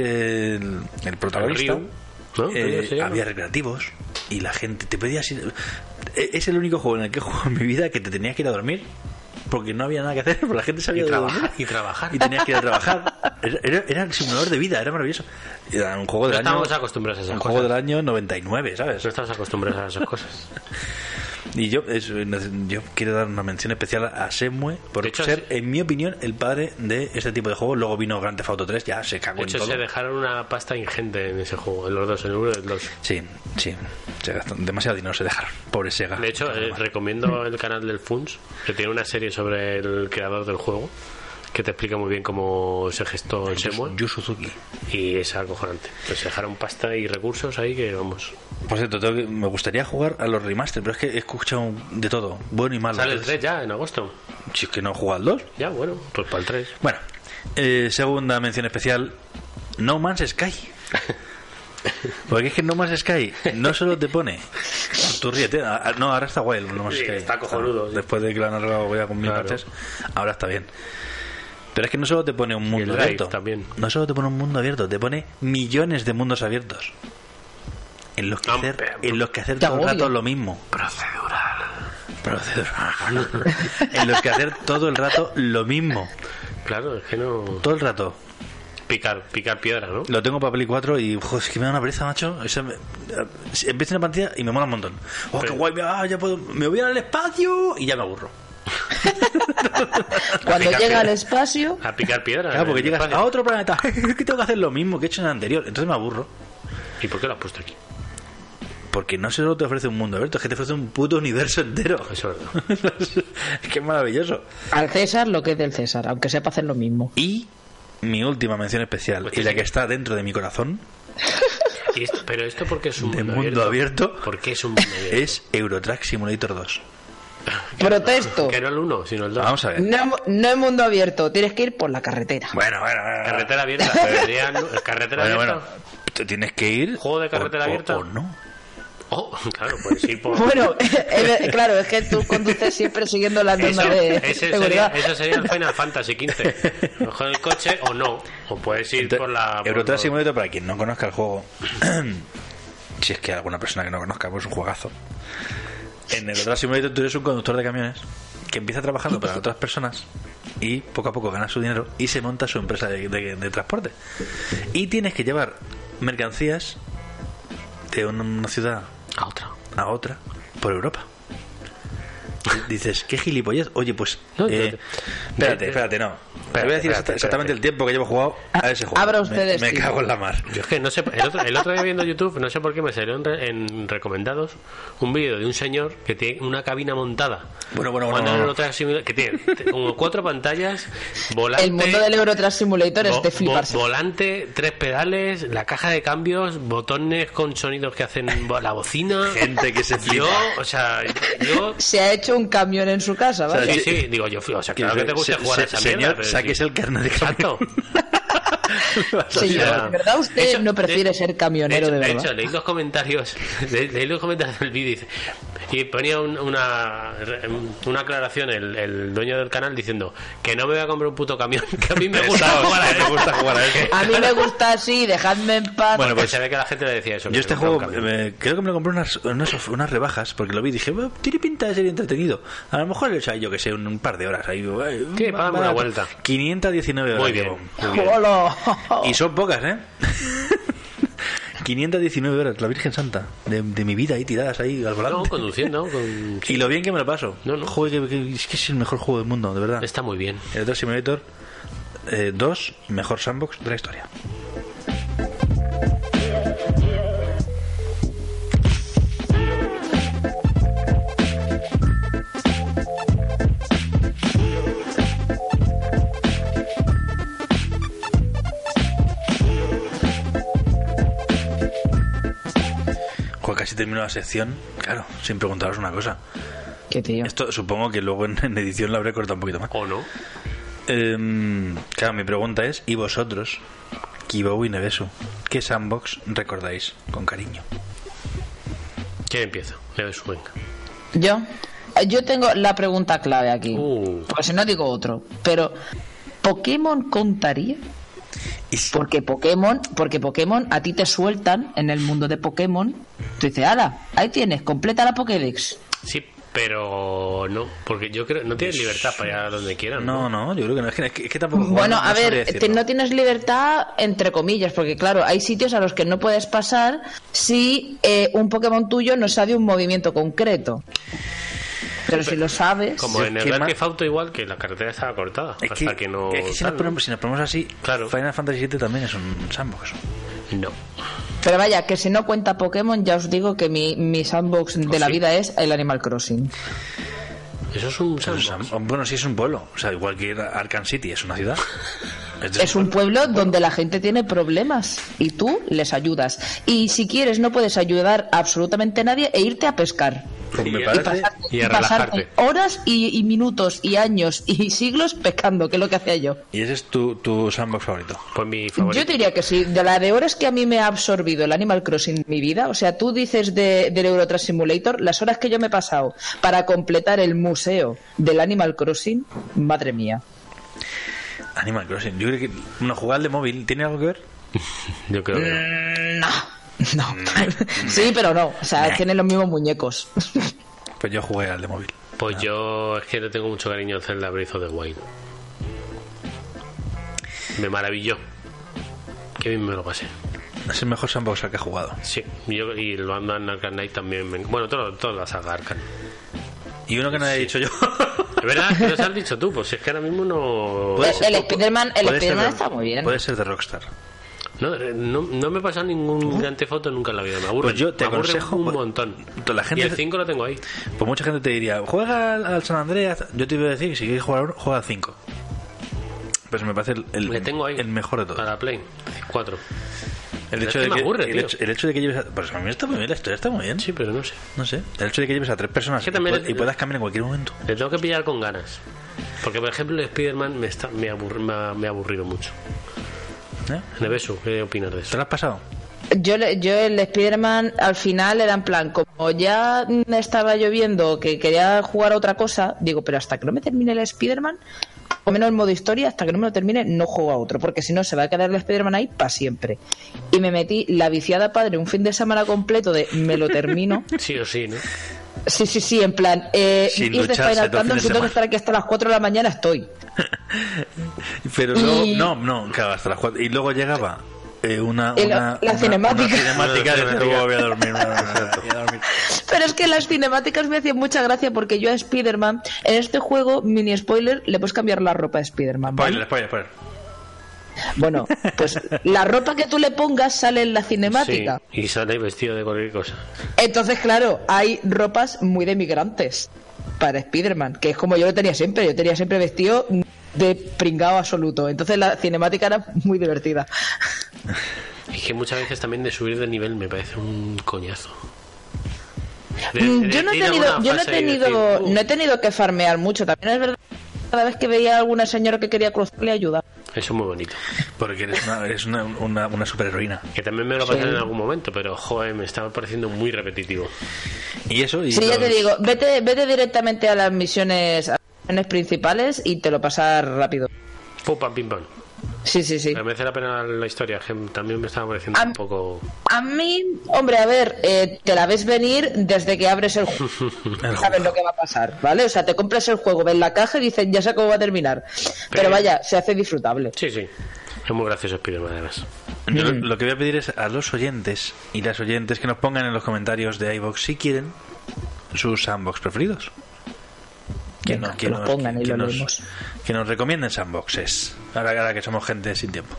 C: el protagonista.
D: El río, ¿no?
C: eh,
D: Creo que se llama.
C: había recreativos y la gente te pedía si- e- Es el único juego en el que he jugado en mi vida que te tenías que ir a dormir porque no había nada que hacer, porque la gente
D: Y
C: sabía
D: trabajar, y trabajar.
C: Y tenías que ir a trabajar. Era, era- era el simulador de vida, era maravilloso. Era un juego
D: No
C: del año.
D: estamos acostumbrados a esas
C: Un
D: cosas.
C: juego del año 99, ¿sabes?
D: No estamos acostumbrados a esas cosas.
C: Y yo, es- yo quiero dar una mención especial a Semue por
D: De hecho,
C: ser,
D: sí.
C: en mi opinión, el padre de este tipo de juegos. Luego vino Grand Theft Auto 3, ya se cagó
D: De
C: en
D: hecho,
C: todo.
D: se dejaron una pasta ingente en ese juego, en los dos, en uno y en el dos.
C: Sí, sí. Se gastó- demasiado dinero se dejaron. Pobre Sega.
D: De hecho, eh, recomiendo el canal del Funs, que tiene una serie sobre el creador del juego, que te explica muy bien cómo se gestó el Semue,
C: Yu Pues Suzuki.
D: y es acojonante. Pues se dejaron pasta y recursos ahí que, vamos...
C: Por cierto, tengo que- me gustaría jugar a los remaster, pero es que he escuchado de todo, bueno y malo.
D: Sale el
C: Entonces,
D: 3 ya, en agosto.
C: Si es que no he jugado al 2.
D: Ya, bueno, pues para el 3.
C: Bueno, eh, segunda mención especial, No Man's Sky. Porque es que No Man's Sky no solo te pone... Tú ríete. a- a- No, ahora está guay el No Man's
D: Sí,
C: Sky.
D: está cojonudo, sí.
C: Después de que lo han arreglado ya con mil
D: Claro.
C: partes, ahora está bien. Pero es que no solo te pone un mundo
D: Drive
C: abierto.
D: también.
C: No solo te pone un mundo abierto, te pone millones de mundos abiertos. En los que
D: Ah,
C: hacer,
D: pero-
C: en los que hacer
E: Te
C: todo el
E: agobia.
C: rato lo mismo. Procedural. Procedural. en los que hacer todo el rato lo mismo.
D: Claro, es que no...
C: Todo el rato.
D: Picar, picar piedra, ¿no?
C: Lo tengo para Play 4 y jo, es que me da una pereza, macho. O sea, me- eh, empiezo una partida y me mola un montón. Oh, qué
D: Pero-
C: guay, ah, ya puedo, me voy al espacio y ya me aburro.
E: Cuando
D: Fíjate.
E: llega al espacio,
D: A picar piedra.
C: Claro, porque
D: en el
C: llegas a
D: espacio.
C: otro planeta. Es que tengo que hacer lo mismo que he hecho en el anterior. Entonces me aburro.
D: ¿Y por qué lo has puesto aquí?
C: Porque no solo te ofrece un mundo abierto, es que te ofrece un puto universo entero.
D: Eso es verdad.
C: es que es maravilloso.
E: al César lo que es del César, aunque sepa hacer lo mismo.
C: Y mi última mención especial,
D: Pues
C: y la
D: sí.
C: que está dentro de mi corazón,
D: Y esto- pero esto porque es un
C: De
D: mundo,
C: mundo abierto. Eh,
D: ¿Por qué es un mundo abierto?
C: es Eurotrack Simulator 2.
E: Protesto.
D: Que no el 1, sino el 2.
C: Vamos a ver.
E: No, no es mundo abierto, tienes que ir por la carretera.
C: Bueno, bueno, bueno.
D: Carretera abierta. deberían- Carretera
C: Bueno,
D: abierta.
C: bueno, tú tienes que ir.
D: Juego de carretera
C: o- o-
D: abierta.
C: o no.
D: Oh, claro, pues sí, por...
E: Bueno, eh, claro, es que tú conduces siempre siguiendo las
D: Eso,
E: normas de
D: ese sería,
E: eh, seguridad.
D: eso sería el Final Fantasy XV. Mejor el coche o no. O puedes ir por la. por
C: Eurotrack
D: lo-
C: Simulator, para quien no conozca el juego, si es que hay alguna persona que no conozca, pues es un juegazo. En Eurotrack Simulator tú eres un conductor de camiones que empieza trabajando para otras personas y poco a poco gana su dinero y se monta su empresa de, de- de transporte. Y tienes que llevar mercancías de una- una ciudad
D: A otra.
C: a otra por Europa. Dices, qué gilipollas. Oye, pues.
D: No, yo
C: eh,
D: te-
C: Espérate,
D: te-
C: espérate, no. Te voy a decir
D: espérate,
C: exacta- exactamente
D: espérate. Ah,
C: el tiempo que llevo jugado a ese juego.
E: Abra
C: Me-
E: ustedes,
C: Me,
E: tío.
C: cago en la mar.
D: Yo es que no sé. El otro, el otro día viendo YouTube, no sé por qué me salió en, re- en recomendados un vídeo de un señor que tiene una cabina montada.
C: Bueno, bueno, bueno,
D: Cuando
C: no, no.
D: en otra simula- que tiene te- como cuatro pantallas, volante.
E: El mundo del Eurotrack Simulator
D: vo-
E: es de
D: vo-
E: fliparse.
D: volante, tres pedales, la caja de cambios, botones con sonidos que hacen bo- la bocina.
C: Gente que se flipa.
D: Yo, o sea, yo
E: Se ha hecho un camión en su casa, ¿vale?
D: Sí, sí, digo yo, fui- o sea, claro que te gusta
C: Se-
D: jugar a
C: se-
D: esa
C: Señor,
D: mierda, pero
C: saques
D: sí.
C: el carnet de
D: Exacto.
E: Señor,
D: sea,
E: ¿de verdad usted
D: de hecho-
E: no prefiere
D: de-
E: ser camionero de,
D: hecho-
E: verdad?
D: hecho, leí los comentarios, le- leí los comentarios del vídeo y dice- y ponía un- una, una aclaración el, el dueño del canal diciendo que no me voy a comprar un puto camión, que a mí me gusta
C: Exacto,
D: jugar a
C: que te
D: eso.
C: gusta jugar a eso.
E: A mí me gusta así, dejadme en paz.
C: Bueno,
D: Porque
C: pues-
D: se ve que la gente le decía eso. que
C: Yo este
D: se compra un
C: juego
D: camión.
C: eh, creo que me lo compré unas, unas, of- unas rebajas porque lo vi y dije, "Bueno, tiene pinta de ser entretenido. A lo mejor, o sea, yo que sé, un, un par de horas ahí. eh,
D: Sí, para darme una
C: barato.
D: vuelta.
C: 519 horas.
D: Muy bien.
C: llevo.
D: muy bien.
E: ¡Hola!
D: Oh.
C: Y son pocas, ¿eh? 519 horas, la Virgen Santa, de, de mi vida ahí tiradas ahí al
D: No,
C: volante.
D: conduciendo. con-
C: Y lo bien que me lo paso.
D: No, no.
C: Joder, que- que- es que es el mejor juego del mundo, de verdad.
D: Está muy bien.
C: El otro Simulator 2, mejor sandbox de la historia. Joder, casi termino la sección, claro, sin preguntaros una cosa.
E: Qué tío.
C: Esto supongo que luego en, en edición lo habré cortado un poquito más.
D: ¿O no?
C: Em, claro, mi pregunta es, ¿y vosotros, Kibou y Nevesu, qué sandbox recordáis con cariño?
D: ¿Quién empieza? Le su venga.
E: Yo, yo tengo la pregunta clave aquí.
D: Uh.
E: Porque si no digo otro. Pero, ¿Pokémon contaría?
C: Y si-
E: Porque Pokémon, porque Pokémon a ti te sueltan en el mundo de Pokémon. Tú dices, ala, ahí tienes, completa la Pokédex.
D: Sí, pero no, porque yo creo. No tienes libertad para ir a donde quieran.
C: No, no, yo creo que no, es que, es que- es que tampoco...
E: Bueno,
C: no
E: a
C: sabría
E: ver, te-
C: decirlo.
E: no tienes libertad entre comillas, porque claro, hay sitios a los que no puedes pasar si eh, un Pokémon tuyo no sabe un movimiento concreto. Pero si lo sabes,
D: Como
C: Yo-
D: en el
C: ¿qué
D: Grand
C: más?
D: Theft Auto igual que la carretera estaba cortada.
C: Es
D: hasta que,
C: que,
D: no.
C: es que si,
D: tal,
C: nos ponemos, si nos ponemos así,
D: Claro.
C: Final Fantasy VII también es un sandbox.
D: No.
E: pero vaya, que si no cuenta Pokémon, ya os digo que mi, mi sandbox de la
D: sí.
E: vida es el Animal Crossing.
D: Eso es un
C: Es un
D: sandbox.
C: sam- Bueno, sí es un pueblo. O sea, igual que Arkham City es una ciudad. Este
E: Es un pueblo donde la gente tiene problemas y tú les ayudas. Y si quieres, no puedes ayudar a absolutamente nadie e irte a pescar.
C: Pues me
D: Y-
E: Y
C: parece...
E: pasarte,
D: y a
E: y pasarte
D: relajarte.
E: horas y, y minutos y años y siglos pescando, que es lo que hacía yo.
C: Y ese es tu, tu sandbox favorito.
D: Pues mi favorito.
E: Yo te diría que sí, de la de horas que a mí me ha absorbido el Animal Crossing en mi vida, o sea, tú dices de, del Eurotrack Simulator, las horas que yo me he pasado para completar el museo del Animal Crossing, madre mía.
C: Animal Crossing. Yo creo que una jugada de móvil tiene algo que ver.
D: Yo creo que
C: Eh.
D: no.
E: No, no.
C: Mm.
E: sí, pero no, o sea, tienen los mismos muñecos.
C: Pues yo jugué al de móvil. Ah,
D: Pues yo es que le tengo mucho cariño al Zelda Breath of the Wild. Me maravilló. Qué bien me lo pasé.
C: Es el mejor sandbox al que he jugado.
D: Sí, yo y el Batman Arkham Knight también. me- bueno, todo, toda la saga Arkham.
C: Y uno que no he dicho yo.
D: De verdad, que nos has dicho tú, pues si es que ahora mismo no.
E: Puede ser. El Spiderman- el
C: Puede ser
E: Spiderman
C: de-
E: está muy bien.
C: Puede ser de Rockstar.
D: No, eh, no, no me he pasado ningún grande foto nunca en la vida. Me aburre.
C: Pues yo te
D: me aburre
C: aconsejo-
D: un montón.
C: La gente-
D: Y el 5 lo tengo ahí.
C: Pues mucha gente te diría, juega al, al San Andreas. Yo te iba a decir que si quieres jugar a uno, juega al 5. Pero me parece el, el-
D: Le tengo ahí.
C: el mejor de todos.
D: Para Play 4.
C: El
D: Pero
C: hecho, de
D: es que me
C: que,
D: aburre,
C: el,
D: tío.
C: hecho, el hecho de que lleves a, Pues a mí está muy bien, la historia está muy bien.
D: Sí, pero no sé.
C: No sé. El hecho de que lleves a tres personas
D: Es que
C: y
D: también
C: puedas- y,
D: es-
C: puedas cambiar en cualquier momento.
D: Le tengo que pillar con ganas. Porque, por ejemplo, el Spider-Man me, está- me, aburre- me ha, me ha aburrido mucho.
C: ¿eh?
D: Nevesu, ¿qué opinas de
C: ¿Te
D: eso?
C: lo has pasado?
E: Yo, le- yo el Spider-Man al final era en plan, como ya mm, estaba lloviendo, que quería jugar a otra cosa, digo, pero hasta que no me termine el Spider-Man, o menos el modo historia, hasta que no me lo termine, no juego a otro, porque si no se va a quedar el Spider-Man ahí para siempre. Y me metí la viciada padre un fin de semana completo de me lo termino.
D: Sí o sí, ¿no?
E: Sí, sí, sí, en plan, eh,
C: Sin
E: ir de
C: ducharse
E: Final
C: todo el fin
E: Fandom,
C: de
E: si tengo
C: semana.
E: que estar aquí hasta las 4 de la mañana, estoy.
C: Pero luego,
E: Y-
C: no, no, claro, hasta las cuatro. Y luego llegaba eh, una,
E: El-
C: una,
E: la
C: una-
E: cinemática.
C: una cinemática de
D: Una
C: tú,
D: cinemática.
C: voy a dormir. no, no, no, no, voy a dormir.
E: Pero es que las cinemáticas me hacían mucha gracia porque yo a Spider-Man, en este juego, mini spoiler, le puedes cambiar la ropa a Spider-Man. ¿vale?
C: Spoiler, spoiler, spoiler.
E: Bueno, pues la ropa que tú le pongas sale en la cinemática.
D: Sí, y sale vestido de cualquier cosa.
E: Entonces, claro, hay ropas muy de migrantes para Spider-Man, que es como yo lo tenía siempre. Yo tenía siempre vestido de pringado absoluto. Entonces la cinemática era muy divertida.
D: Es que muchas veces también de subir de nivel me parece un coñazo. De-
E: Mm,
D: de
E: yo no he
D: decir
E: tenido,
D: alguna
E: yo no he
D: frase y
E: tenido,
D: decir, "Uh".
E: no he tenido que farmear mucho. También es verdad que cada vez que veía a alguna señora que quería cruzar, le ayuda.
D: Eso es muy bonito.
C: Porque eres una, eres una, una, una superheroína.
D: Que también me lo pasé
E: Sí.
D: en algún momento, pero joder, me estaba pareciendo muy repetitivo.
C: Y eso, y
E: Sí, ya
C: los-
E: te digo, vete, vete directamente a las misiones, a las misiones principales y te lo pasas rápido.
D: Pum, pam, pim, pam.
E: Sí, sí, sí.
D: Me merece la pena la historia, que también me estaba pareciendo
E: Am-
D: un poco.
E: A mí, hombre, a ver, eh, te la ves venir desde que abres el juego.
C: el juego.
E: Sabes lo que va a pasar, ¿vale? O sea, te compras el juego, ves la caja y dices, ya sé cómo va a terminar. Pero
D: Pero-
E: vaya, se hace disfrutable.
D: Sí, sí. Es muy gracioso Spider-Man, además.
C: Yo lo, lo que voy a pedir es a los oyentes y las oyentes que nos pongan en los comentarios de iVox si quieren sus sandbox preferidos. Que,
E: Venga,
C: no-
E: que los pongan y
C: que
E: lo
C: nos-
E: leemos.
C: que nos recomienden sandboxes. Ahora, ahora que somos gente sin tiempo.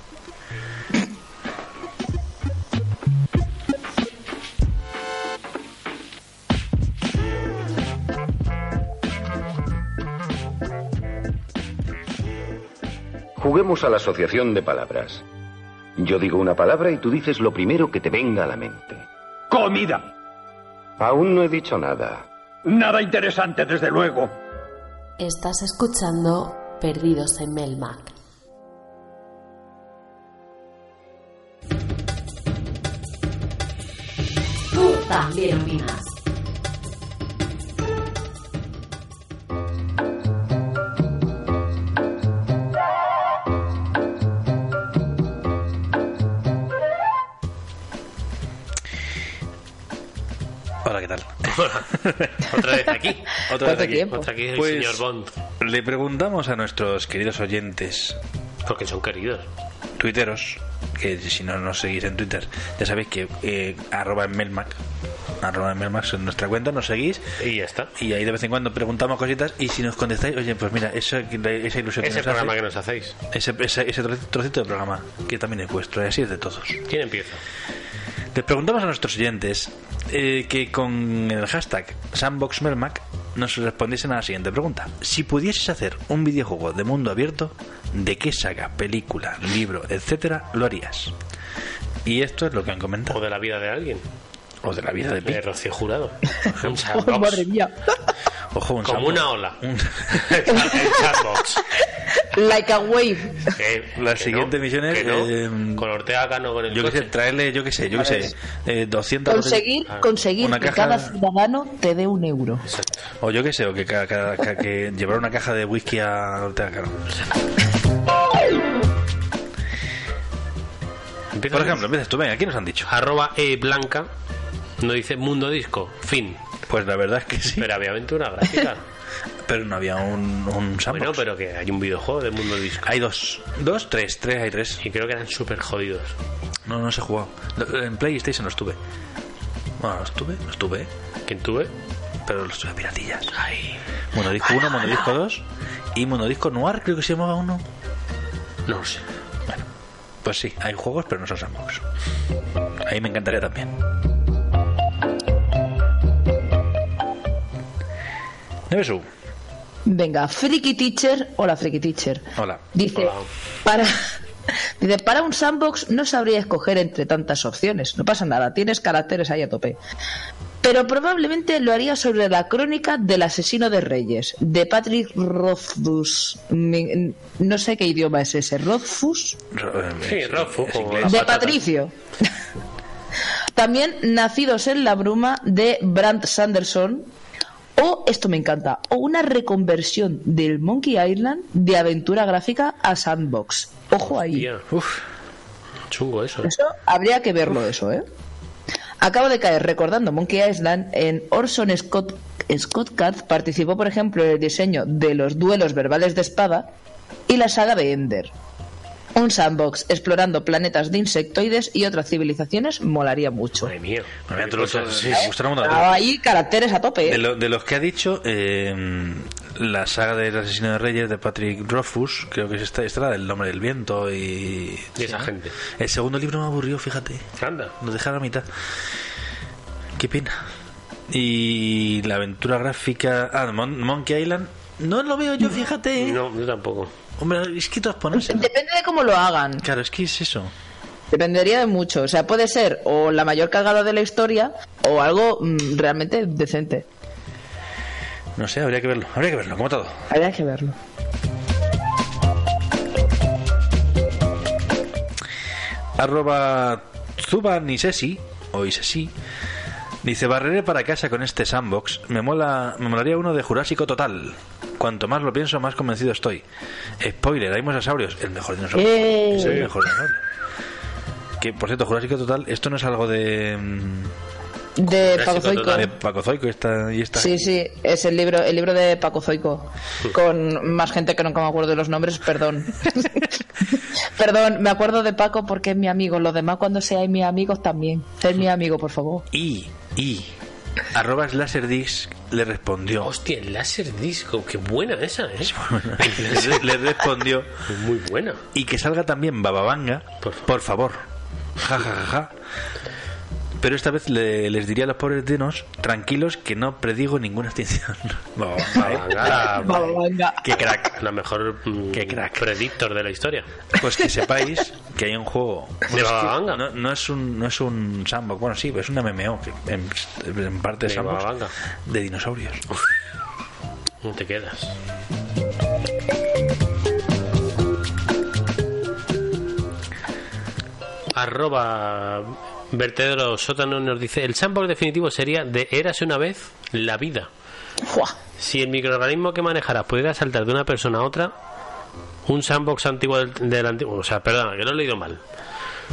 G: Juguemos a la asociación de palabras. Yo digo una palabra y tú dices lo primero que te venga a la mente.
A: Comida.
G: Aún no he dicho nada.
A: Nada interesante, desde luego.
H: Estás escuchando Perdidos en Melmac. Tú también opinas.
C: Hola, ¿qué tal?
D: Otra vez aquí.
C: Otra vez
E: ¿Cuánto
C: aquí.
E: tiempo?
D: Otra aquí el
C: Pues-
D: señor Bond.
C: Le preguntamos a nuestros queridos oyentes
D: Porque son queridos.
C: tuiteros, que si no nos seguís en Twitter, ya sabéis que eh, arroba en Melmac, arroba en Melmac en nuestra cuenta, nos seguís
D: Y ya está.
C: y ahí de vez en cuando preguntamos cositas y si nos contestáis, oye, pues mira, eso, esa ilusión que
D: Ese
C: nos
D: programa
C: hace,
D: que nos hacéis.
C: ese, ese- ese troci- trocito de programa, que también es vuestro, y así es de todos.
D: ¿Quién empieza?
C: Les preguntamos a nuestros oyentes eh, que con el hashtag SandboxMelmac nos respondiesen a la siguiente pregunta. Si pudieses hacer un videojuego de mundo abierto, ¿de qué saga, película, libro, etcétera, lo harías? Y esto es lo que han
D: O
C: comentado.
D: de la vida de alguien.
C: O de la vida de Pi.
D: De Rocío Jurado. Un
E: Oh,
D: sandbox.
E: madre mía.
C: Ojo, un
D: Como
C: sandbox.
D: una ola.
C: Un-
D: El chatbox.
E: Like a wave.
D: Eh,
C: La
D: que
C: siguiente
D: no,
C: misión es,
D: que no.
C: eh,
D: con Ortega Cano con el
C: Yo qué sé,
D: coche.
C: traerle, yo qué sé, yo qué sé, eh, 200...
E: Conseguir,
C: botellas-
E: conseguir
C: una
E: que
C: caja-
E: cada ciudadano te dé un euro.
D: Exacto.
C: O yo qué sé, o que, ca- ca- ca- que llevar una caja de whisky a Ortega Caro.
D: Empieza
C: Por ejemplo, empiezas tú, venga, ¿qué nos han dicho?
D: arroba e blanca no dice mundo disco fin
C: Pues la verdad es que sí,
D: pero había aventura gráfica
C: pero no había un, un sandbox.
D: bueno pero que hay un videojuego de mundo disco
C: Hay dos, dos, tres, tres, hay tres.
D: y creo que eran súper jodidos
C: No, no se ha jugado. Lo- En PlayStation no estuve. Bueno, no estuve, no estuve,
D: ¿Quién tuve
C: pero los tuve a piratillas. Ay. Monodisco 1, Monodisco 2 y Monodisco Noir, creo que se llamaba uno.
D: no lo sé
C: Pues sí, hay juegos, pero no son sandbox. Ahí me encantaría también. Nevesu,
E: Venga, Friki Teacher. Hola, Friki Teacher.
C: hola.
E: Dice,
D: Hola.
E: para. Dice, para un sandbox no sabría escoger entre tantas opciones. No pasa nada, tienes caracteres ahí a tope. Pero probablemente lo haría sobre la crónica del asesino de reyes, de Patrick Rothfuss. Mi- No sé qué idioma es ese, Rothfuss.
C: Ro- eh,
D: sí
C: es-
D: Rafa,
C: es
D: como
C: inglés.
D: la
E: de
D: patata.
E: Patricio. También Nacidos en la Bruma de Brant Sanderson. O, esto me encanta, o una reconversión del Monkey Island de aventura gráfica a sandbox. Ojo ahí.
D: Tía, uf, chungo eso ¿eh?
E: Eso habría que verlo eso, ¿eh? Acabo de caer recordando Monkey Island en Orson Scott Scott Card participó, por ejemplo, en el diseño de los duelos verbales de espada y la saga de Ender. Un sandbox explorando planetas de insectoides y otras civilizaciones molaría mucho.
D: madre mía
C: Me había
D: Cosas
C: trucho-
D: así.
C: me gusta el mundo de la
E: Ah, Ahí caracteres a tope. ¿eh?
C: De, lo- de los que ha dicho, eh, la saga del asesino de reyes de Patrick Rothfuss, creo que es esta, esta era del nombre del viento y...
D: Y esa gente.
C: El segundo libro me aburrió, fíjate.
D: anda
C: Nos deja a la mitad. Qué pena. Y la aventura gráfica... Ah, Mon- Monkey Island. No lo veo yo, fíjate. eh.
D: no yo tampoco
C: Hombre, es que todas ponerse.
E: Depende de cómo lo hagan.
C: Claro, es que es eso.
E: Dependería de mucho. O sea, puede ser o la mayor cagada de la historia o algo mm, realmente decente.
C: No sé, habría que verlo. Habría que verlo, como todo.
E: Habría que verlo.
C: Arroba Zuban Isesi, o Isesi, dice, barreré para casa con este sandbox. Me mola, me molaría uno de Jurásico Total. Cuanto más lo pienso, más convencido estoy. Spoiler, hay mosasaurios. El mejor dinosaurio.
E: ¡Eh!
C: Es el mejor dinosaurio. Que, por cierto, Jurásico Total, esto no es algo de, mm,
E: De
D: Clásico
E: Paco Zoico.
D: total.
C: de Paco Zoico esta, y esta.
E: Sí, sí, es el libro, el libro de Paco Zoico. Con más gente que nunca me acuerdo de los nombres, perdón. perdón, me acuerdo de Paco porque es mi amigo. Los demás, cuando seáis mis amigos, también. Sed mi amigo, por favor.
C: Y, y, arroba Slasherdisc le respondió.
D: hostia el láser disco qué buena esa ¿eh?
C: le, le respondió.
D: muy buena
C: Y que salga también Bababanga,
D: Por
C: por, favor.
D: favor.
C: Ja, ja, ja, ja. Pero esta vez le- les diría a los pobres dinos, tranquilos, que no predigo ninguna extinción.
D: No, Babangara,
E: Babanga.
D: Qué crack. La mejor mm,
C: Qué crack.
D: predictor de la historia.
C: Pues que sepáis que hay un juego.
D: De Bababanga.
C: No, no es un no es un sandbox, bueno sí, pero es un MMO que en, en parte es
D: De
C: sandbox
D: Bababanga.
C: de dinosaurios.
D: No te quedas. Arroba vertedero sótano nos dice el sandbox definitivo sería de érase una vez la vida.
E: ¡Fua!
D: Si el microorganismo que manejaras pudiera saltar de una persona a otra, un sandbox antiguo del, del antiguo. O sea, perdona, que lo he leído mal.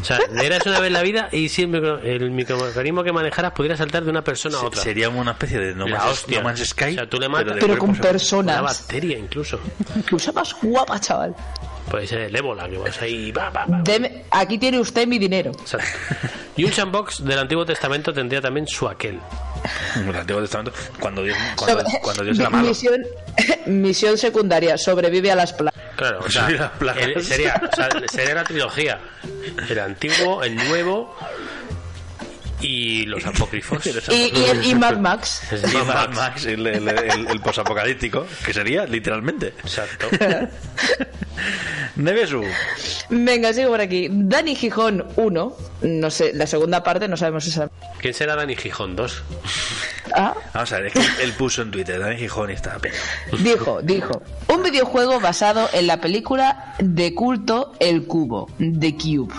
D: O sea, de érase una vez la vida y si el, micro- el microorganismo que manejaras pudiera saltar de una persona a
C: Se-
D: otra.
C: Sería una especie de No
D: La
C: Man's,
D: hostia.
C: No Man's Sky.
D: O sea, tú le matas-
C: de
D: Pero
E: Pero
C: cuerpos
E: con
D: Una
E: personas.
D: bacteria incluso.
E: Incluso más guapa, chaval.
D: Puede ser el ébola, que vas ahí. va, va, va.
E: Deme- aquí tiene usted mi dinero.
D: O sea, y un sandbox del Antiguo Testamento tendría también su aquel.
C: en el Antiguo Testamento, cuando Dios, cuando,
E: Sobre-
C: cuando Dios era
E: mi-
C: malo.
E: misión, misión secundaria, sobrevive a las plagas.
D: Claro, o sea,
C: Sí, las plagas.
D: el- sería, o sea, sería la trilogía. El antiguo, el nuevo y los apócrifos.
E: Y, y, y Mad Max.
D: Es
C: Y
D: Mad
C: Mad
D: Max.
C: Max, el, el, el- el posapocalíptico, que sería literalmente.
D: Exacto.
C: Nevesu,
E: Venga, sigo por aquí. Dani Gijón 1. No sé, la segunda parte no sabemos si es.
D: ¿Quién será Dani Gijón 2?
E: Ah,
C: vamos a ver, es que él puso en Twitter, Dani Gijón y está pero-
E: dijo, dijo. Un videojuego basado en la película de culto El Cubo, The Cube.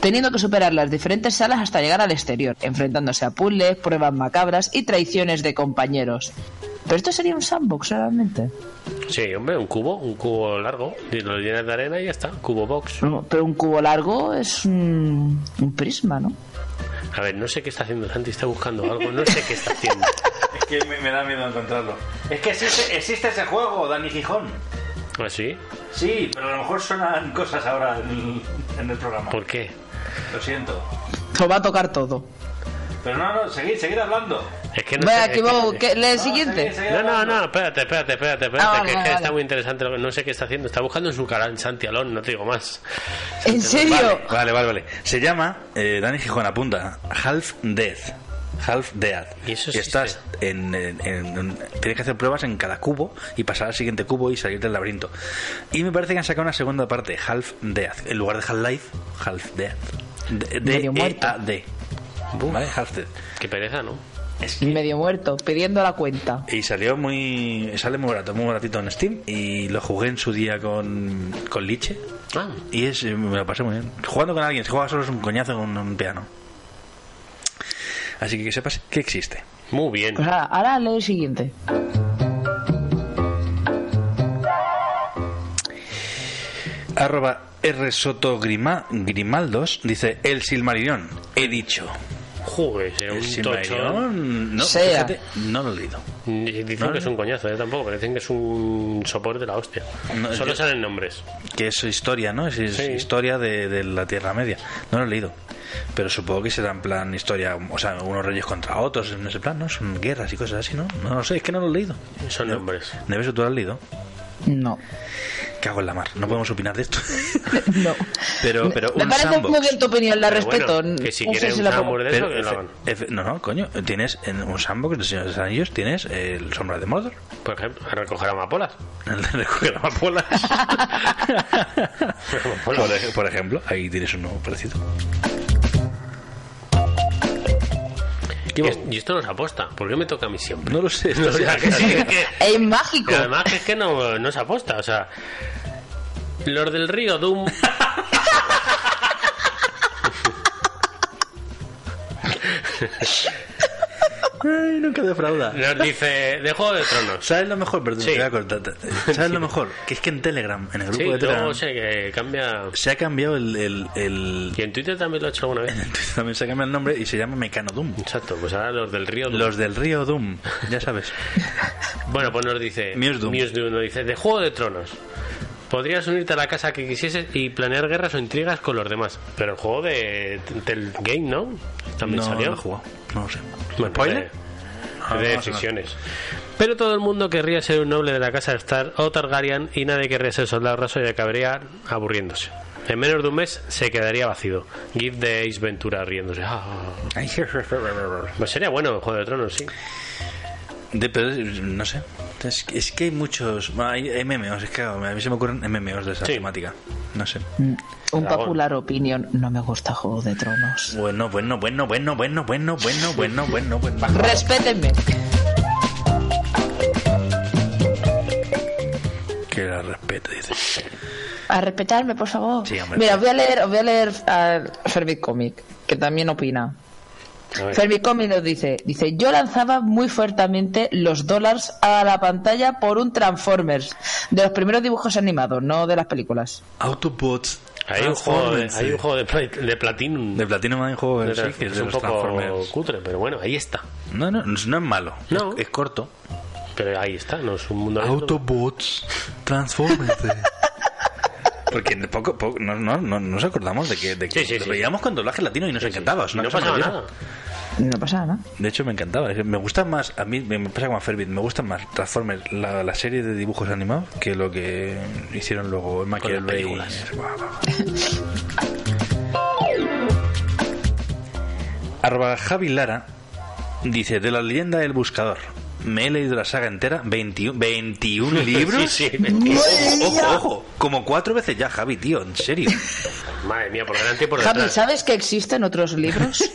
E: Teniendo que superar las diferentes salas hasta llegar al exterior, enfrentándose a puzzles, pruebas macabras y traiciones de compañeros. Pero esto sería un sandbox realmente.
D: Sí, hombre, un cubo, un cubo largo. Y lo llenas de arena y ya está. Cubo box.
E: No, Pero un cubo largo es un, un prisma, ¿no?
D: A ver, no sé qué está haciendo Santi, está buscando algo. No sé qué está haciendo.
C: Es que me, me da miedo encontrarlo. Es que existe, existe ese juego, Dani Gijón.
D: ¿Ah, sí?
C: Sí, pero a lo mejor suenan cosas ahora en, en el programa.
D: ¿Por qué?
C: Lo siento.
E: Lo va a tocar todo.
C: Pero no, no, seguid, seguid hablando.
D: Es que no
E: Vaya,
D: sé- Ah,
E: que vamos,
D: es
E: que- ¿le
C: seguid,
E: siguiente?
C: seguid
D: No, no,
C: hablando.
D: no, espérate, espérate, espérate, espérate,
E: Ah,
D: que,
E: vale,
D: que
E: vale.
D: está muy interesante, lo que- no sé qué está haciendo, está buscando en su canal Santi Alón, no te digo más.
E: ¿En serio?
C: Vale, vale, vale, vale. Se llama, eh, Dani Gijón apunta, Half Death. Half Dead.
D: ¿Y eso existe?
C: Estás en, en- en- en- Tienes que hacer pruebas en cada cubo y pasar al siguiente cubo y salir del laberinto. Y me parece que han sacado una segunda parte, Half Death. En lugar de Half Life, Half Death. D-
E: Medio muerto.
C: D-E-A-D. ¿Vale? Half Death.
D: Qué pereza, ¿no?
C: Es que-
E: Medio muerto, pidiendo la cuenta.
C: Y salió muy. Sale muy barato, muy baratito en Steam. Y lo jugué en su día con, con Liche.
D: Ah,
C: Y es, eh, me lo pasé muy bien. Jugando con alguien, si juegas solo es un coñazo con un piano. Así que que sepas que existe.
D: muy bien.
E: Pues ahora, ahora lee el siguiente.
C: Arroba R. Soto Grima- Grimaldos dice: El Silmarillion, he dicho.
D: Joder, será
C: El
D: un tocho. ¿eh?
C: Silmarillion. No,
E: Sea.
C: fíjate, no lo he leído.
D: Y Dicen
C: No,
D: que
C: no.
D: es un coñazo, yo tampoco, pero dicen que es un sopor de la hostia.
C: No,
D: Solo
C: yo-
D: salen nombres.
C: Que es historia, ¿no? Es, es
D: Sí.
C: historia de, de la Tierra Media. No lo he leído. Pero supongo que será en plan historia, o sea, unos reyes contra otros, en ese plan, ¿no? Son guerras y cosas así, ¿no? No lo sé, es que no lo he leído.
D: Son
C: No.
D: nombres.
C: Neves, tú lo has leído.
E: No.
C: Cago en la mar. No podemos opinar de esto.
E: No.
C: Pero, pero
E: Me
C: un
E: parece
C: sandbox.
E: muy bien tu opinión, la
D: Pero
E: respeto.
D: bueno, que si
E: No sé
D: quiere
E: si
D: un
E: la
D: sandbox
E: puedo-
D: de eso, que lo hagan.
C: Efe- no, no, coño. Tienes en un sandbox de Señor de los Anillos, tienes el Sombra de Mordor.
D: Por ejemplo, a recoger amapolas.
C: El de recoger amapolas. por, ej- por ejemplo, ahí tienes uno parecido.
D: Y es- Y esto no es aposta, ¿por qué me toca a mí siempre?
C: No lo sé.
D: O sea, que sí, es que-
E: Es mágico.
D: Y además que es que no, no se aposta, o sea. Los del río Doom.
C: Ay, nunca defrauda.
D: Nos dice. De Juego de Tronos.
C: ¿Sabes lo mejor? Perdón,
D: Sí.
C: te voy a cortar. ¿Sabes lo mejor? Que es que en Telegram, en el grupo
D: Sí,
C: de Telegram,
D: luego sé que cambia.
C: se ha cambiado el... el, el-
D: Y en Twitter también lo he hecho alguna vez.
C: También se ha cambiado el nombre y se llama Mecanodum.
D: Exacto, pues ahora los del río Doom.
C: Los del río Doom, ya sabes.
D: Bueno, pues nos dice.
C: Muse Doom.
D: nos dice. De Juego de Tronos. Podrías unirte a la casa que quisieses y planear guerras o intrigas con los demás. Pero el juego de, del game, ¿no? También
C: no,
D: salió.
C: no he jugado, no lo sé.
D: Bueno, pues
C: ¿Spoiler?
D: de-
C: Ah, vamos
D: de
C: a hablar.
D: decisiones. Pero todo el mundo querría ser un noble de la casa de Star o Targaryen y nadie querría ser soldado raso y acabaría aburriéndose. En menos de un mes se quedaría vacío. Give de Ace Ventura riéndose. Ah. Pues sería bueno el Juego de Tronos, sí.
C: De- pero, no sé. Es, es que hay muchos. bueno, Hay MMOs, es que a mí se me ocurren MMOs de esa
D: Sí.
C: temática. No sé.
E: Un
D: Dragón.
E: popular opinion, no me gusta Juego de Tronos.
C: Bueno, bueno, bueno, bueno, bueno, bueno, bueno, bueno, bueno, bueno.
E: Respétenme.
C: Que la respeto, dice.
E: A respetarme, por favor.
C: Sí, hombre.
E: Mira, os voy a leer, os voy a leer a Fermi Comic, que también opina.
D: A ver.
E: Fermi Comic nos dice, dice, yo lanzaba muy fuertemente los dólares a la pantalla por un Transformers, de los primeros dibujos animados, no de las películas.
C: Autobots.
D: Hay un juego, de,
C: Transformers.
D: hay un juego de, pla- de Platinum.
C: De Platinum hay un juego
D: De
C: de, sí,
D: Transformers,
C: que es
D: es
C: de
D: un
C: los
D: poco
C: Transformers.
D: cutre, pero bueno, ahí está.
C: No, no, no es no es malo.
D: No.
C: Es, es corto.
D: Pero ahí está, no es un mundo abierto.
C: Autobots, transfórmense. Porque poco, poco- no, no, no nos acordamos de que, de que
D: Sí, sí,
C: lo
D: sí.
C: veíamos con doblaje latino y nos encantaba. es
D: Y
C: una
D: no
C: cosa
D: pasaba
C: maravillosa.
D: nada.
E: No pasa nada.
C: De hecho, me encantaba. Es- Me gusta más, a mí me me pasa como a Ferbit, me gusta más Transformers, la, la serie de dibujos animados, que lo que hicieron luego en
D: Con las
C: Maquiavelo y-
D: películas.
C: Buah, buah. Arroba Javi Lara dice: De la leyenda del buscador. Me he leído la saga entera, 21, 21 libros.
D: Sí, sí, 21.
C: Ojo, ojo, ojo, como cuatro veces ya, Javi, tío, en serio.
D: Madre mía, por delante y por
E: Javi,
D: detrás.
E: ¿sabes que existen otros libros?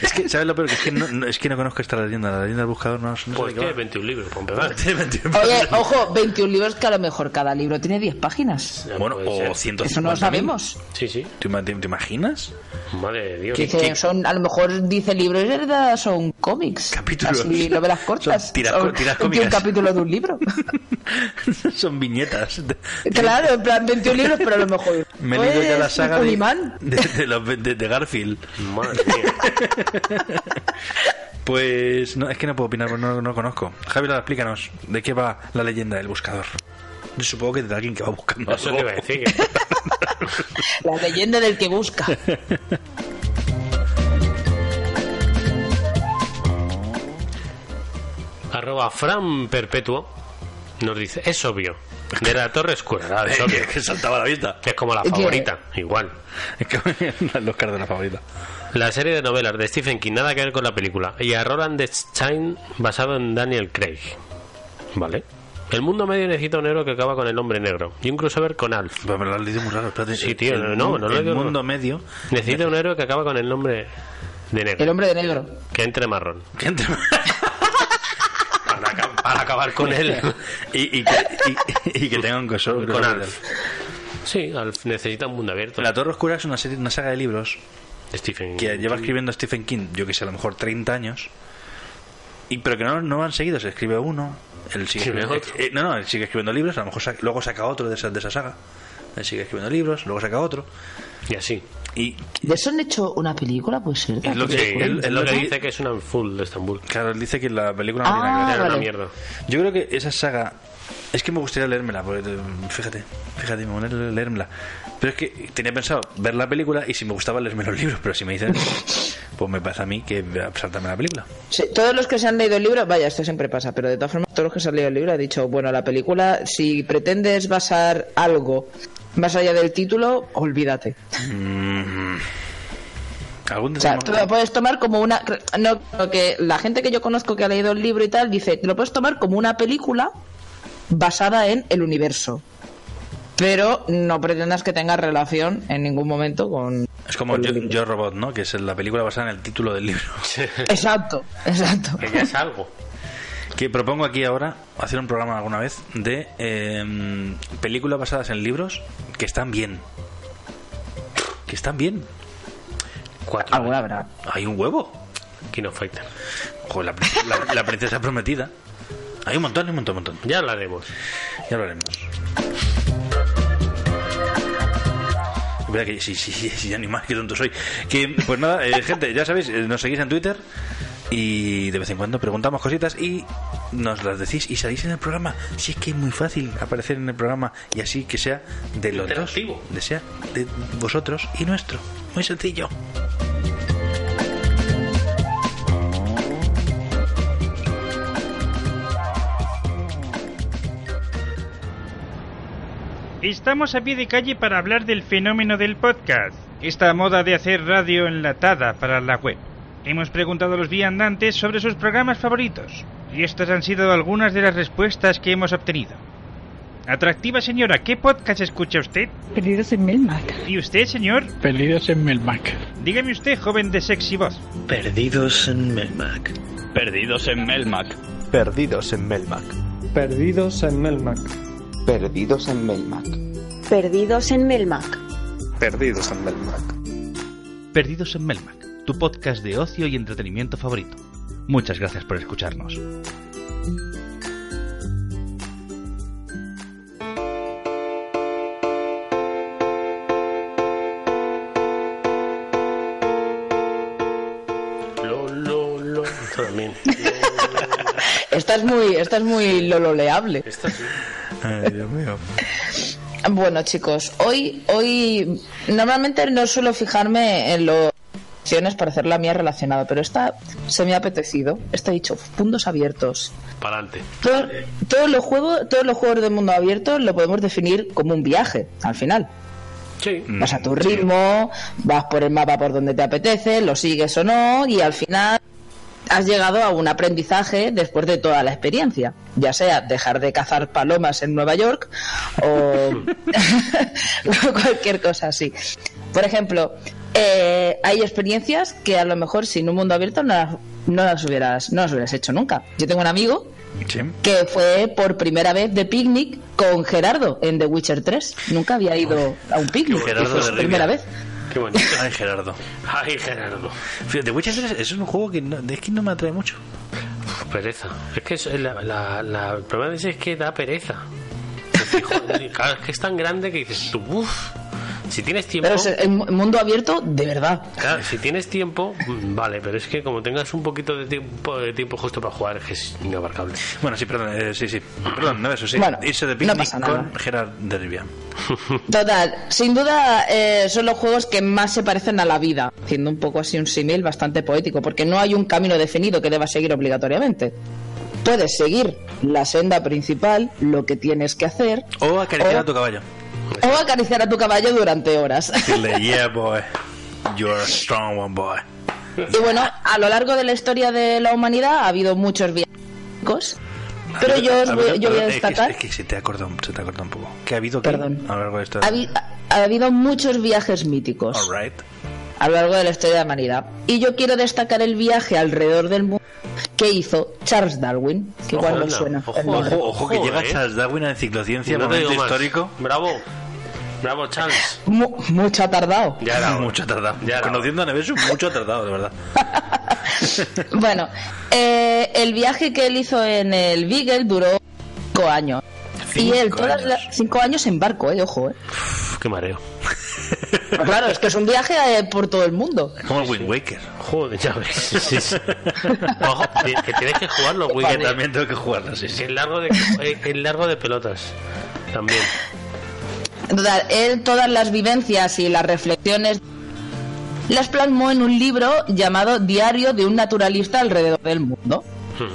C: Es que, ¿sabes lo peor? Que es que no, no- es que no conozco esta leyenda, la leyenda del buscador no, no sé
D: Pues
C: de qué
D: que
C: va.
D: 21 libros, para empezar.
C: Tiene 21
E: Oye, ojo, 21 libros que a lo mejor cada libro tiene 10 páginas.
D: Ya
C: Bueno,
D: puede
C: o
D: ser.
C: 150.
E: Eso no lo sabemos.
D: Sí, sí.
C: ¿Te, ima- te- te imaginas?
D: Madre de Dios.
E: Que
D: ¿Qué-
E: dice, son, a lo mejor dice libro y en verdad son cómics.
C: Capítulos.
E: Así, novelas cortas.
C: Son tiras-
E: Son
C: tiras
E: 21
C: cómicas.
E: capítulos de un libro.
C: Son viñetas.
E: claro, en plan 21 libros, pero a lo mejor.
C: Me he leído ya la
E: pues,
C: saga
E: un
C: de,
E: imán.
C: de, de los- de- de Garfield.
D: Madre mía.
C: Pues no, es que no puedo opinar, porque no, no lo conozco. Javier, ahora explícanos de qué va la leyenda del buscador. Yo supongo que de alguien que va buscando.
D: Eso te
C: algo.
D: iba a decir. que-
E: La leyenda del que busca.
D: Arroba Fran Perpetuo nos dice, es obvio. De la Torre Oscura, claro, es
C: Eh,
D: obvio.
C: que, que saltaba a la vista.
D: Es como la
E: ¿Qué?
D: favorita, igual.
C: Es que el Oscar de la favorita.
D: La serie de novelas de Stephen King, nada que ver con la película. Y a Roland Stein, basado en Daniel Craig. Vale. El mundo medio necesita un héroe que acaba con el hombre negro. Y un crossover con Alf.
C: Pero me lo has leído muy raro. espérate.
D: Sí, tío,
C: El-
D: no, no lo he
C: El
D: leído, no.
C: mundo medio.
D: Necesita un héroe que acaba con el nombre de
E: El
D: negro.
E: hombre de negro.
D: Que entre marrón.
C: Que entre-
D: Para, aca- para acabar con él.
C: y, y que, y- y que tenga un coso.
D: con Alf. Sí, Alf necesita un mundo abierto.
C: La Torre Oscura es una, serie, una saga de libros
D: Stephen
C: que lleva escribiendo Stephen King, yo que sé, a lo mejor 30 años, y pero que no, no van seguidos, escribe uno, él sigue
D: Escribe
C: escribiendo,
D: otro.
C: eh, no, no, él sigue escribiendo libros, a lo mejor sa- luego saca otro de esa, de esa saga, él sigue escribiendo libros, luego saca otro,
D: Y así.
C: y
E: ¿De eso han hecho una película? Pues ser.
C: Es lo que-
D: Sí,
C: él-
D: es
C: él
D: lo
C: lo
D: que
C: di-
D: dice que es una full de Estambul.
C: claro, él dice que la película no tiene
E: Ah,
C: nada que ver.
D: Era una
E: vale.
D: mierda.
C: Yo creo que esa saga, es que me gustaría leérmela, porque, eh, fíjate, fíjate, me gustaría leérmela, pero es que tenía pensado ver la película y si me gustaba leerme los libros, pero si me dicen, pues me pasa a mí que voy a saltarme la película.
E: Sí, todos los que se han leído el libro, vaya, esto siempre pasa, pero de todas formas, todos los que se han leído el libro han dicho, bueno, la película, si pretendes basar algo más allá del título, olvídate.
C: Mm. ¿Algún
E: O sea,
C: detalle
E: tú
C: más?
E: lo puedes tomar como una... No, creo que la gente que yo conozco que ha leído el libro y tal, dice, te lo puedes tomar como una película basada en el universo. Pero no pretendas que tenga relación en ningún momento con...
C: Es como
E: con
C: yo,
E: el libro.
C: Yo Robot, ¿no? Que es la película basada en el título del libro.
E: Exacto, exacto.
D: Que ya es algo.
C: Que propongo aquí ahora hacer un programa alguna vez de eh, películas basadas en libros que están bien. Que están bien.
D: Cuatro.
E: Alguna habrá.
C: Hay un huevo.
D: Kino Fighter.
C: Joder, la, prin- la- la princesa prometida. Hay un montón, hay un montón, un montón.
D: Ya hablaremos.
C: Ya lo haremos. Mira que sí, sí, sí, ya ni más que tonto soy. Que, pues nada, eh, gente, ya sabéis, eh, nos seguís en Twitter y de vez en cuando preguntamos cositas y nos las decís y salís en el programa. Si es que es muy fácil aparecer en el programa y así que sea de los dos,
D: Interactivo.
C: de sea de vosotros y nuestro. Muy sencillo.
I: Estamos a pie de calle para hablar del fenómeno del podcast, esta moda de hacer radio enlatada para la web. Hemos preguntado a los viandantes sobre sus programas favoritos, y estas han sido algunas de las respuestas que hemos obtenido. Atractiva señora, ¿qué podcast escucha usted?
J: Perdidos en Melmac.
I: ¿Y usted, señor?
A: Perdidos en Melmac.
I: Dígame usted, joven de sexy voz.
K: Perdidos en Melmac.
L: Perdidos en Melmac.
M: Perdidos en Melmac.
N: Perdidos en Melmac.
O: Perdidos en Melmac.
P: Perdidos en Melmac.
M: Perdidos en Melmac.
C: Perdidos en Melmac, tu podcast de ocio y entretenimiento favorito. Muchas gracias por escucharnos.
D: También.
E: Esta es muy, esta es muy lololeable.
D: Esta sí.
C: Ay, Dios mío.
E: Bueno, chicos, hoy, hoy normalmente no suelo fijarme en las opciones para hacer la mía relacionada, pero esta se me ha apetecido. Está dicho, puntos abiertos.
D: Para adelante.
E: Todo- todos los juegos, todos los juegos de mundo abierto lo podemos definir como un viaje, al final.
D: Sí.
E: Vas a tu ritmo, vas por el mapa por donde te apetece, lo sigues o no, y al final has llegado a un aprendizaje después de toda la experiencia, ya sea dejar de cazar palomas en Nueva York o cualquier cosa así. Por ejemplo, eh, hay experiencias que a lo mejor sin un mundo abierto no las, no las hubieras, no las hubieras hecho nunca. Yo tengo un amigo
C: Sí.
E: que fue por primera vez de picnic con Gerardo en The Witcher 3. Nunca había ido a un picnic,
C: Gerardo
E: y fue
C: de
E: su
C: Rivia.
E: primera vez.
D: Qué bonito.
C: Ay, Gerardo.
D: Ay, Gerardo.
C: Fíjate, Witcher 3 es un juego que no, es que no me atrae mucho.
D: Pereza. Es que es eh, la, la, la- el problema de ese es que da pereza. Porque, joder, claro, es que es tan grande que dices tú, uff, si tienes tiempo.
E: Pero es el mu- mundo abierto de verdad.
D: Claro, si tienes tiempo, mm, vale, pero es que como tengas un poquito de tiempo, de tiempo justo para jugar, es que es inabarcable.
C: Bueno, sí, perdón, eh, sí, sí. Perdón, no, eso sí.
E: Bueno,
C: Irse de
E: no
C: picnic
E: pasa nada.
C: con Gerard de Rivia.
E: Total, sin duda eh, son los juegos que más se parecen a la vida, haciendo un poco así un símil bastante poético, porque no hay un camino definido que debas seguir obligatoriamente. Puedes seguir la senda principal, lo que tienes que hacer,
C: O acariciar
E: O-
C: a tu caballo.
E: o acariciar a tu caballo durante horas.
C: Dile, yeah, boy. You're a strong one, boy.
E: Y bueno, a lo largo de la historia de la humanidad ha habido muchos viajes, pero yo, os
C: A
E: voy,
C: ver,
E: yo voy
C: perdón,
E: a
C: es que-
E: destacar...
C: Es que, se te acorda un, se te acorta un poco. ¿Qué ha habido aquí
E: Perdón.
C: a lo largo de esto?
E: Ha, habi- ha habido muchos viajes míticos.
C: All right.
E: a lo largo de la historia de la humanidad. Y yo quiero destacar el viaje alrededor del mundo que hizo Charles Darwin, que igual
D: Ojo,
E: no
D: anda,
E: suena.
D: ojo,
E: el nombre.
C: Ojo, ojo, que
D: Joder.
C: llega Charles Darwin a Enciclociencia,
D: No te digo
C: momento
D: más.
C: histórico.
D: Bravo. Bravo, Charles.
E: Mu- mucho ha tardado.
D: Ya era hora.
C: mucho ha tardado.
D: Ya era
C: Conociendo a Nevesu, mucho ha tardado, de verdad.
E: Bueno, eh, el viaje que él hizo en el Beagle duró cinco años. y él,
C: Cinco
E: todas
C: años.
E: las cinco años en barco, eh, ojo. Eh.
D: Uf, qué mareo.
E: Pero claro, es que es un viaje eh, por todo el mundo.
C: Es como el Wind Waker.
D: Joder, ya ves. Sí, sí. Ojo, que- que tienes que jugarlo, güey.
C: Que
D: que
C: también
D: también-
C: tengo que jugarlo, sí, sí.
D: El largo de, eh, el largo de pelotas. También.
E: Total, él todas las vivencias y las reflexiones las plasmó en un libro llamado Diario de un naturalista alrededor del mundo.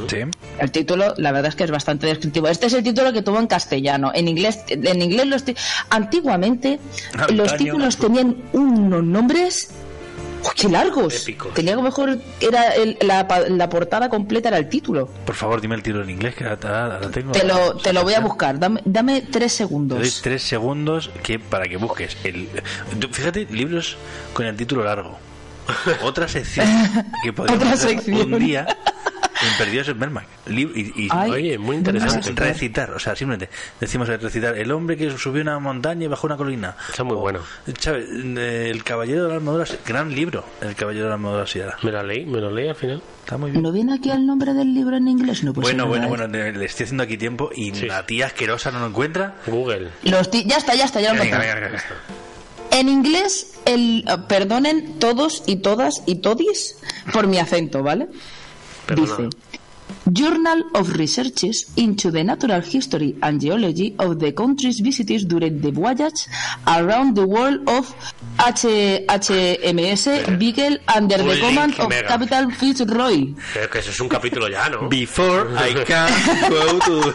C: Sí.
E: El título, la verdad es que es bastante descriptivo. Este es el título que tuvo en castellano. En inglés, en inglés los ti- antiguamente los
C: Antaño.
E: títulos tenían unos nombres ¡Uy, qué largos.
D: Épicos.
E: Tenía que a lo mejor era el- la, pa- la portada completa era el título.
C: Por favor, dime el tiro en inglés, que ahora ahora lo tengo.
E: Te lo, te lo voy a buscar. Dame, dame tres
C: Te doy
E: segundos.
C: tres segundos que para que busques. El, tú, fíjate, libros con el título largo. Otra sección que podríamos
E: Otra
C: hacer
E: sección.
C: un día en Perdidos en Melmac. Lib- y- y-
E: Ay,
D: Oye, muy
C: Re-
D: interesante.
C: Recitar, o sea, simplemente decimos el recitar el hombre que subió una montaña y bajó una colina.
D: Está muy
C: O,
D: bueno.
C: ¿sabes? eh, El caballero de la armadura, gran libro, el caballero de la armadura oxidada.
D: Me lo leí, me lo leí al final.
C: Está muy bien.
E: ¿No viene aquí el nombre del libro en inglés? No, pues
C: bueno,
E: es
C: bueno,
E: verdad, ¿eh?
C: bueno, le le estoy haciendo aquí tiempo y
D: Sí.
C: la tía asquerosa no lo encuentra.
D: Google.
E: ¿eh? Los ti- ya está, ya está, ya lo he
C: Venga,
E: encontrado.
C: venga, venga.
E: En inglés, el, eh, perdonen todos y todas y todis por mi acento, ¿vale?
D: Perdona.
E: Dice: Journal of Researches into the Natural History and Geology of the Countries Visited during the Voyage Around the World of H HMS Beagle under the
D: Ulrich
E: command of
D: Mega.
E: Capital Fitzroy.
D: Pero es que eso es un capítulo ya, ¿no?
C: Before I can go to...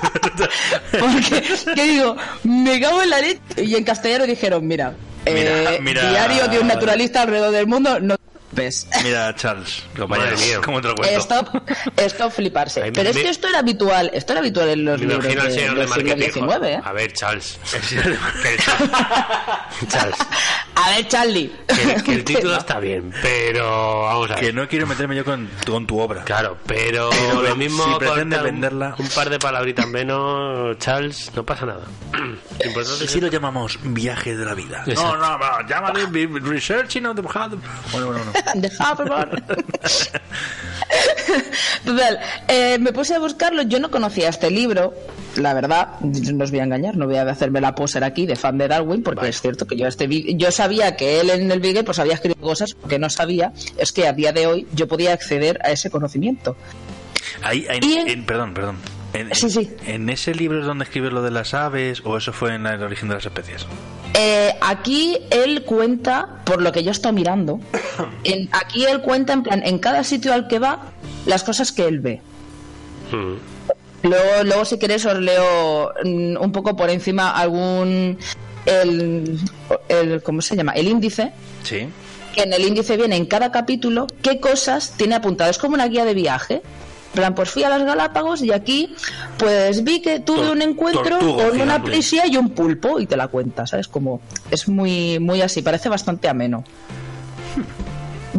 E: Porque, ¿qué digo? Me cago en la leche. Y en castellano dijeron, mira,
C: Mira,
E: eh,
C: mira.
E: diario de un naturalista alrededor del mundo, no ves.
C: Mira, Charles, compañero,
D: Madre mía.
C: ¿cómo te lo cuento?
E: Stop, stop fliparse.
D: Ay,
E: Pero es
D: me-
E: que esto era habitual, esto era habitual en los
D: Me
E: libros
D: imagino al
E: de-
D: señor de
E: del siglo
D: marketing.
E: XIX,
D: joder.
E: ¿eh?
D: A ver, Charles. El señor de marketing. Charles,
E: A ver, Charlie.
D: que, que el título está bien, pero vamos a ver.
C: Que no quiero meterme yo con, con tu obra.
D: Claro, pero,
C: Pero
D: lo mismo
C: si pretendes
D: cortar un-
C: venderla-
D: un par de palabritas menos, Charles, no pasa nada. Lo importante
C: Si
D: es-
C: lo llamamos viaje de la vida.
D: Exacto.
C: No, no, no, llámale vi- researching on the... Bueno, bueno, no.
E: De Harvard. Total, eh, me puse a buscarlo, yo no conocía este libro, la verdad, no os voy a engañar, no voy a hacerme la poser aquí de fan de Darwin, porque es cierto que yo este vi- yo sabía que él en el Beagle pues había escrito cosas que no sabía, es que a día de hoy yo podía acceder a ese conocimiento.
C: Ahí, ahí- en- perdón, perdón. En,
E: Sí, sí.
C: ¿En ese libro es donde escribe lo de las aves o eso fue en la- el origen de las especies?
E: Eh, aquí él cuenta, por lo que yo estoy mirando, en- aquí él cuenta en plan, en cada sitio al que va, las cosas que él ve.
D: Hmm.
E: Luego, luego si queréis os leo mm, un poco por encima algún el, el- ¿cómo se llama? el índice,
C: Sí.
E: que en el índice viene en cada capítulo qué cosas tiene apuntado, es como una guía de viaje. En plan, pues fui a las Galápagos y aquí pues vi que tuve
C: Tor-
E: un encuentro
C: tortuga
E: con una
C: gigante.
E: prisia y un pulpo y te la cuenta, ¿sabes? Como es muy muy así, parece bastante ameno.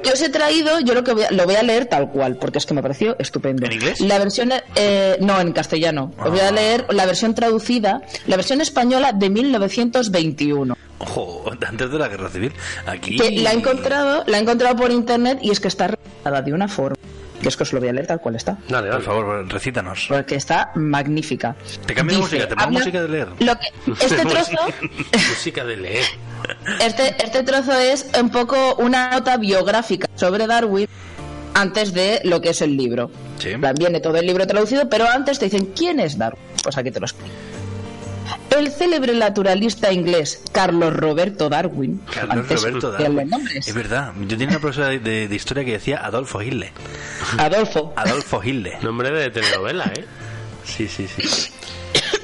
E: Yo os he traído, yo lo que voy a- lo voy a leer tal cual, porque es que me pareció estupendo.
C: ¿En inglés? Ah.
E: La versión, eh, no, en castellano. Os voy a leer la versión traducida, la versión española de 1921.
C: Ojo, antes de la guerra civil. Aquí.
E: Que la he encontrado, la he encontrado por internet y es que está redactada de una forma. Que es que os lo voy a leer tal cual está.
C: Dale, Por favor, recítanos.
E: Porque está magnífica.
C: Te cambio de
E: Dice,
C: música, te pongo
E: habla-
C: música de leer.
E: Lo que, este trozo
D: Música de leer.
E: Este, este trozo es un poco una nota biográfica sobre Darwin antes de lo que es el libro. En plan, Viene todo el libro traducido, pero antes te dicen quién es Darwin. Pues aquí te lo explico. El célebre naturalista inglés Carlos Roberto Darwin.
C: Carlos
E: antes
C: Roberto
E: de los
C: Darwin.
E: nombres.
C: Es verdad. Yo tenía una profesora de, de- de historia que decía Adolfo Hitler.
E: Adolfo.
C: Adolfo Hitler.
D: Nombre de telenovela, ¿eh?
C: Sí, sí, sí.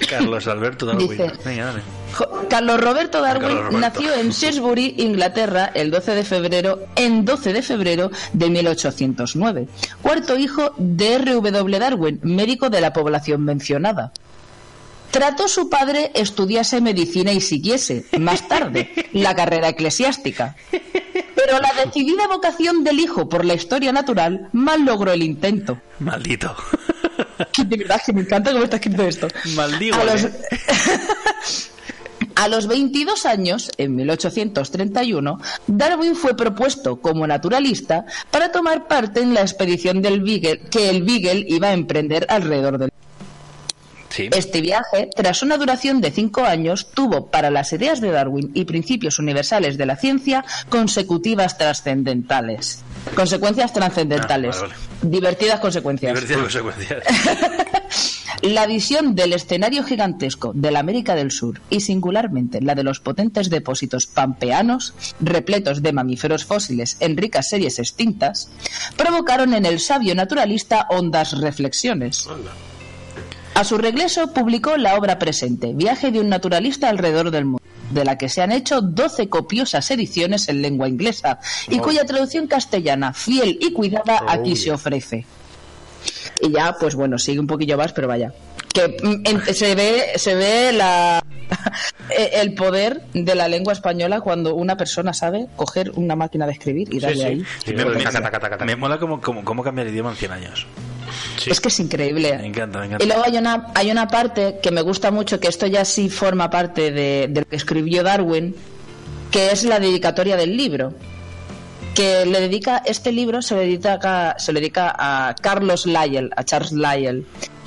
C: Carlos Alberto Darwin.
E: Dice-
C: Venga, dale.
E: Jo- Carlos Roberto Darwin
C: Carlos Roberto.
E: nació en Shrewsbury, Inglaterra, el 12 de febrero, en 12 de febrero de 1809. Cuarto hijo de R.W. Darwin, médico de la población mencionada. Trató su padre estudiase medicina y siguiese, más tarde, la carrera eclesiástica. Pero la decidida vocación del hijo por la historia natural mal logró el intento.
C: Maldito.
E: Que de verdad que me encanta cómo está escrito esto. A los...
C: ¿eh?
E: A los 22 años, en 1831, Darwin fue propuesto como naturalista para tomar parte en la expedición del Beagle que el Beagle iba a emprender alrededor del este viaje, tras una duración de cinco años, tuvo para las ideas de Darwin y principios universales de la ciencia consecutivas trascendentales. Consecuencias trascendentales.
C: Ah, vale,
E: Divertidas consecuencias.
C: Divertidas consecuencias.
E: La visión del escenario gigantesco de la América del Sur y singularmente la de los potentes depósitos pampeanos, repletos de mamíferos fósiles en ricas series extintas, provocaron en el sabio naturalista hondas reflexiones. A su regreso publicó la obra presente, Viaje de un naturalista alrededor del mundo, de la que se han hecho 12 copiosas ediciones en lengua inglesa y
J: Oh.
E: cuya traducción castellana, fiel y cuidada,
J: Oh,
E: aquí
J: yeah.
E: se ofrece. Y ya, pues bueno, sigue un poquillo más, pero vaya. Que mm, en- se ve, se ve la, eh, el poder de la lengua española cuando una persona sabe coger una máquina de escribir y darle ahí.
C: me, me- me mola cómo, cómo, cómo cambiar el idioma en 100 años.
E: Es que es increíble.
C: Me encanta, me
E: Y
C: encanta.
E: luego hay una, hay una parte que me gusta mucho, que esto ya sí forma parte de, de lo que escribió Darwin, que es la dedicatoria del libro. Que le dedica, este libro se le dedica, se le dedica a Carlos Lyell, a Charles Lyell.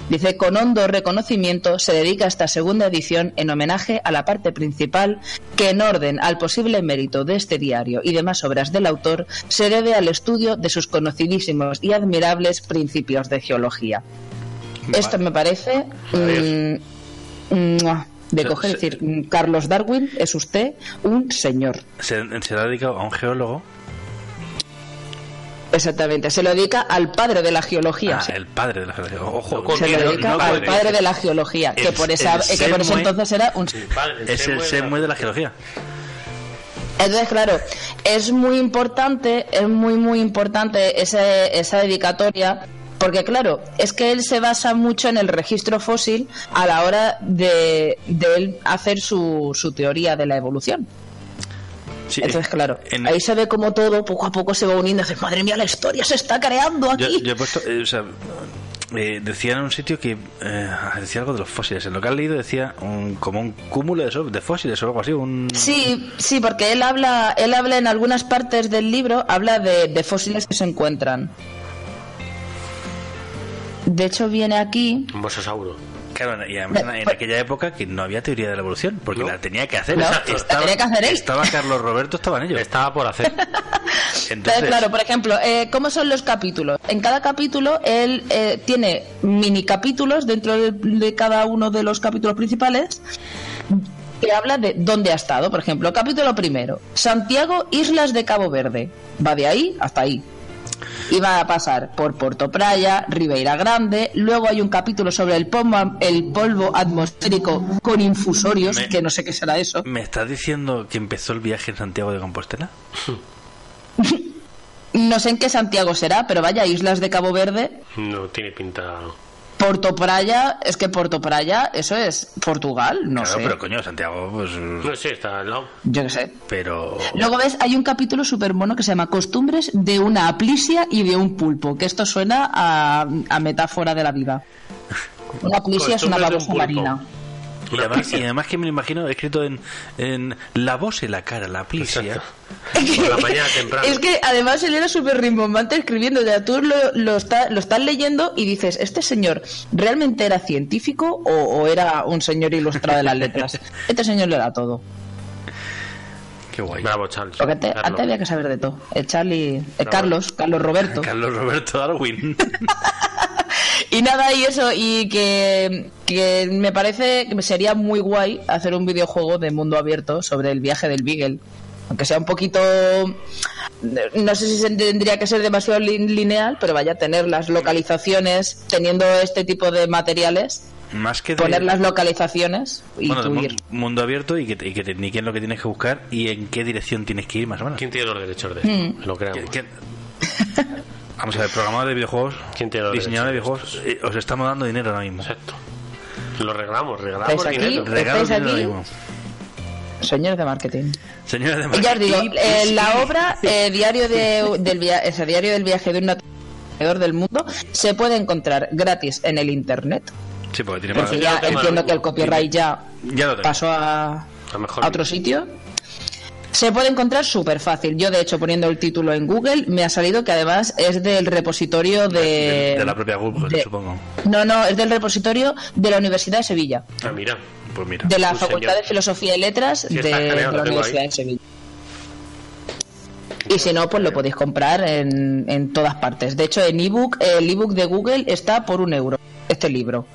E: Dice, con hondo reconocimiento se dedica esta segunda edición en homenaje a la parte principal que en orden al posible mérito de este diario y demás obras del autor se debe al estudio de sus conocidísimos y admirables principios de geología. Esto me parece mm, mm, de
C: Se-
E: coger
C: se-
E: decir, mm, Carlos Darwin es usted un señor.
C: Se, se lo ha dedicado a un geólogo,
E: Exactamente, se lo dedica al padre de la geología.
C: Ah,
E: sí.
C: el padre de la geología. Ojo,
E: se lo dedica al padre de la geología, que
C: El-
E: por, esa,
C: el
E: eh, que por ese
C: Semue-
E: entonces era un...
C: Es el Semue de la geología.
E: Entonces, claro, es muy importante, es muy, muy importante ese- esa dedicatoria, porque claro, es que él se basa mucho en el registro fósil a la hora de, de él hacer su, su teoría de la evolución.
C: eh,
E: Entonces, claro, ahí se ve como todo poco a poco se va uniendo. Dices, madre mía, la historia se está creando
C: Yo,
E: aquí.
C: yo he puesto, eh, o sea, eh, decía en un sitio que eh, decía algo de los fósiles. En lo que has leído decía un- como un cúmulo de, so- de fósiles o algo así. Un...
E: Sí, sí, porque él habla, él habla en algunas partes del libro, habla de, de fósiles que se encuentran. De hecho, viene aquí.
D: Un mosasauro.
C: Claro, y además en, en aquella época que no había teoría de la evolución, porque la tenía que hacer.
E: pues No,
C: Exacto.
E: la
C: estaba,
E: tenía que hacer él.
C: estaba Carlos Roberto, estaban ellos.
D: Estaba por hacer.
E: Entonces,
C: Entonces,
E: Eh, claro, por ejemplo, eh, ¿cómo son los capítulos? En cada capítulo él eh, tiene mini capítulos dentro de, de cada uno de los capítulos principales que habla de dónde ha estado. Por ejemplo, capítulo primero, Santiago, Islas de Cabo Verde. Va de ahí hasta ahí. Y va a pasar por Puerto Playa, Ribeira Grande. Luego hay un capítulo sobre el polvo, el polvo atmosférico con infusorios,
C: Me-
E: que no sé qué será eso.
C: ¿me estás diciendo que empezó el viaje en Santiago de Compostela?
E: No sé en qué Santiago será, pero vaya, Islas de Cabo Verde,
D: No tiene pinta.
E: Porto Praia, es que Porto Praia, eso es Portugal, no
C: claro,
E: sé.
C: pero coño, Santiago, pues. No
D: sé, está al lado.
E: Yo qué sé.
C: Pero.
E: Luego ves, hay un capítulo súper mono que se llama Costumbres de una aplicia y de un pulpo, que esto suena a, a metáfora de la vida. Una aplicia es una
C: Costumbres de un
E: babosa
C: pulpo.
E: marina.
C: Y además, y además que me lo imagino escrito en, en la voz y la cara, la plicia.
E: Por
D: la mañana temprano.
E: Es que además él era súper rimbombante escribiendo, o sea, tú lo, lo, está- lo estás leyendo y dices, ¿este señor realmente era científico o, o era un señor ilustrado de las letras? Este señor lo era todo.
C: ¿eh? Qué guay.
D: Bravo, Charles.
E: Porque te-
D: Carlos.
E: antes había que saber de todo. El Charlie, el
D: Bravo.
E: Carlos, Carlos Roberto.
C: Carlos Roberto Darwin.
E: Y nada, y eso, y que, que me parece que sería muy guay hacer un videojuego de mundo abierto sobre el viaje del Beagle. Aunque sea un poquito. No sé si se tendría que ser demasiado lin- lineal, pero vaya a tener las localizaciones, teniendo este tipo de materiales,
C: Más que de-
E: poner las localizaciones y
C: bueno, de
E: tú
C: mu-
E: ir.
C: mundo abierto y que, te- y que te indiquen lo que tienes que buscar y en qué dirección tienes que ir, más o menos.
D: ¿Quién tiene los derechos de
E: Mm.
D: Lo creamos.
C: ¿Qué- qué- Vamos a ver, programador de videojuegos, diseñador de videojuegos, eh, os estamos dando dinero ahora mismo.
D: Exacto. Lo regalamos, regalamos
E: Estáis aquí,
D: dinero.
E: estáis aquí, señores de marketing.
C: Señores de
E: Y ya os digo,
C: marketing,
E: eh, la obra eh, diario de- del via- ese diario del viaje de un nat- alrededor del mundo se puede encontrar gratis en el internet.
C: Sí, porque tiene
E: Porque ya entiendo que el copyright ya
C: Ya lo tengo.
E: pasó a,
D: A mejor
E: a otro sitio. Se puede encontrar súper fácil. Yo, de hecho, poniendo el título en Google, me ha salido que además es del repositorio de...
C: de, de la propia Google,
E: eh, de-
C: supongo.
E: No, no, es del repositorio de la Universidad de Sevilla.
D: Ah, mira.
C: Pues mira.
E: De la Facultad de Filosofía y Letras
D: Sí,
E: de,
D: está genial,
E: de
D: lo
E: la
D: tengo
E: Universidad
D: ahí.
E: de Sevilla. Y si no, pues lo podéis comprar en, en todas partes. De hecho, en ebook, el ebook de Google está por un euro, este libro.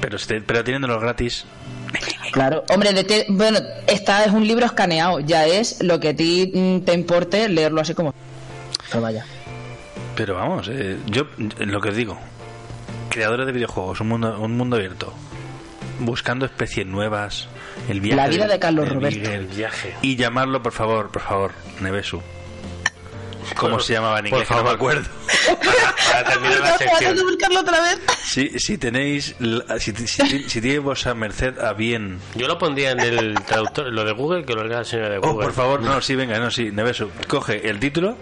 C: Pero, este- pero teniéndolo gratis,
E: Claro, hombre, de te- bueno, esta es un libro escaneado, ya es lo que a ti mm, te importe leerlo así como. Pero vaya.
C: Pero vamos, eh, yo lo que os digo, creadores de videojuegos, un mundo, un mundo abierto, buscando especies nuevas, el viaje,
E: La vida de Carlos
C: del
E: Roberto.
C: Beagle,
D: viaje.
C: y llamarlo por favor, por favor, Nevesu. ¿Cómo se llamaba en
D: por
C: inglés? Que no me
D: favor.
C: acuerdo.
D: Para terminar la sección.
E: buscarlo otra vez?
C: Si, si tenéis, la- si, si, si tenéis vuestra merced a bien.
D: Yo lo pondría en el traductor, lo de Google, que lo lea el señor de Google.
C: Oh, por favor, no, sí, venga, no, sí, Nevesu, coge el título.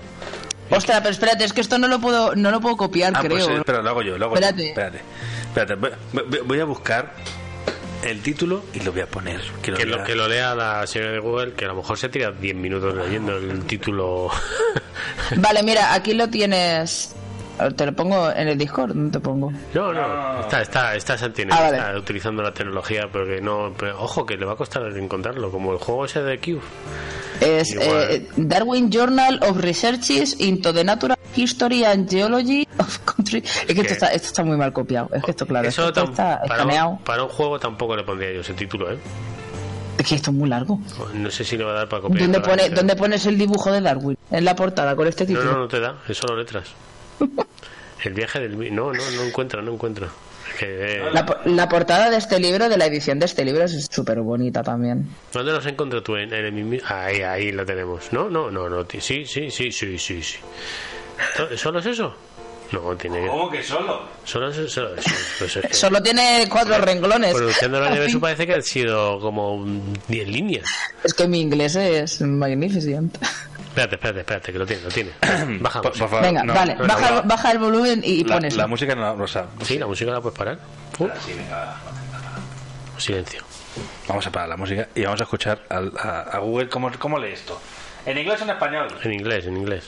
E: Ostras, pero espérate, es que esto no lo puedo, no lo puedo copiar,
C: Ah,
E: creo.
C: pues, eh, espera, lo hago yo, lo hago
E: Espérate.
C: yo. Espérate. Espérate, voy- voy- voy a buscar el título y lo voy a poner. que lo
D: Que lo,
C: lea-
D: que lo lea la señora de Google, que a lo mejor se tira 10 minutos leyendo el título.
E: Vale, mira, aquí lo tienes. A ver, Te lo pongo en el Discord, no te pongo.
D: No,
C: Ah.
D: no, está, está, está Santiene,
E: Ah, vale.
D: está utilizando la tecnología, porque no, pero ojo, que le va a costar encontrarlo, como el juego ese de Cube.
E: Es
D: Igual.
E: eh, Darwin Journal of Researches into the Natural History and Geology of country. Es que esto está, esto está muy mal copiado. Es que esto, claro,
D: Eso
E: esto
D: tam-
E: está
D: para,
E: escaneado.
D: un, para un juego tampoco le pondría yo ese título, ¿eh?
E: Es que esto es muy largo.
D: No sé si le va a dar para copiar.
E: ¿Dónde,
D: todas las
E: pone,
D: letras.
E: ¿Dónde pones el dibujo de Darwin? En la portada con este
D: eh. No,
E: título.
D: no, no te da, es solo letras. El viaje del... mi- No, no, no encuentra, no encuentra. Es que, eh,
E: La, po- la portada de este libro, de la edición de este libro, es súper bonita también.
D: ¿Dónde los encontró tú? En, en el mismo- Ahí, ahí lo tenemos. No, no, no, no. ti- Sí, sí, sí, sí, sí, sí. ¿To- ¿Solo es eso? No, tiene que...
C: que solo?
D: Solo es solo es eso. Pues es que-
E: Solo tiene cuatro renglones.
D: Produciendo el universo parece que han sido como 10 líneas.
E: Es que mi inglés es magnífico.
D: Espérate, espérate, espérate, que lo tiene, lo tiene. Baja
C: Por- por favor,
E: Venga,
C: no,
E: vale,
C: no,
E: baja,
C: no,
E: baja el volumen y, y
C: la,
E: pones.
C: la música no, o sea,
D: Sí, la música la puedes parar. Silencio.
C: Vamos a parar la música y vamos a escuchar al- a, a Google cómo, cómo lee esto. ¿En inglés o en español?
D: En inglés, en inglés.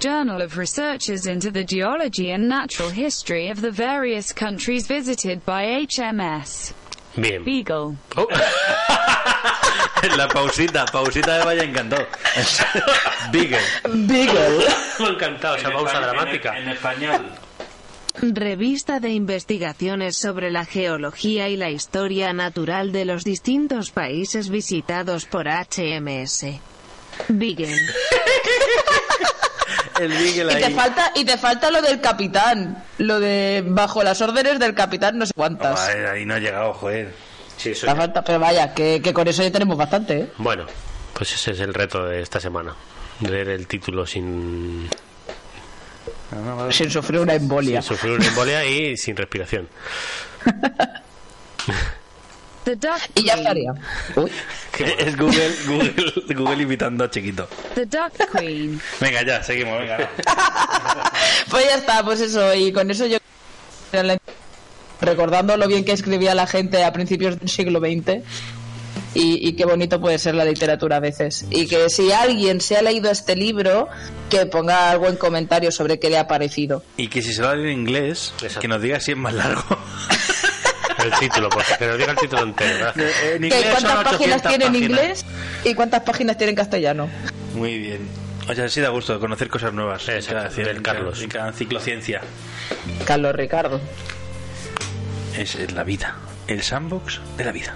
J: Journal of Researchers into the Geology and Natural History of the various countries visited by HMS.
D: Bien.
J: Beagle.
C: la pausita, pausita de Valle encantó. Beagle.
E: Beagle.
D: Me ha encantado esa pausa dramática.
C: En, español.
Q: Revista de investigaciones sobre la geología y la historia natural de los distintos países visitados por HMS. Bigen.
C: El Beagle
E: Y te,
C: ahí.
E: falta, y te falta lo del capitán. Lo de bajo las órdenes del capitán, no sé cuántas.
C: Ay, ahí no ha llegado, joder.
D: Sí, eso
E: Te falta, pero vaya, que, que con eso ya tenemos bastante, ¿eh?
D: Bueno, pues ese es el reto de esta semana. Leer el título sin...
E: Sin sufrir una embolia.
D: Sin sufrir una embolia y sin respiración.
E: Y ya estaría.
C: Es Google, Google, Google invitando a Chiquito.
J: The Duck Queen.
C: Venga, ya, seguimos, venga. va.
E: Pues ya está, pues eso. Y con eso yo. Recordando lo bien que escribía la gente a principios del siglo XX. Y, y qué bonito puede ser la literatura a veces. Y que si alguien se ha leído este libro, que ponga algo en comentario sobre qué le ha parecido.
C: Y que si se lo lee en inglés, que nos diga si es más largo.
D: El título, porque que nos diga el título entero. gracias.
C: En
E: ¿Qué, ¿Cuántas
C: 800
E: páginas tiene en
C: páginas.
E: inglés y cuántas páginas tiene en castellano?
C: Muy bien. O sea, sí da gusto conocer cosas nuevas. Exacto, del Carlos. En cada ciclociencia.
E: Carlos Ricardo.
C: Es, es la vida. El sandbox de la vida.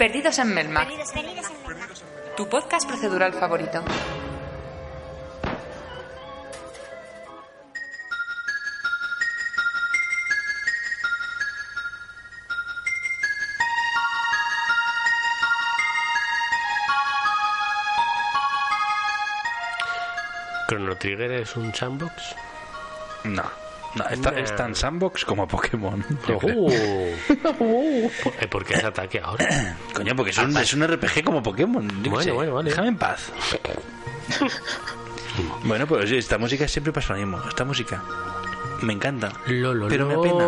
R: Perdidos en Melmac. Tu podcast procedural favorito.
D: ¿Chrono Trigger es un sandbox?
C: No. No, es, tan-
D: Nah.
C: es tan sandbox como Pokémon. yo creo.
D: Uh, ¿por- ¿Por qué ese ataque ahora?
C: Coño, porque es un, es un RPG como Pokémon. yo qué
D: Bueno,
C: sé.
D: bueno, vale.
C: Déjame en paz. bueno, pues sí, esta música siempre pasa lo mismo. Esta música me encanta. pero me apena.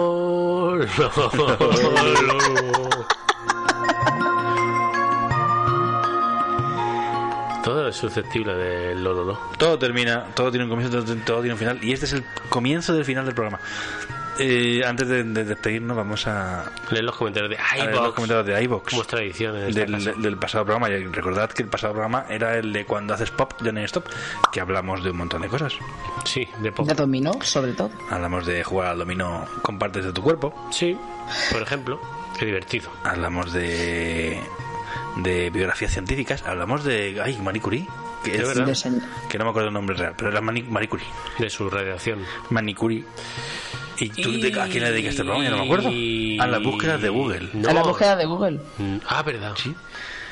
D: Todo es susceptible de lololo.
C: Todo termina, todo tiene un comienzo, todo, todo tiene un final. Y este es el comienzo del final del programa. Eh, antes de, de despedirnos, vamos a,
D: Leer los comentarios de
C: a leer
D: iVoox.
C: los comentarios de iBox.
D: Como es tradición en esta casa.
C: Del, del pasado programa, y recordad que el pasado programa era el de cuando haces pop, ya no hay stop, que hablamos de un montón de cosas.
D: Sí, de
E: De dominó, sobre todo.
C: Hablamos de jugar al dominó con partes de tu cuerpo.
D: Sí, por ejemplo. Qué divertido.
C: Hablamos de de biografías científicas, hablamos de ay, Marie Curie, que,
D: Es
C: es-
D: verdad.
C: que no me acuerdo el nombre real, pero era Mani- Marie Curie.
D: De su radiación.
C: Marie Curie. ¿Y tú de- a quién le dedicaste el Este programa? Ya no me acuerdo.
D: Y-
C: A las búsquedas de Google.
E: A la búsqueda de Google.
D: Mm, Ah, verdad. Sí.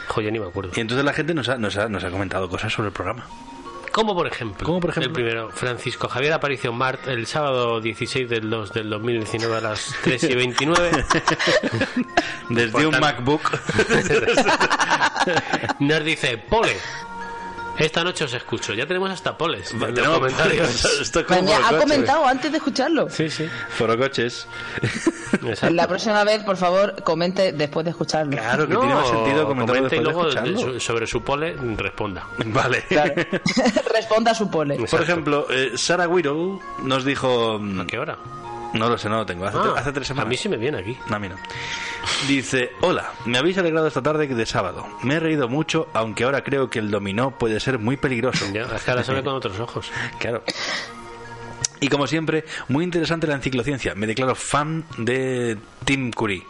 D: Joder, ni me acuerdo.
C: Y entonces la gente nos ha, nos ha- nos ha comentado cosas sobre el programa.
D: Como por ejemplo.
C: Como por ejemplo.
D: El primero, Francisco Javier Aparicio Mart, el sábado 16 del 2 del 2019 a las 3 y 29.
C: Desde un MacBook.
D: Nos dice, Pole. Esta noche os escucho. Ya tenemos hasta poles. en los
C: tenemos
D: comentarios.
C: poles. Esto es
E: Pues ya ha comentado antes de escucharlo.
D: Sí, sí.
C: Foro coches.
E: La próxima vez, por favor, comente después de escucharlo.
C: Claro que tiene más sentido comentarlo
D: comenta y
C: después de
D: luego
C: escucharlo.
D: so- sobre su pole responda.
C: Vale.
E: Responda a su pole.
C: Por ejemplo, eh, Sarah Whittle nos dijo... ¿A
D: qué hora?
C: No lo sé, no lo tengo. Hace,
D: Ah,
C: tre- hace tres semanas.
D: a mí sí me viene aquí.
C: No, a mí no. Dice, hola, me habéis alegrado esta tarde de sábado. Me he reído mucho, aunque ahora creo que el dominó puede ser muy peligroso.
D: Es que ahora se ve con otros ojos.
C: Claro. Y como siempre, muy interesante la enciclociencia. Me declaro fan de Tim Curry.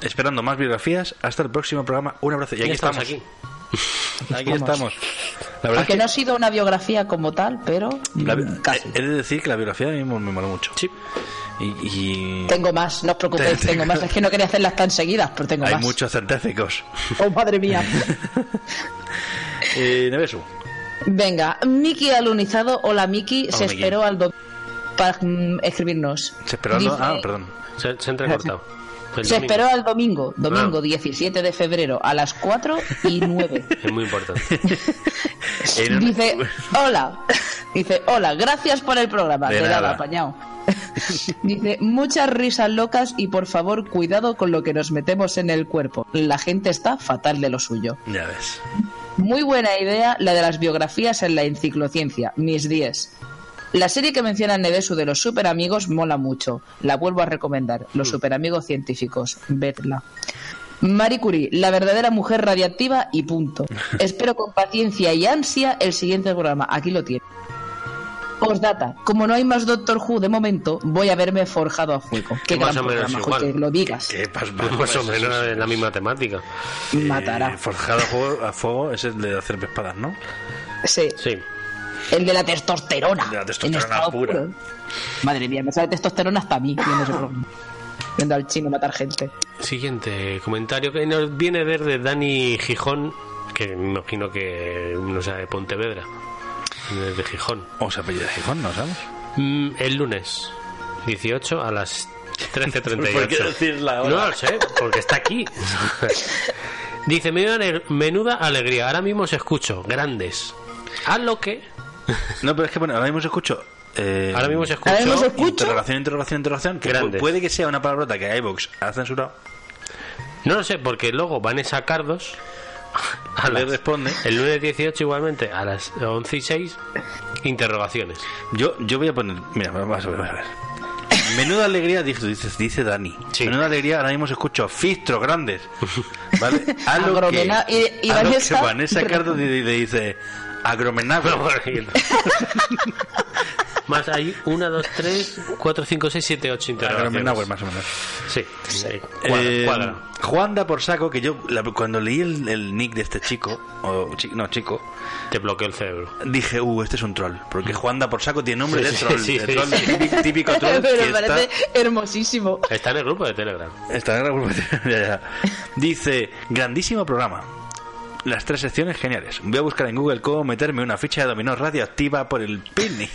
C: Esperando más biografías. Hasta el próximo programa. Un abrazo. Y
D: Ya
C: aquí
D: estamos
C: estamos. Aquí
E: Vamos.
C: estamos. La verdad es
E: Aunque
C: que
E: no ha sido una biografía como tal, pero
C: la- eh, he he de decir que la biografía a mí me moló mucho. Sí. Y, y-
E: tengo más, no os preocupéis,
C: Te-
E: tengo más. Es que no quería hacerlas tan seguidas, pero tengo
C: hay
E: más.
C: muchos centéficos.
E: Oh, madre mía.
C: Eh, Nevesu.
E: Venga, Miki alunizado. Hola, Miki.
C: Hola,
E: se
C: Miki.
E: esperó al domingo para mm, escribirnos.
C: Se esperando.
E: Dice-
C: Ah, perdón.
D: Se, ha entrecortado.
E: Se esperó al domingo,
C: Ah.
E: domingo 17 de febrero a las 4 y 9.
D: Es muy importante.
E: Dice, hola. Dice, hola, gracias por el programa.
D: De
E: De nada,
D: nada.
E: apañado. Dice, muchas risas locas y por favor, cuidado con lo que nos metemos en el cuerpo. La gente está fatal de lo suyo.
C: Ya ves.
E: Muy buena idea la de las biografías en la enciclociencia, mis 10. La serie que menciona Nevesu de los superamigos mola mucho. La vuelvo a recomendar,
D: Mm.
E: Los superamigos científicos. Vedla. Marie Curie, la verdadera mujer radiactiva y punto. Espero con paciencia y ansia el siguiente programa. Aquí lo tiene. Postdata, como no hay más Doctor Who de momento, voy a verme forjado a fuego. Qué
D: Que más
E: gran
D: o menos
E: programa,
D: igual.
E: jo, que lo digas.
C: Que pas-
D: Eh, Más o menos es la misma temática.
E: Eh,
D: eh,
E: Matará.
C: Forjado a fuego, a fuego es el de hacer espadas, ¿no?
E: Sí.
D: Sí.
E: El de la testosterona.
C: De la
E: En
C: testosterona
E: estado
C: pura.
E: puro. Madre mía, me sale testosterona hasta a mí viendo ese programa. Viendo al chino matar gente.
D: Siguiente comentario que nos viene a ver de Dani Gijón, que me imagino que no sea de Pontevedra, de Gijón.
C: O se apellida Gijón, no sabes.
D: Mm, el lunes 18 a las 13.38.
C: ¿Por qué decir la hora?
D: No lo sé, porque está aquí. Dice, menuda, ale- menuda alegría, ahora mismo os escucho, grandes. Haz lo que...
C: No, pero es que bueno, ahora mismo se escucho. eh,
D: Ahora mismo se escucha. Ahora mismo se escucha.
C: Interrogación, interrogación, interrogación. Que
D: Grande.
C: pu- puede que sea una palabrota que iVox ha censurado.
D: No lo sé, porque luego Vanessa Cardos a
C: Le
D: las-
C: responde.
D: el lunes 18 igualmente a las 11 y 6 interrogaciones.
C: Yo, yo voy a poner. Mira, vamos a ver, vamos a ver. Menuda alegría, dice, dice, dice Dani. Menuda alegría, ahora mismo se escucha fistros grandes. ¿Vale? A lo que,
E: Agromena- y- y
C: a lo que
E: Vanessa-
C: Vanessa Cardo le, le dice. Agromenagro.
D: Más hay 1, 2, 3, 4, 5, 6, 7, 8
C: Agromenagro,
D: interrogaciones.
C: más o menos.
D: Sí, sí.
C: Eh,
D: Cuadra, cuadra.
C: Juan da por saco que yo la- cuando leí el, el nick de este chico, o chi- no chico,
D: te bloqueó el cerebro.
C: Dije, uh, este es un troll, porque Juan da por saco tiene nombre
D: Mm. Sí,
C: de
D: sí,
C: troll,
D: sí,
C: de
D: sí,
C: troll,
D: sí.
C: típico- típico troll
E: Pero
C: que
E: me parece
C: está,
E: hermosísimo.
D: Está en el grupo de Telegram.
C: está en el grupo de- ya, ya. Dice, grandísimo programa. Las tres secciones geniales. Voy a buscar en Google cómo meterme una ficha de dominó radioactiva por el pini.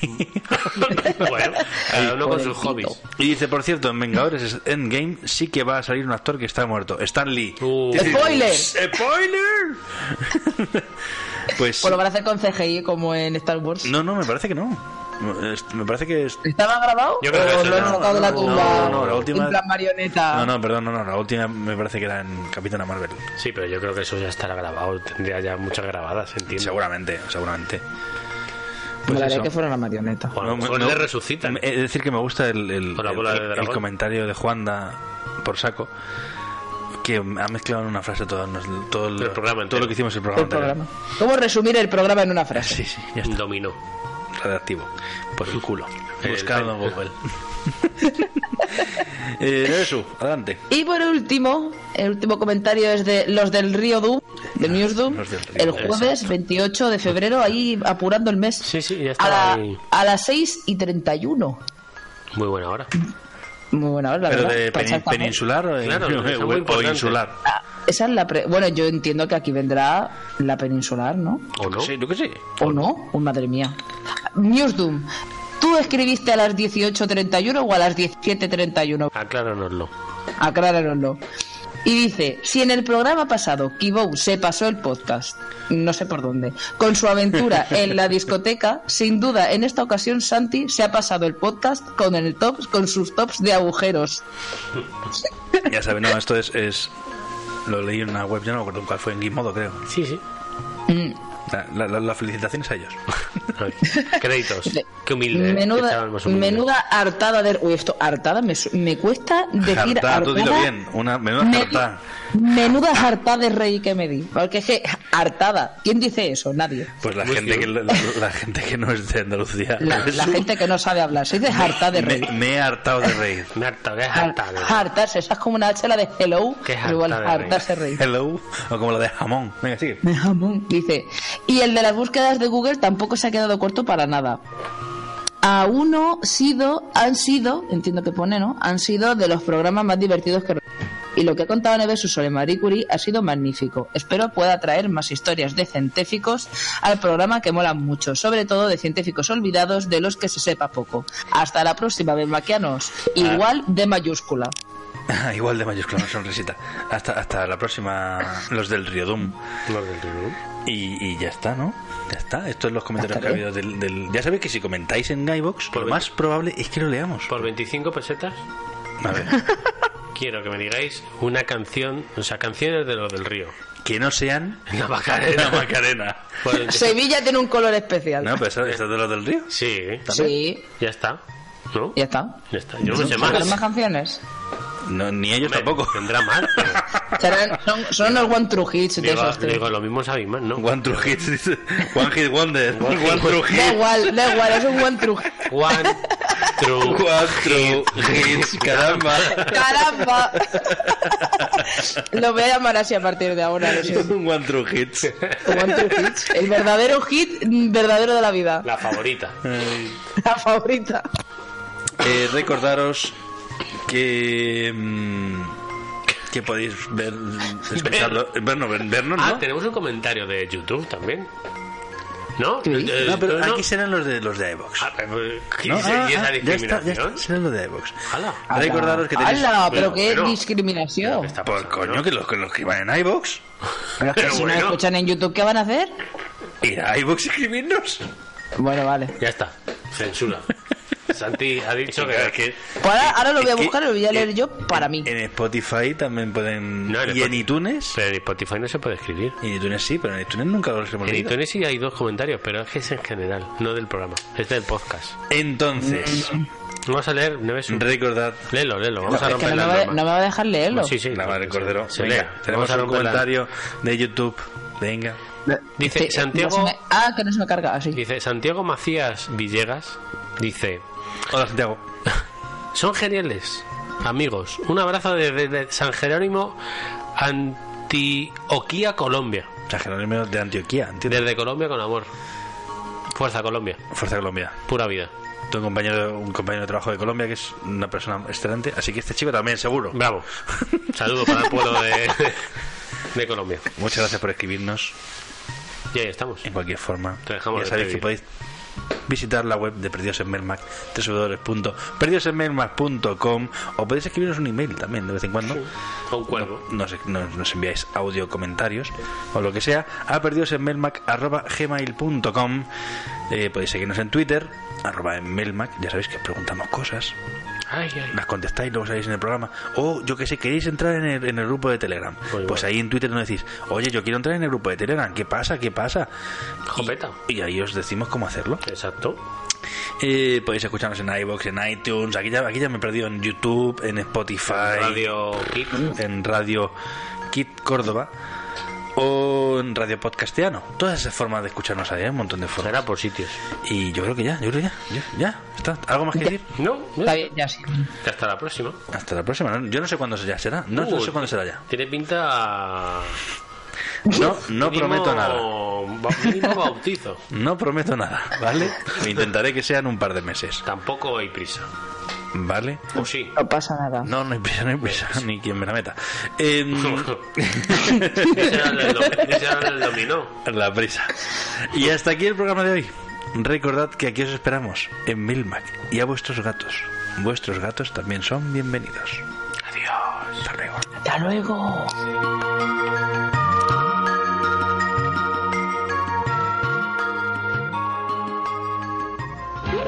D: bueno, cada uno con sus hobbies.
C: Y dice, por cierto, en Vengadores Endgame sí que va a salir un actor que está muerto. Stan Lee.
D: Uh,
C: Dice,
E: ¡Spoiler!
C: ¡Spoiler! Pues
E: O lo van a hacer con CGI como en Star Wars.
C: no, no, me parece que no. Es- Me parece que es...
E: ¿Estaba grabado?
C: Yo creo
E: ¿O
C: que sí,
E: lo han
C: no,
E: sacado de la
C: no,
E: tumba?
C: no, no, la última-
E: En plan marioneta.
C: No, no, perdón, no, no, la última me parece que era en Capitana Marvel.
D: Sí, pero yo creo que eso ya estará grabado. Tendría ya muchas grabadas, entiendo.
C: Seguramente, seguramente.
E: Me
C: Pues
E: la haría
C: eso.
E: que fuera una marioneta.
D: O a lo
C: No,
D: mejor
C: me-
D: le
C: no,
D: resucitan.
C: Es decir, que me gusta el, el-
D: Con la bola
C: el-
D: de
C: el
D: dragón.
C: comentario de Juanda por saco, que ha mezclado en una frase todo, nos- todo, el-
D: El programa
C: todo
D: entero.
C: lo que hicimos el
E: El
C: programa. anterior.
E: programa. ¿Cómo resumir el programa en una frase?
C: Sí, sí, ya está.
D: Dominó.
C: Radioactivo. Por el culo.
D: El-
C: Buscado en Google. eh, Neresu, adelante.
E: Y por último, el último comentario es de los del Río Doom, de Muse Doom,
C: Los del Río
E: el
C: Doom.
E: jueves 28 de febrero, ahí apurando el mes.
D: Sí, sí, ya
E: a,
D: está.
E: la-
D: ahí.
E: a las 6 y 31.
D: Muy buena hora.
E: Muy buena hora, la
C: ¿Pero
E: verdad.
C: de
E: para
C: peni-
E: echar café.
C: peninsular o, de-
D: Claro,
C: o-
D: es muy
C: o
D: importante.
C: insular?
E: Ah, Esa es la pre- Bueno, yo entiendo que aquí vendrá la peninsular, ¿no?
D: ¿O no?
C: Sí, yo que sí.
E: ¿O no? Oh, madre mía. Newsdoom, ¿tú escribiste a las 18.31 o a las 17.31?
D: Acláranoslo.
E: Acláranoslo. Y dice, si en el programa pasado Kibou se pasó el podcast, no sé por dónde, con su aventura en la discoteca, sin duda en esta ocasión Santi se ha pasado el podcast con el top, con sus tops de agujeros.
C: Ya sabes, no, esto es, es- Lo leí en una web, ya no me acuerdo cuál fue, en Gizmodo, creo.
D: Sí, sí.
E: Mm,
C: La- la- la- las felicitaciones a ellos.
D: Créditos. Qué humilde.
E: Menuda, menuda hartada de. Uy, esto, hartada, me, su- me cuesta decir
C: Jartá, tú dilo
E: hartada.
C: bien. Una menuda
E: Me-
C: jartá.
E: Menuda hartada de reír que me di. Porque es que, hartada. ¿Quién dice eso? Nadie.
C: Pues la gente, que, la, la gente que no es de Andalucía.
E: La, la
C: Su-
E: gente que no sabe hablar. Se dice hartada de reír.
C: me, me he hartado de reír.
D: Me he hartado, me he
C: hartado
E: Hartarse, esa es como una chela de hello. pero igual hartarse reír.
C: Hello. O como la de jamón. Venga, sigue.
E: Jamón. Dice, y el de las búsquedas de Google tampoco se ha quedado corto para nada. A uno sido, han sido, entiendo que pone, ¿no? Han sido de los programas más divertidos que... Y lo que ha contado Neves sobre Marie Curie ha sido magnífico. Espero pueda traer más historias de científicos al programa que molan mucho, sobre todo de científicos olvidados de los que se sepa poco. Hasta la próxima, Belmaquianos. Igual de mayúscula.
C: Igual de mayúscula, una sonrisita. Hasta, hasta la próxima. Los del Riodum.
D: Los del Riodum.
C: Y, y ya está, ¿no? Ya está. Estos son los comentarios que ha
D: Hasta
C: habido del, del- Ya sabéis que si comentáis en Guybox, lo más probable es que lo leamos.
D: Por 25 pesetas.
C: A ver.
D: Quiero que me digáis una canción, o sea, canciones de los del río.
C: Que no sean.
D: La Macarena.
C: La Macarena.
D: Por 25.
E: Sevilla tiene un color especial.
C: No, pero eso- esto es de los del río.
D: Sí.
E: Sí.
D: Ya está. ¿No? pues,
E: Ya está.
D: Ya está. Yo no sé
E: ¿Sabrán
D: más.
E: canciones?
C: No, ni ellos tampoco.
D: Tendrá más.
E: Serán- son, son unos one true hits de
D: Digo,
E: esos tres.
D: digo, lo mismo sabéis más, ¿no?
C: One True Hits, dice. One Hit Wonder. One,
D: hit
C: True
D: wonder.
C: Hit.
E: Da igual, da igual, es un one true
D: One True
C: One True Hits. Caramba.
E: ¡Caramba! Lo voy a llamar así a partir de ahora. lo siento.
C: Un One True Hits.
E: One true hits. El verdadero hit mm, verdadero de la vida.
D: La favorita.
C: Ay.
E: La favorita.
C: Eh, recordaros que. mm, que podéis ver. Escucharlo. Ver, no, ver, vernos,
D: Ah,
C: ¿no?
D: tenemos un comentario de YouTube también. ¿No? Eh,
C: No, pero
D: no, no.
C: aquí serán los de los de iVox.
D: Ah, eh, ¿qué
C: ¿No?
D: dice-
C: Ah,
D: ¿Y esa
C: ah, ya está, ya
D: discriminación?
C: está, serán los de iVox.
D: Ala.
C: Recordaros que tenéis.
E: ¡Hala! Pero qué discriminación.
C: Por coño, que los, que los que van en iVox.
E: Pero es que si no escuchan en YouTube, ¿qué van a hacer?
C: Ir a iVox y escribirnos.
E: Bueno, vale.
D: Ya está. Censura. Santi ha dicho que...
E: Pues ahora, ahora lo voy a
C: Es que-
E: buscar y lo voy a leer yo para mí.
C: En Spotify también pueden.
D: No, en
C: y en
D: Spotify-
C: iTunes.
D: Pero en Spotify no se puede escribir.
C: En iTunes sí, pero en iTunes nunca los hemos
D: En
C: leído.
D: iTunes sí hay dos comentarios, pero es que es en general, no del programa. Es del podcast.
E: Mm,
C: Entonces,
D: Vamos a leer, Neves.
C: recordad.
D: Léelo, léelo. Vamos a
E: Es que
D: romper
E: no, me
D: la
E: va,
D: norma.
E: no me va a dejar leerlo.
D: Sí, sí.
C: La madre
D: se-
C: Cordero.
D: se
C: venga,
D: lea.
C: Tenemos
D: Vamos a
C: un
D: romper la-
C: comentario de YouTube. Venga.
D: Dice
E: Este, no
D: Santiago,
E: se me- Ah, que no se me carga. Así.
D: dice Santiago Macías Villegas. Dice,
C: Hola, Santiago.
D: son geniales, amigos. Un abrazo desde desde San Jerónimo, Antioquia, Colombia.
C: San Jerónimo de Antioquía, ¿entiendes?
D: Desde Colombia con amor. Fuerza Colombia,
C: Fuerza Colombia.
D: pura vida.
C: Tengo un compañero, un compañero de trabajo de Colombia que es una persona excelente, así que este chico también, seguro.
D: Bravo. Saludo para el pueblo de, de Colombia.
C: Muchas gracias por escribirnos.
D: Y ahí estamos.
C: En cualquier forma,
D: Te dejamos
C: ya sabéis que
D: despedir.
C: podéis visitar la web de Perdidos en Melmac, www.perdidosenmelmac.com o podéis escribirnos un email también de vez en cuando.
D: A un cuervo.
C: nos, nos- nos enviáis audio comentarios o lo que sea a perdidos en melmac arroba gmail.com Eh, podéis seguirnos en Twitter arroba en melmac ya sabéis que os preguntamos cosas
D: Ay, ay.
C: las contestáis luego salís en el programa o yo que sé queréis entrar en el, en el grupo de Telegram
D: Pues
C: pues,
D: igual.
C: ahí en Twitter nos decís oye yo quiero entrar en el grupo de Telegram ¿qué pasa? ¿qué pasa?
D: Jopeta.
C: y, y ahí os decimos cómo hacerlo
D: Exacto.
C: Eh, podéis escucharnos en iVoox en iTunes aquí ya, aquí ya me he perdido en YouTube en Spotify
D: Radio Kick.
C: en Radio Kit Córdoba o en Radio Podcastiano. Todas esas formas de escucharnos ahí, ¿eh? un montón de formas.
D: Será por sitios.
C: Y yo creo que ya, yo creo que ya, ya, ya, está. ¿Algo más que decir?
D: No, no.
E: Está bien, ya sí.
D: Hasta la próxima.
C: Hasta la próxima. ¿no? Yo no sé cuándo ya será. No, no
D: Uy.
C: sé cuándo será ya.
D: Tiene pinta.
C: No, no
D: mínimo-
C: prometo nada.
D: ba- Mínimo bautizo.
C: No prometo nada, ¿vale? Intentaré que sean un par de meses,
D: Tampoco hay prisa.
C: ¿vale?
D: O sí.
E: No pasa nada.
C: No, no hay prisa, no hay prisa, ni quien me la meta. Em,
D: Ese era el del dom- ese era el del dominó.
C: la prisa. Y hasta aquí el programa de hoy. Recordad que aquí os esperamos en Milmac y a vuestros gatos. Vuestros gatos también son bienvenidos. Adiós. Hasta luego.
E: Hasta luego.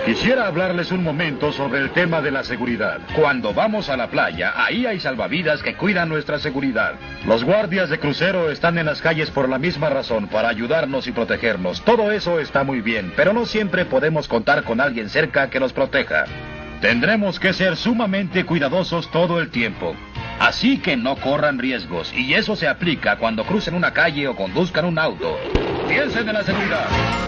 S: Quisiera hablarles un momento sobre el tema de la seguridad. Cuando vamos a la playa, ahí hay salvavidas que cuidan nuestra seguridad.
A: Los guardias de crucero están en las calles por la misma razón, para ayudarnos y protegernos. Todo eso está muy bien, pero no siempre podemos contar con alguien cerca que nos proteja. Tendremos que ser sumamente cuidadosos todo el tiempo. Así que no corran riesgos, y eso se aplica cuando crucen una calle o conduzcan un auto. Piensen en la seguridad.